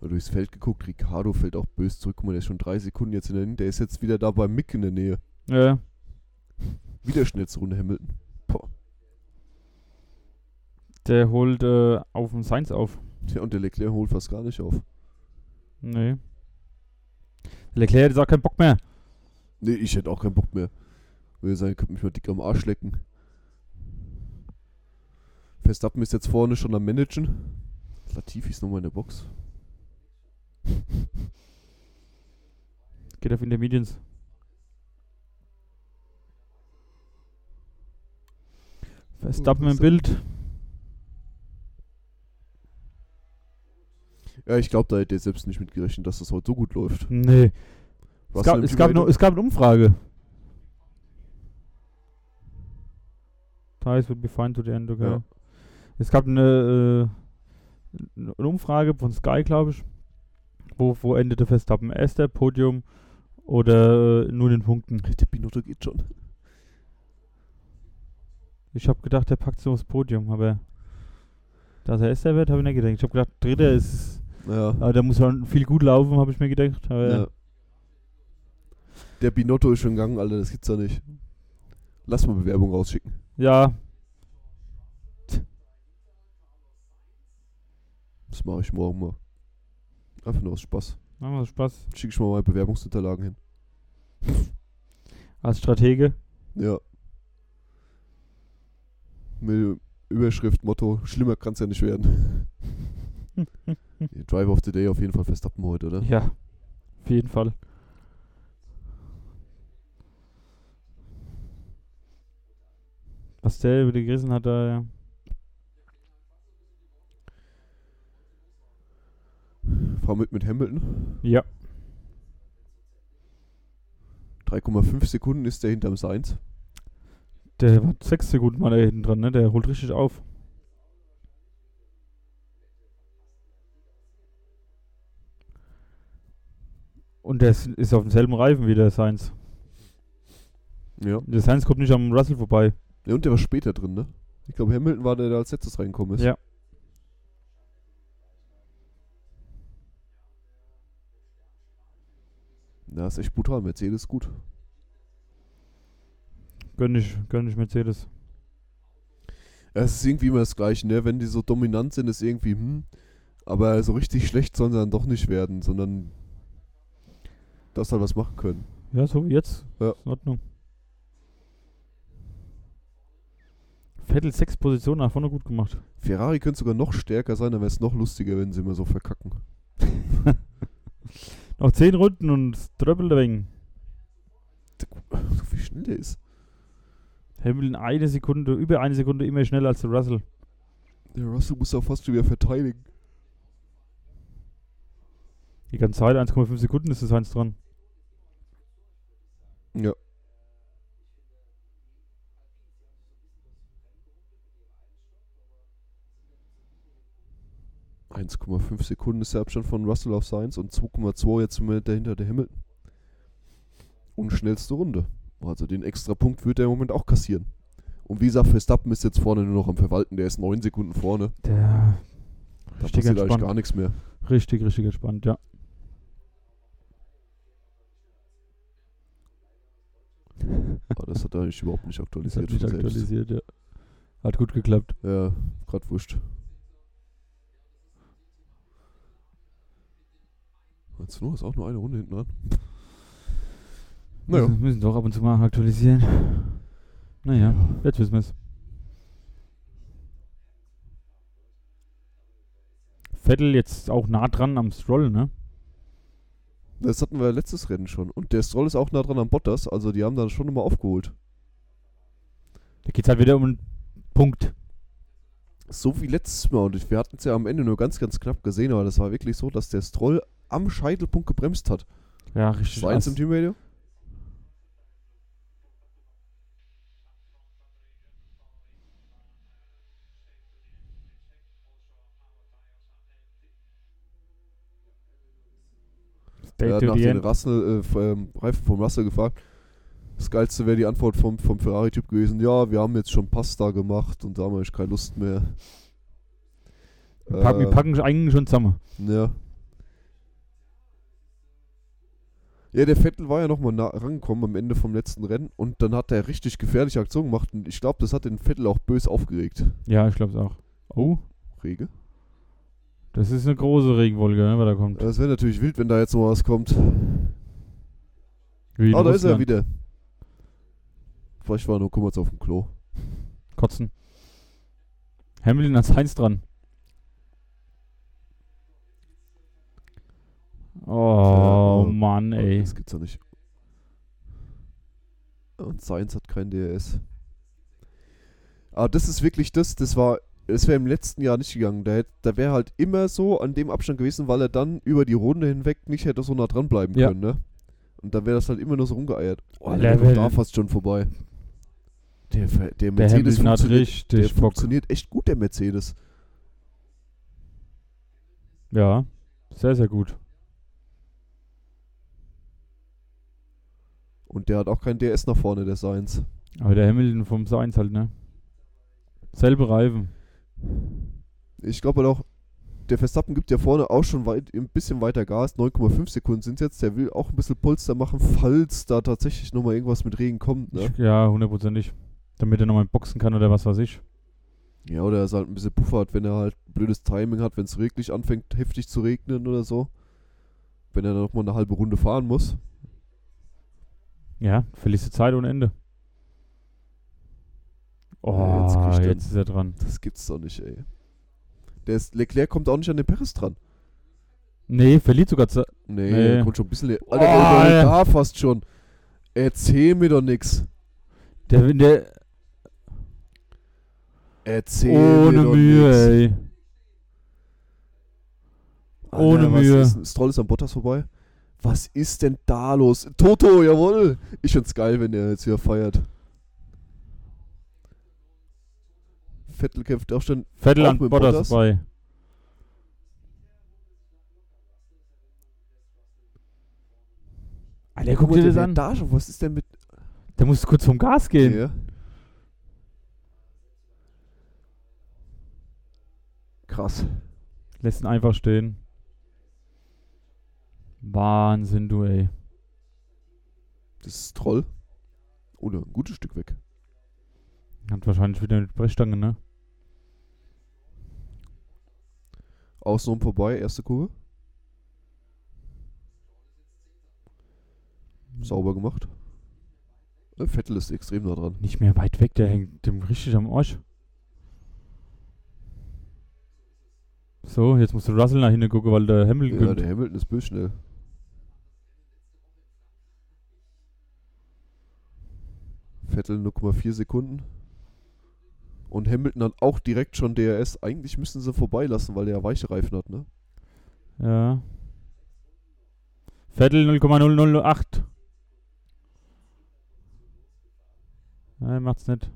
S2: Mal Durchs Feld geguckt, Ricardo fällt auch böse zurück. Guck mal, der ist schon drei Sekunden jetzt in der Nähe. Der ist
S1: Äh,
S2: jetzt wieder da bei Mick in der Nähe.
S1: Ja.
S2: Wieder Schnellsrunde Hamilton.
S1: Der holt äh, auf dem Sainz auf.
S2: Ja, und der Leclerc holt fast gar nicht auf.
S1: Nee. Leclerc hat jetzt auch keinen Bock mehr.
S2: Nee, ich hätte auch keinen Bock mehr. Würde sagen, ihr könnt mich mal dick am Arsch lecken. Verstappen ist jetzt vorne schon am Managen. Latifi ist nochmal in der Box.
S1: Geht auf Intermedians. Verstappen im
S2: Verstappen.
S1: Bild.
S2: Ja, ich glaube, da hätte er selbst nicht mitgerechnet, dass das heute so gut läuft.
S1: Nee. Es
S2: Russell
S1: gab,
S2: im
S1: es, gab
S2: Team
S1: nur, es gab eine Umfrage. Thais would be fine to the end, okay.
S2: Ja.
S1: Es gab eine, äh, eine Umfrage von Sky, glaube ich. Wo, wo endete Verstappen? Erster, Podium oder äh, nur den Punkten?
S2: Raid. Der Binotto geht schon.
S1: Ich habe gedacht, der packt so aufs Podium, aber dass er Erster wird, habe ich nicht gedacht. Ich habe gedacht, Dritter ist.
S2: Ja.
S1: Aber da muss man viel gut laufen, habe ich mir gedacht. Aber
S2: ja. Der Binotto ist schon gegangen, Alter, das gibt's ja nicht. Lass mal Bewerbung rausschicken.
S1: ja,
S2: Das mache ich morgen mal. Einfach nur aus Spaß.
S1: machen wir Spaß.
S2: Schicke ich mal meine Bewerbungsunterlagen hin.
S1: Als Stratege.
S2: Ja. Mit Überschrift, Motto, schlimmer kann's ja nicht werden. Die Drive of the Day auf jeden Fall Verstappen heute, oder?
S1: Ja, auf jeden Fall. Was der über die gerissen hat, da, ja.
S2: Fahr mit mit Hamilton.
S1: Ja,
S2: 3,5 Sekunden ist der hinterm Seins.
S1: der war sechs Sekunden mal da hinten dran, ne? Der holt richtig auf. Und der ist- ist auf demselben Reifen wie der Sainz.
S2: Ja.
S1: Der Sainz kommt nicht am Russell vorbei.
S2: ja. Und der war später drin, ne? Ich glaube, Hamilton war der, der als letztes reingekommen ist.
S1: Ja.
S2: Na, ist echt brutal. Mercedes gut.
S1: Gönn ich, gönn ich Mercedes.
S2: Ja, Es ist irgendwie immer das Gleiche, ne? Wenn die so dominant sind, ist irgendwie, hm, aber so richtig schlecht sollen sie dann doch nicht werden, sondern dass halt was machen können.
S1: Ja, so wie jetzt.
S2: Ja.
S1: Ist in Ordnung. Vettel sechs Positionen nach vorne gut gemacht.
S2: Ferrari könnte sogar noch stärker sein, dann wäre es noch lustiger, wenn sie immer so verkacken.
S1: Noch zehn Runden und Tröppel wegen.
S2: Wie schnell der ist.
S1: Hamilton eine Sekunde, über eine Sekunde immer schneller als der Russell.
S2: Der Russell muss auch fast schon wieder verteidigen.
S1: Die ganze Zeit 1,5 Sekunden ist das eins dran.
S2: Ja. ...1,5 Sekunden ist der Abstand von Russell auf Sainz und 2,2 jetzt im Moment dahinter der Hamilton. Und schnellste Runde. Also den extra Punkt wird er im Moment auch kassieren. Und wie gesagt, Verstappen ist jetzt vorne nur noch am Verwalten, der ist 9 Sekunden vorne.
S1: Der
S2: Da
S1: Richtig
S2: passiert eigentlich
S1: entspannt.
S2: gar nichts mehr.
S1: richtig, richtig entspannt, ja.
S2: Aber das hat er eigentlich überhaupt nicht
S1: Das
S2: aktualisiert.
S1: hat sich
S2: von selbst.
S1: aktualisiert, ja. Hat gut geklappt.
S2: Ja, grad wurscht. Jetzt nur ist auch nur eine Runde hinten dran. Naja.
S1: Müssen, müssen doch ab und zu mal aktualisieren. Naja, jetzt wissen wir es. Vettel jetzt auch nah dran am Stroll, ne?
S2: Das hatten wir letztes Rennen schon. Und der Stroll ist auch nah dran am Bottas, also die haben dann schon immer aufgeholt.
S1: Da geht's halt wieder um einen Punkt.
S2: So wie letztes Mal. Und wir hatten es ja am Ende nur ganz, ganz knapp gesehen, aber das war wirklich so, dass der Stroll am Scheitelpunkt gebremst hat.
S1: Ja, richtig. Also,
S2: War eins im
S1: ass.
S2: Teamradio?
S1: Stay
S2: er hat
S1: to
S2: nach
S1: the
S2: den
S1: end.
S2: Rassel, äh, f- ähm, Reifen vom Rassel gefragt. Das Geilste wäre die Antwort vom, vom Ferrari-Typ gewesen: Ja, wir haben jetzt schon Pasta gemacht und da haben wir eigentlich keine Lust mehr.
S1: Wir packen, wir
S2: Äh,
S1: packen eigentlich schon zusammen.
S2: Ja. Ja, der Vettel war ja nochmal nah rangekommen am Ende vom letzten Rennen und dann hat er richtig gefährliche Aktion gemacht und ich glaube, das hat den Vettel auch bös aufgeregt.
S1: Ja, ich glaube es auch. Oh,
S2: Rege.
S1: das ist eine große Regenwolke, ne, was da kommt.
S2: Das wäre natürlich wild, wenn da jetzt noch was kommt.
S1: Wie in
S2: Ah, da ist er
S1: Russland.
S2: wieder. Vielleicht war er nur Kummerz auf dem Klo.
S1: Kotzen. Hamilton als Heinz dran. Oh
S2: Tja,
S1: Mann, ey.
S2: Das gibt's ja nicht. Und Science hat kein DRS. Aber das ist wirklich das, das war, das wäre im letzten Jahr nicht gegangen. Da, hätt- da wäre halt immer so an dem Abstand gewesen, weil er dann über die Runde hinweg nicht hätte so nah dranbleiben
S1: Ja.
S2: können, ne? Und dann wäre das halt immer nur so rumgeeiert. Oh,
S1: Der wär-
S2: der kommt da fast schon vorbei. Der, Ver- der
S1: Der
S2: Mercedes
S1: Hamilton hat
S2: funktioniert, der
S1: richtig Bock.
S2: funktioniert echt gut, der Mercedes.
S1: Ja, sehr, sehr gut.
S2: Und der hat auch kein DRS nach vorne, der Science.
S1: Aber der Hamilton vom Sainz halt, ne? Selbe Reifen.
S2: Ich glaube halt auch, der Verstappen gibt ja vorne auch schon weit, ein bisschen weiter Gas. 9,5 Sekunden sind jetzt. Der will auch ein bisschen Polster machen, falls da tatsächlich nochmal irgendwas mit Regen kommt. Ne?
S1: Ich- Ja, hundertprozentig. Damit er nochmal boxen kann oder was weiß ich.
S2: Ja, oder er ist halt ein bisschen Puffer hat, wenn er halt blödes Timing hat, wenn es wirklich anfängt, heftig zu regnen oder so. Wenn er dann nochmal eine halbe Runde fahren muss.
S1: Ja, verliest du Zeit ohne Ende.
S2: Ja,
S1: Oh,
S2: jetzt kriegt
S1: jetzt,
S2: er-
S1: ist er dran.
S2: Das gibt's doch nicht, ey. Der ist, Leclerc kommt auch nicht an den Perez dran.
S1: Nee, verliert sogar Zeit. Nee.
S2: Nee, der kommt schon ein bisschen. le-
S1: Oh,
S2: Alter, der überholt
S1: Alter.
S2: da fast schon. Erzähl mir doch nix.
S1: Der, der,
S2: Erzähl mir
S1: ohne
S2: doch
S1: Mühe,
S2: nix.
S1: ey. Ohne
S2: Ah, was
S1: Mühe.
S2: Ist, Stroll ist am Bottas vorbei. Was ist denn da los? Toto, jawohl. Ich find's geil, wenn der jetzt hier feiert. Vettel kämpft auch schon.
S1: Vettel
S2: Auch
S1: an
S2: mit
S1: Bottas
S2: Bottas?
S1: vorbei. Alter, guck dir
S2: der
S1: das
S2: wäre
S1: an.
S2: Da schon. Was ist denn mit.
S1: Der muss kurz vom Gas gehen.
S2: Ja. Krass.
S1: Lässt ihn einfach stehen. Wahnsinn, du, ey.
S2: Das ist Troll. Oder ein gutes Stück weg.
S1: Hat wahrscheinlich wieder eine Brechstange, ne?
S2: Außenrum vorbei, erste Kurve.
S1: Mhm.
S2: Sauber gemacht. Äh, Vettel ist extrem nah dran.
S1: Nicht mehr weit weg, der hängt dem richtig am Arsch. So, jetzt musst du Russell nach hinten gucken, weil der Hamilton
S2: Ja,
S1: gönnt.
S2: der Hamilton ist böse schnell. Vettel 0,4 Sekunden. Und Hamilton hat auch direkt schon DRS. Eigentlich müssen sie vorbeilassen, weil der ja weiche Reifen hat, ne?
S1: Ja. Vettel 0,008. Nein, macht's nicht.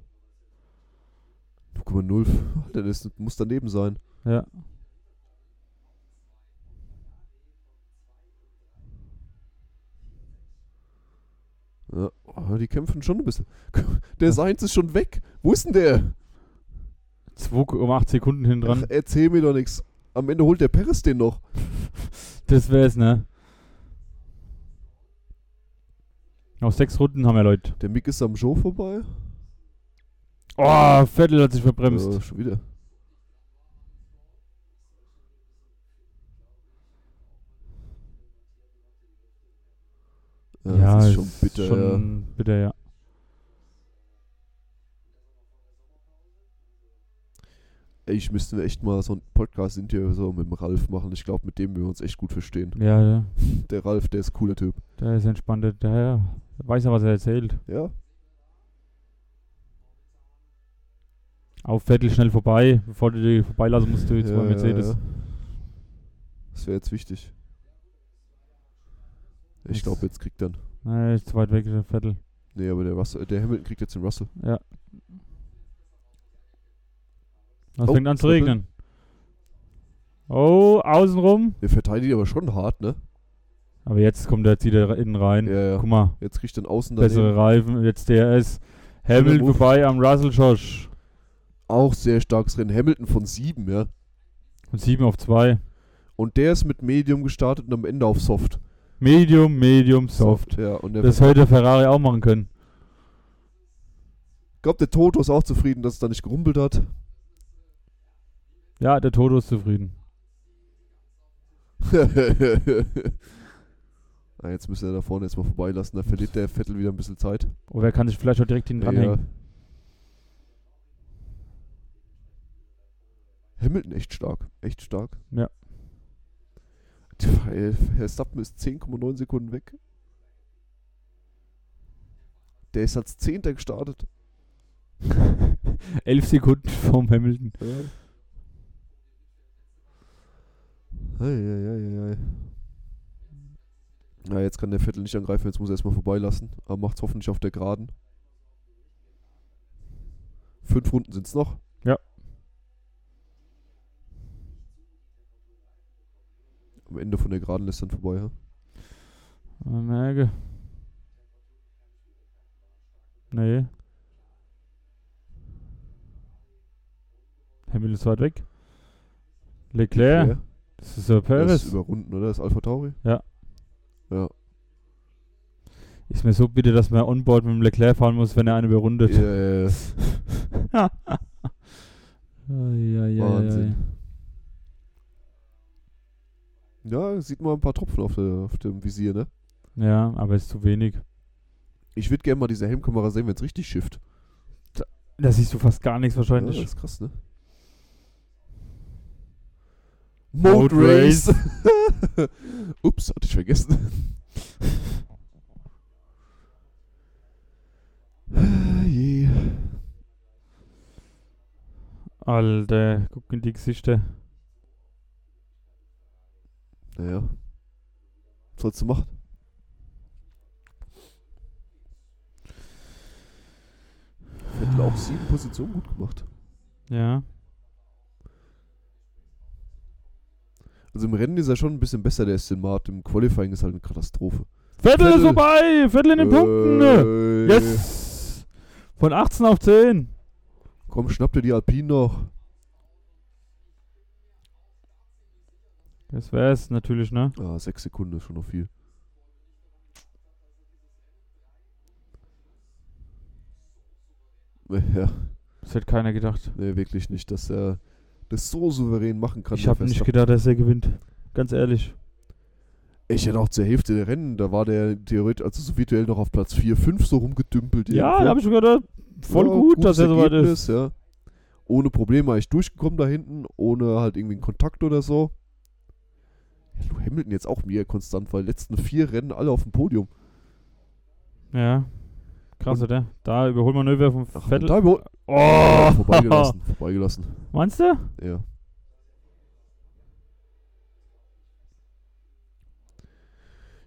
S2: 0,0. Alter, das muss daneben sein.
S1: Ja.
S2: Ja, oh, die kämpfen schon ein bisschen. Der Seins ist schon weg. Wo ist denn der?
S1: 2,8 um Sekunden hinten dran.
S2: Ach, erzähl mir doch nichts. Am Ende holt der Perez den noch.
S1: Das wär's, ne? Noch sechs Runden haben wir Leute.
S2: Der Mick ist am Show vorbei.
S1: Oh, Vettel hat sich verbremst.
S2: Ja, schon wieder. Oh, Ja, das ist schon bitter. ja.
S1: Schon bitter, ja.
S2: Ey, ich müsste echt mal so ein Podcast-Interview so mit dem Ralf machen. Ich glaube, mit dem würden wir uns echt gut verstehen.
S1: Ja, der,
S2: Der Ralf, der ist cooler Typ.
S1: der ist entspannt. Der, der weiß ja, was er erzählt.
S2: Ja.
S1: Auf Vettel schnell vorbei. Bevor du die vorbeilassen musst, du jetzt
S2: ja,
S1: bei Mercedes.
S2: Ja, ja. Das wäre jetzt wichtig. Ich
S1: Jetzt-
S2: glaube, jetzt kriegt dann.
S1: Nein, ist zu weit weg, der Vettel.
S2: Nee, aber der, Russell, der Hamilton kriegt jetzt den Russell.
S1: Ja. Das
S2: Oh,
S1: fängt an zu
S2: Triple.
S1: regnen. Oh, außenrum.
S2: Der verteidigt aber schon hart, ne?
S1: Aber jetzt kommt der, zieht er innen rein.
S2: Ja, ja.
S1: Guck mal,
S2: Jetzt kriegt dann außen
S1: bessere Reifen, jetzt DRS.
S2: Schöner
S1: Hamilton
S2: Move.
S1: vorbei am Russell Josh.
S2: auch sehr starkes Rennen. Hamilton von 7, ja.
S1: Und 7 auf 2.
S2: Und der ist mit Medium gestartet und am Ende auf Soft.
S1: Medium, Medium, Soft.
S2: Ja, und der
S1: Das hätte Ferrari auch machen können.
S2: ich glaube, der Toto ist auch zufrieden, dass es da nicht gerumpelt hat.
S1: Ja, der Toto ist zufrieden.
S2: ah, jetzt müsste er da vorne erstmal vorbeilassen, da verliert der Vettel wieder ein bisschen Zeit.
S1: Oder er Oh, kann sich vielleicht auch direkt hinten dranhängen.
S2: Hamilton echt stark, echt stark.
S1: Ja.
S2: Tja, ey, Verstappen ist 10,9 Sekunden weg. Der ist als Zehnter gestartet.
S1: Elf Sekunden vom Hamilton.
S2: Ja. Eieieiei. Ja, jetzt kann der Vettel nicht angreifen, jetzt muss er erstmal vorbeilassen. Aber macht's hoffentlich auf der Geraden. Fünf Runden sind's noch.
S1: Ja.
S2: Am Ende von der Geraden lässt dann vorbei, ja?
S1: Ah, Merke. Nee. Hamilton ist weit weg. Leclerc.
S2: Leclerc.
S1: Das ist der
S2: Das ist
S1: Perez.
S2: überrunden, oder? Das ist Alpha Tauri?
S1: Ja.
S2: Ja.
S1: Ist mir so bitte, dass man onboard mit dem Leclerc fahren muss, wenn er einen überrundet.
S2: Ja, ja, ja.
S1: Eieiei.
S2: Wahnsinn. Ja, sieht man ein paar Tropfen auf, der, auf dem Visier, ne?
S1: Ja, aber ist zu wenig.
S2: Ich würde gerne mal diese Helmkamera sehen, wenn es richtig schifft.
S1: Da siehst du fast gar nichts
S2: Ja, das
S1: wahrscheinlich.
S2: ist krass, ne?
S1: Mode
S2: Mode Race! Ups, hatte ich vergessen. Ah, je.
S1: Alter, guck in die Gesichter.
S2: Naja. Was sollst du machen? Vettel auch sieben Positionen gut gemacht.
S1: Ja.
S2: Also im Rennen ist er schon ein bisschen besser, der Aston Martin. Im Qualifying ist halt eine Katastrophe.
S1: Viertel ist
S2: Vettel.
S1: vorbei! Viertel in den Punkten!
S2: Äh,
S1: Yes! Von 18 auf 10.
S2: Komm, schnapp dir die Alpinen noch.
S1: Das wär's natürlich, ne?
S2: Ah, sechs Sekunden ist schon noch viel. Ja,
S1: Das hätte keiner gedacht.
S2: nee, wirklich nicht, dass er das so souverän machen kann.
S1: ich
S2: der
S1: habe nicht
S2: Verstappen.
S1: gedacht, dass er gewinnt. Ganz ehrlich.
S2: Ich hätte auch zur Hälfte der Rennen, da war der theoretisch, also so virtuell noch auf Platz 4, 5 so rumgedümpelt.
S1: Ja, da
S2: irgendwo.
S1: habe ich mir gedacht, voll
S2: Ja,
S1: gut, dass
S2: gutes
S1: er soweit ist.
S2: Ergebnis, Ja. Ohne Probleme eigentlich durchgekommen da hinten, ohne halt irgendwie einen Kontakt oder so. Ja, Lou Hamilton jetzt auch mega konstant, weil letzten vier Rennen alle auf dem Podium.
S1: Ja. Krass, oder? Da Überholmanöver vom
S2: Ach,
S1: Vettel.
S2: und Da überhol-
S1: Oh!
S2: Vorbeigelassen, vorbeigelassen.
S1: Meinst du?
S2: Ja.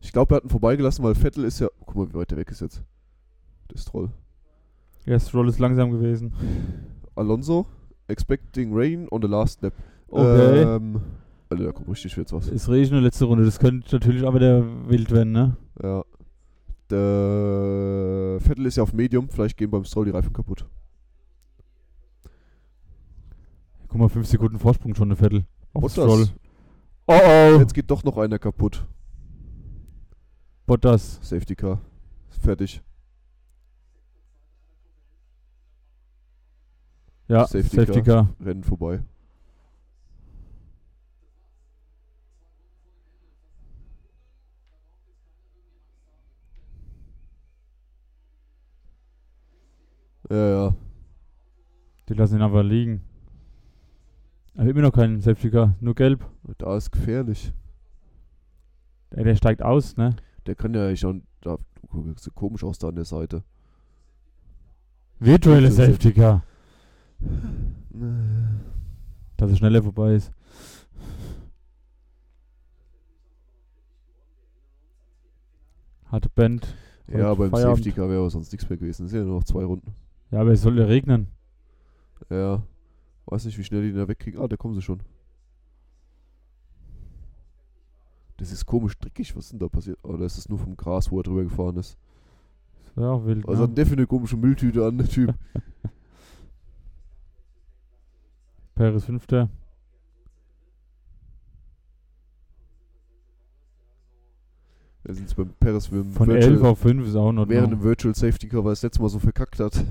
S2: Ich glaube, er hat ihn vorbeigelassen, weil Vettel ist ja. Guck mal, wie weit der weg ist jetzt. Das Troll.
S1: Ja, Stroll ist langsam gewesen.
S2: Alonso, expecting rain on the last lap.
S1: Okay.
S2: Ähm, Alter, da kommt richtig jetzt was.
S1: Äh, Es regnet letzte Runde, das könnte natürlich aber der wild werden, ne?
S2: Ja. Der Vettel ist ja auf Medium, vielleicht gehen beim Stroll die Reifen kaputt.
S1: Guck mal, 5 Sekunden Vorsprung schon, eine Viertel. Auf
S2: Bottas.
S1: Stroll. Oh oh!
S2: Jetzt geht doch noch einer kaputt.
S1: Bottas.
S2: Safety Car. Fertig.
S1: Ja, Safety,
S2: Safety
S1: Car.
S2: Rennen vorbei. Ja, ja.
S1: Die lassen ihn einfach liegen. Aber immer noch keinen Safety Car, nur gelb.
S2: Da ist gefährlich.
S1: Der, der steigt aus, ne?
S2: Der kann ja eigentlich auch. Da, du guckst so komisch aus da an der Seite.
S1: Virtuelle
S2: Das ist
S1: Safety Car. Äh, Dass er schneller vorbei ist. Hat Band. Und
S2: Ja, beim
S1: Feierabend.
S2: Safety Car wäre sonst nichts mehr gewesen. Das sind ja nur noch zwei Runden.
S1: Ja, aber es soll ja regnen.
S2: Ja. Weiß nicht, wie schnell die da wegkriegen. Ah, da kommen sie schon. Das ist komisch dreckig. Was ist denn da passiert? Oder ist das nur vom Gras, wo er drüber gefahren ist?
S1: Das wäre auch wild.
S2: Also hat
S1: ne?
S2: definitiv eine komische Mülltüte an, der Typ.
S1: Paris Fünfter.
S2: Da sind sie beim Paris mit dem
S1: Von 11 auf 5 ist auch noch.
S2: während dem Virtual Safety Car, weil es letztes Mal so verkackt hat.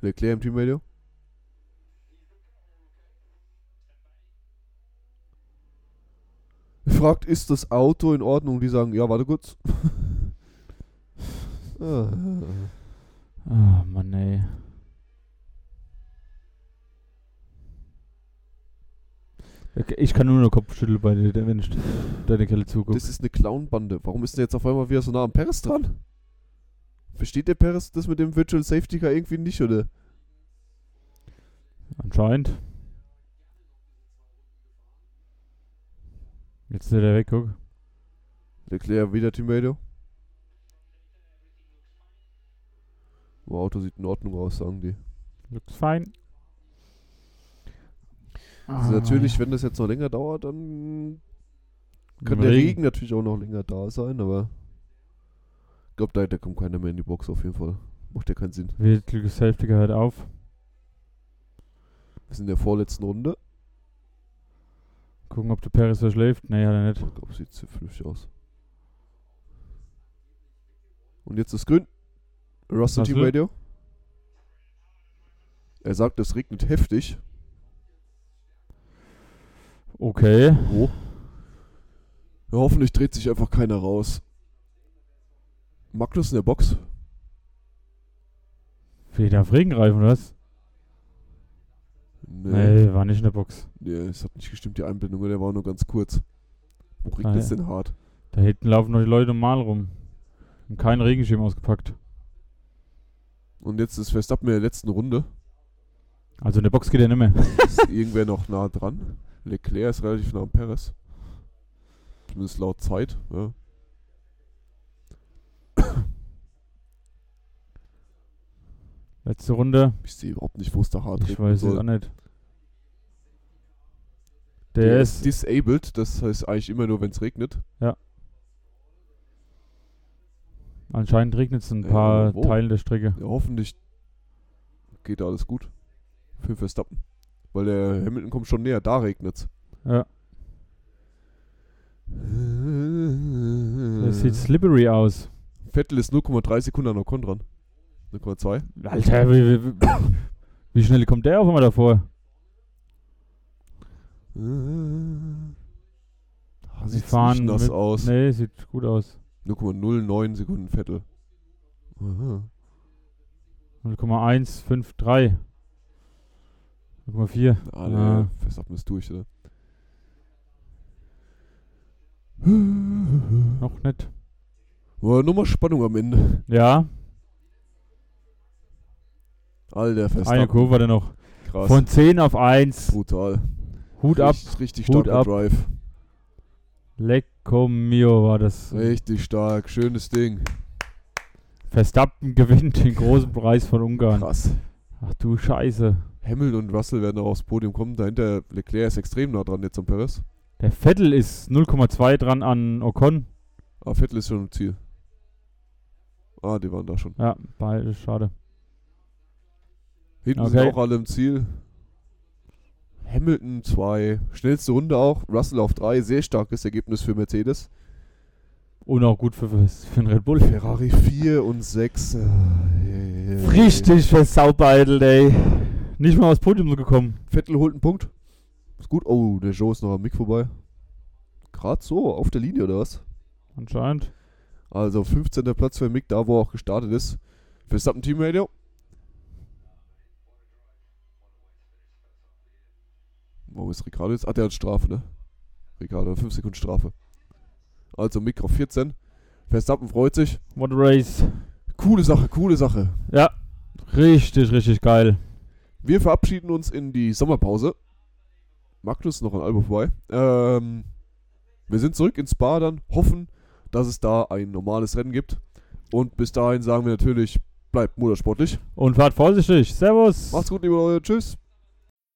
S2: Leclerc im Teamradio. Fragt, ist das Auto in Ordnung? Die sagen, ja, warte kurz. ah.
S1: Ah, Mann, ey. Okay, Ich kann nur noch Kopfschütteln bei dir, wenn ich deine Kelle zugucke.
S2: Das ist eine Clownbande. Warum ist denn jetzt auf einmal wieder so nah am Paris dran? Versteht der Paris das mit dem Virtual Safety Car irgendwie nicht, oder?
S1: Anscheinend. Jetzt ist er da weg, guck.
S2: Leclerc wieder Teamradio. Oh, Auto sieht in Ordnung aus, sagen die.
S1: Looks fine. Ah.
S2: Also natürlich, wenn das jetzt noch länger dauert, dann kann der Regen natürlich auch noch länger da sein, aber ich glaube, da, da kommt keiner mehr in die Box auf jeden Fall. Macht ja keinen Sinn.
S1: Virtual Safety Car hört auf.
S2: Wir sind in der vorletzten Runde.
S1: Gucken, ob der Paris verschläft. Nee, hat er nicht.
S2: Ich glaube, sieht sehr flüssig aus. Und jetzt ist grün. Russell
S1: Russell.
S2: Team Radio. Er sagt, es regnet heftig.
S1: Okay.
S2: Oh. Ja, hoffentlich dreht sich einfach keiner raus. Magnus in der Box.
S1: Wieder auf Regenreifen, oder was?
S2: Nee.
S1: Nee. war nicht in der Box.
S2: Nee, es hat nicht gestimmt, die Einblendung, der war nur ganz kurz. Wo regnet
S1: Ah,
S2: es
S1: ja.
S2: denn hart?
S1: Da hinten laufen noch die Leute normal rum. Haben keinen Regenschirm ausgepackt.
S2: Und jetzt ist Verstappen in der letzten Runde.
S1: Also in der Box geht er nicht mehr.
S2: ist irgendwer noch nah dran. Leclerc ist relativ nah am Perez. Zumindest laut Zeit. Ja.
S1: Letzte Runde.
S2: Ich sehe überhaupt nicht, wo es da hart
S1: Ich
S2: regnen
S1: weiß es
S2: soll.
S1: auch nicht. Der,
S2: Der
S1: ist.
S2: ist disabled, das heißt eigentlich immer nur, wenn es regnet.
S1: Anscheinend regnet es in
S2: Ja,
S1: ein paar
S2: wo?
S1: Teilen der Strecke.
S2: Ja, hoffentlich geht da alles gut. Für Verstappen. Weil der Hamilton kommt schon näher, da regnet
S1: Ja. Das
S2: es.
S1: sieht slippery aus.
S2: Äh. Vettel ist 0,3 Sekunden an Ocon dran. 0,2.
S1: Alter, wie, wie, wie- wie schnell kommt der auf einmal davor?
S2: Da
S1: Sie
S2: sieht's
S1: fahren
S2: nicht nass
S1: mit-
S2: aus.
S1: Nee, sieht gut aus.
S2: 0,09 Sekunden Vettel. Aha.
S1: 0,153. 0,4.
S2: Ah, nee,
S1: Ah.
S2: Verstappen ist durch, oder?
S1: Noch nicht.
S2: Oh, nur mal Spannung am Ende.
S1: Ja,
S2: Alter, Verstappen.
S1: eine Kurve hat er noch.
S2: Krass.
S1: Von 10 auf 1.
S2: Brutal.
S1: Hut ab.
S2: Richtig, richtig
S1: Hut
S2: starker
S1: ab.
S2: Drive.
S1: Lecco mio war das.
S2: Richtig stark. Schönes Ding.
S1: Verstappen gewinnt den großen Preis von Ungarn.
S2: Krass.
S1: Ach du Scheiße.
S2: Hamilton und Russell werden auch aufs Podium kommen. Dahinter Leclerc ist extrem nah dran jetzt am Perez.
S1: Der Vettel ist 0,2 dran an Ocon.
S2: Ah, Vettel ist schon im Ziel. Ah, die waren da schon.
S1: Ja, beide schade.
S2: Hinten sind
S1: Okay.
S2: auch alle im Ziel. Hamilton 2, schnellste Runde auch. Russell auf 3, sehr starkes Ergebnis für Mercedes.
S1: Und auch gut für, für, für den Red Bull.
S2: Ferrari 4 und Ah, 6.
S1: Richtig versaubeidelt, ey. Nicht mal aufs Podium gekommen.
S2: Vettel holt einen Punkt. Ist gut. Oh, der Joe ist noch am Mick vorbei. Gerade so, auf der Linie oder was?
S1: Anscheinend.
S2: Also 15. Platz für Mick, da wo er auch gestartet ist. Verstappen Team Radio. Warum ist Ricardo jetzt? Ah, der hat Strafe, ne? Ricardo, 5 Sekunden Strafe. Also Mick auf 14. Verstappen freut sich.
S1: What a race.
S2: Coole Sache, coole Sache.
S1: Ja, richtig, richtig geil.
S2: Wir verabschieden uns in die Sommerpause. Magnus noch ein Album vorbei. Ähm, wir sind zurück ins Spa dann, hoffen, dass es da ein normales Rennen gibt. Und bis dahin sagen wir natürlich, bleibt motorsportlich.
S1: Und fahrt vorsichtig. Servus.
S2: Macht's gut, liebe Leute. Tschüss.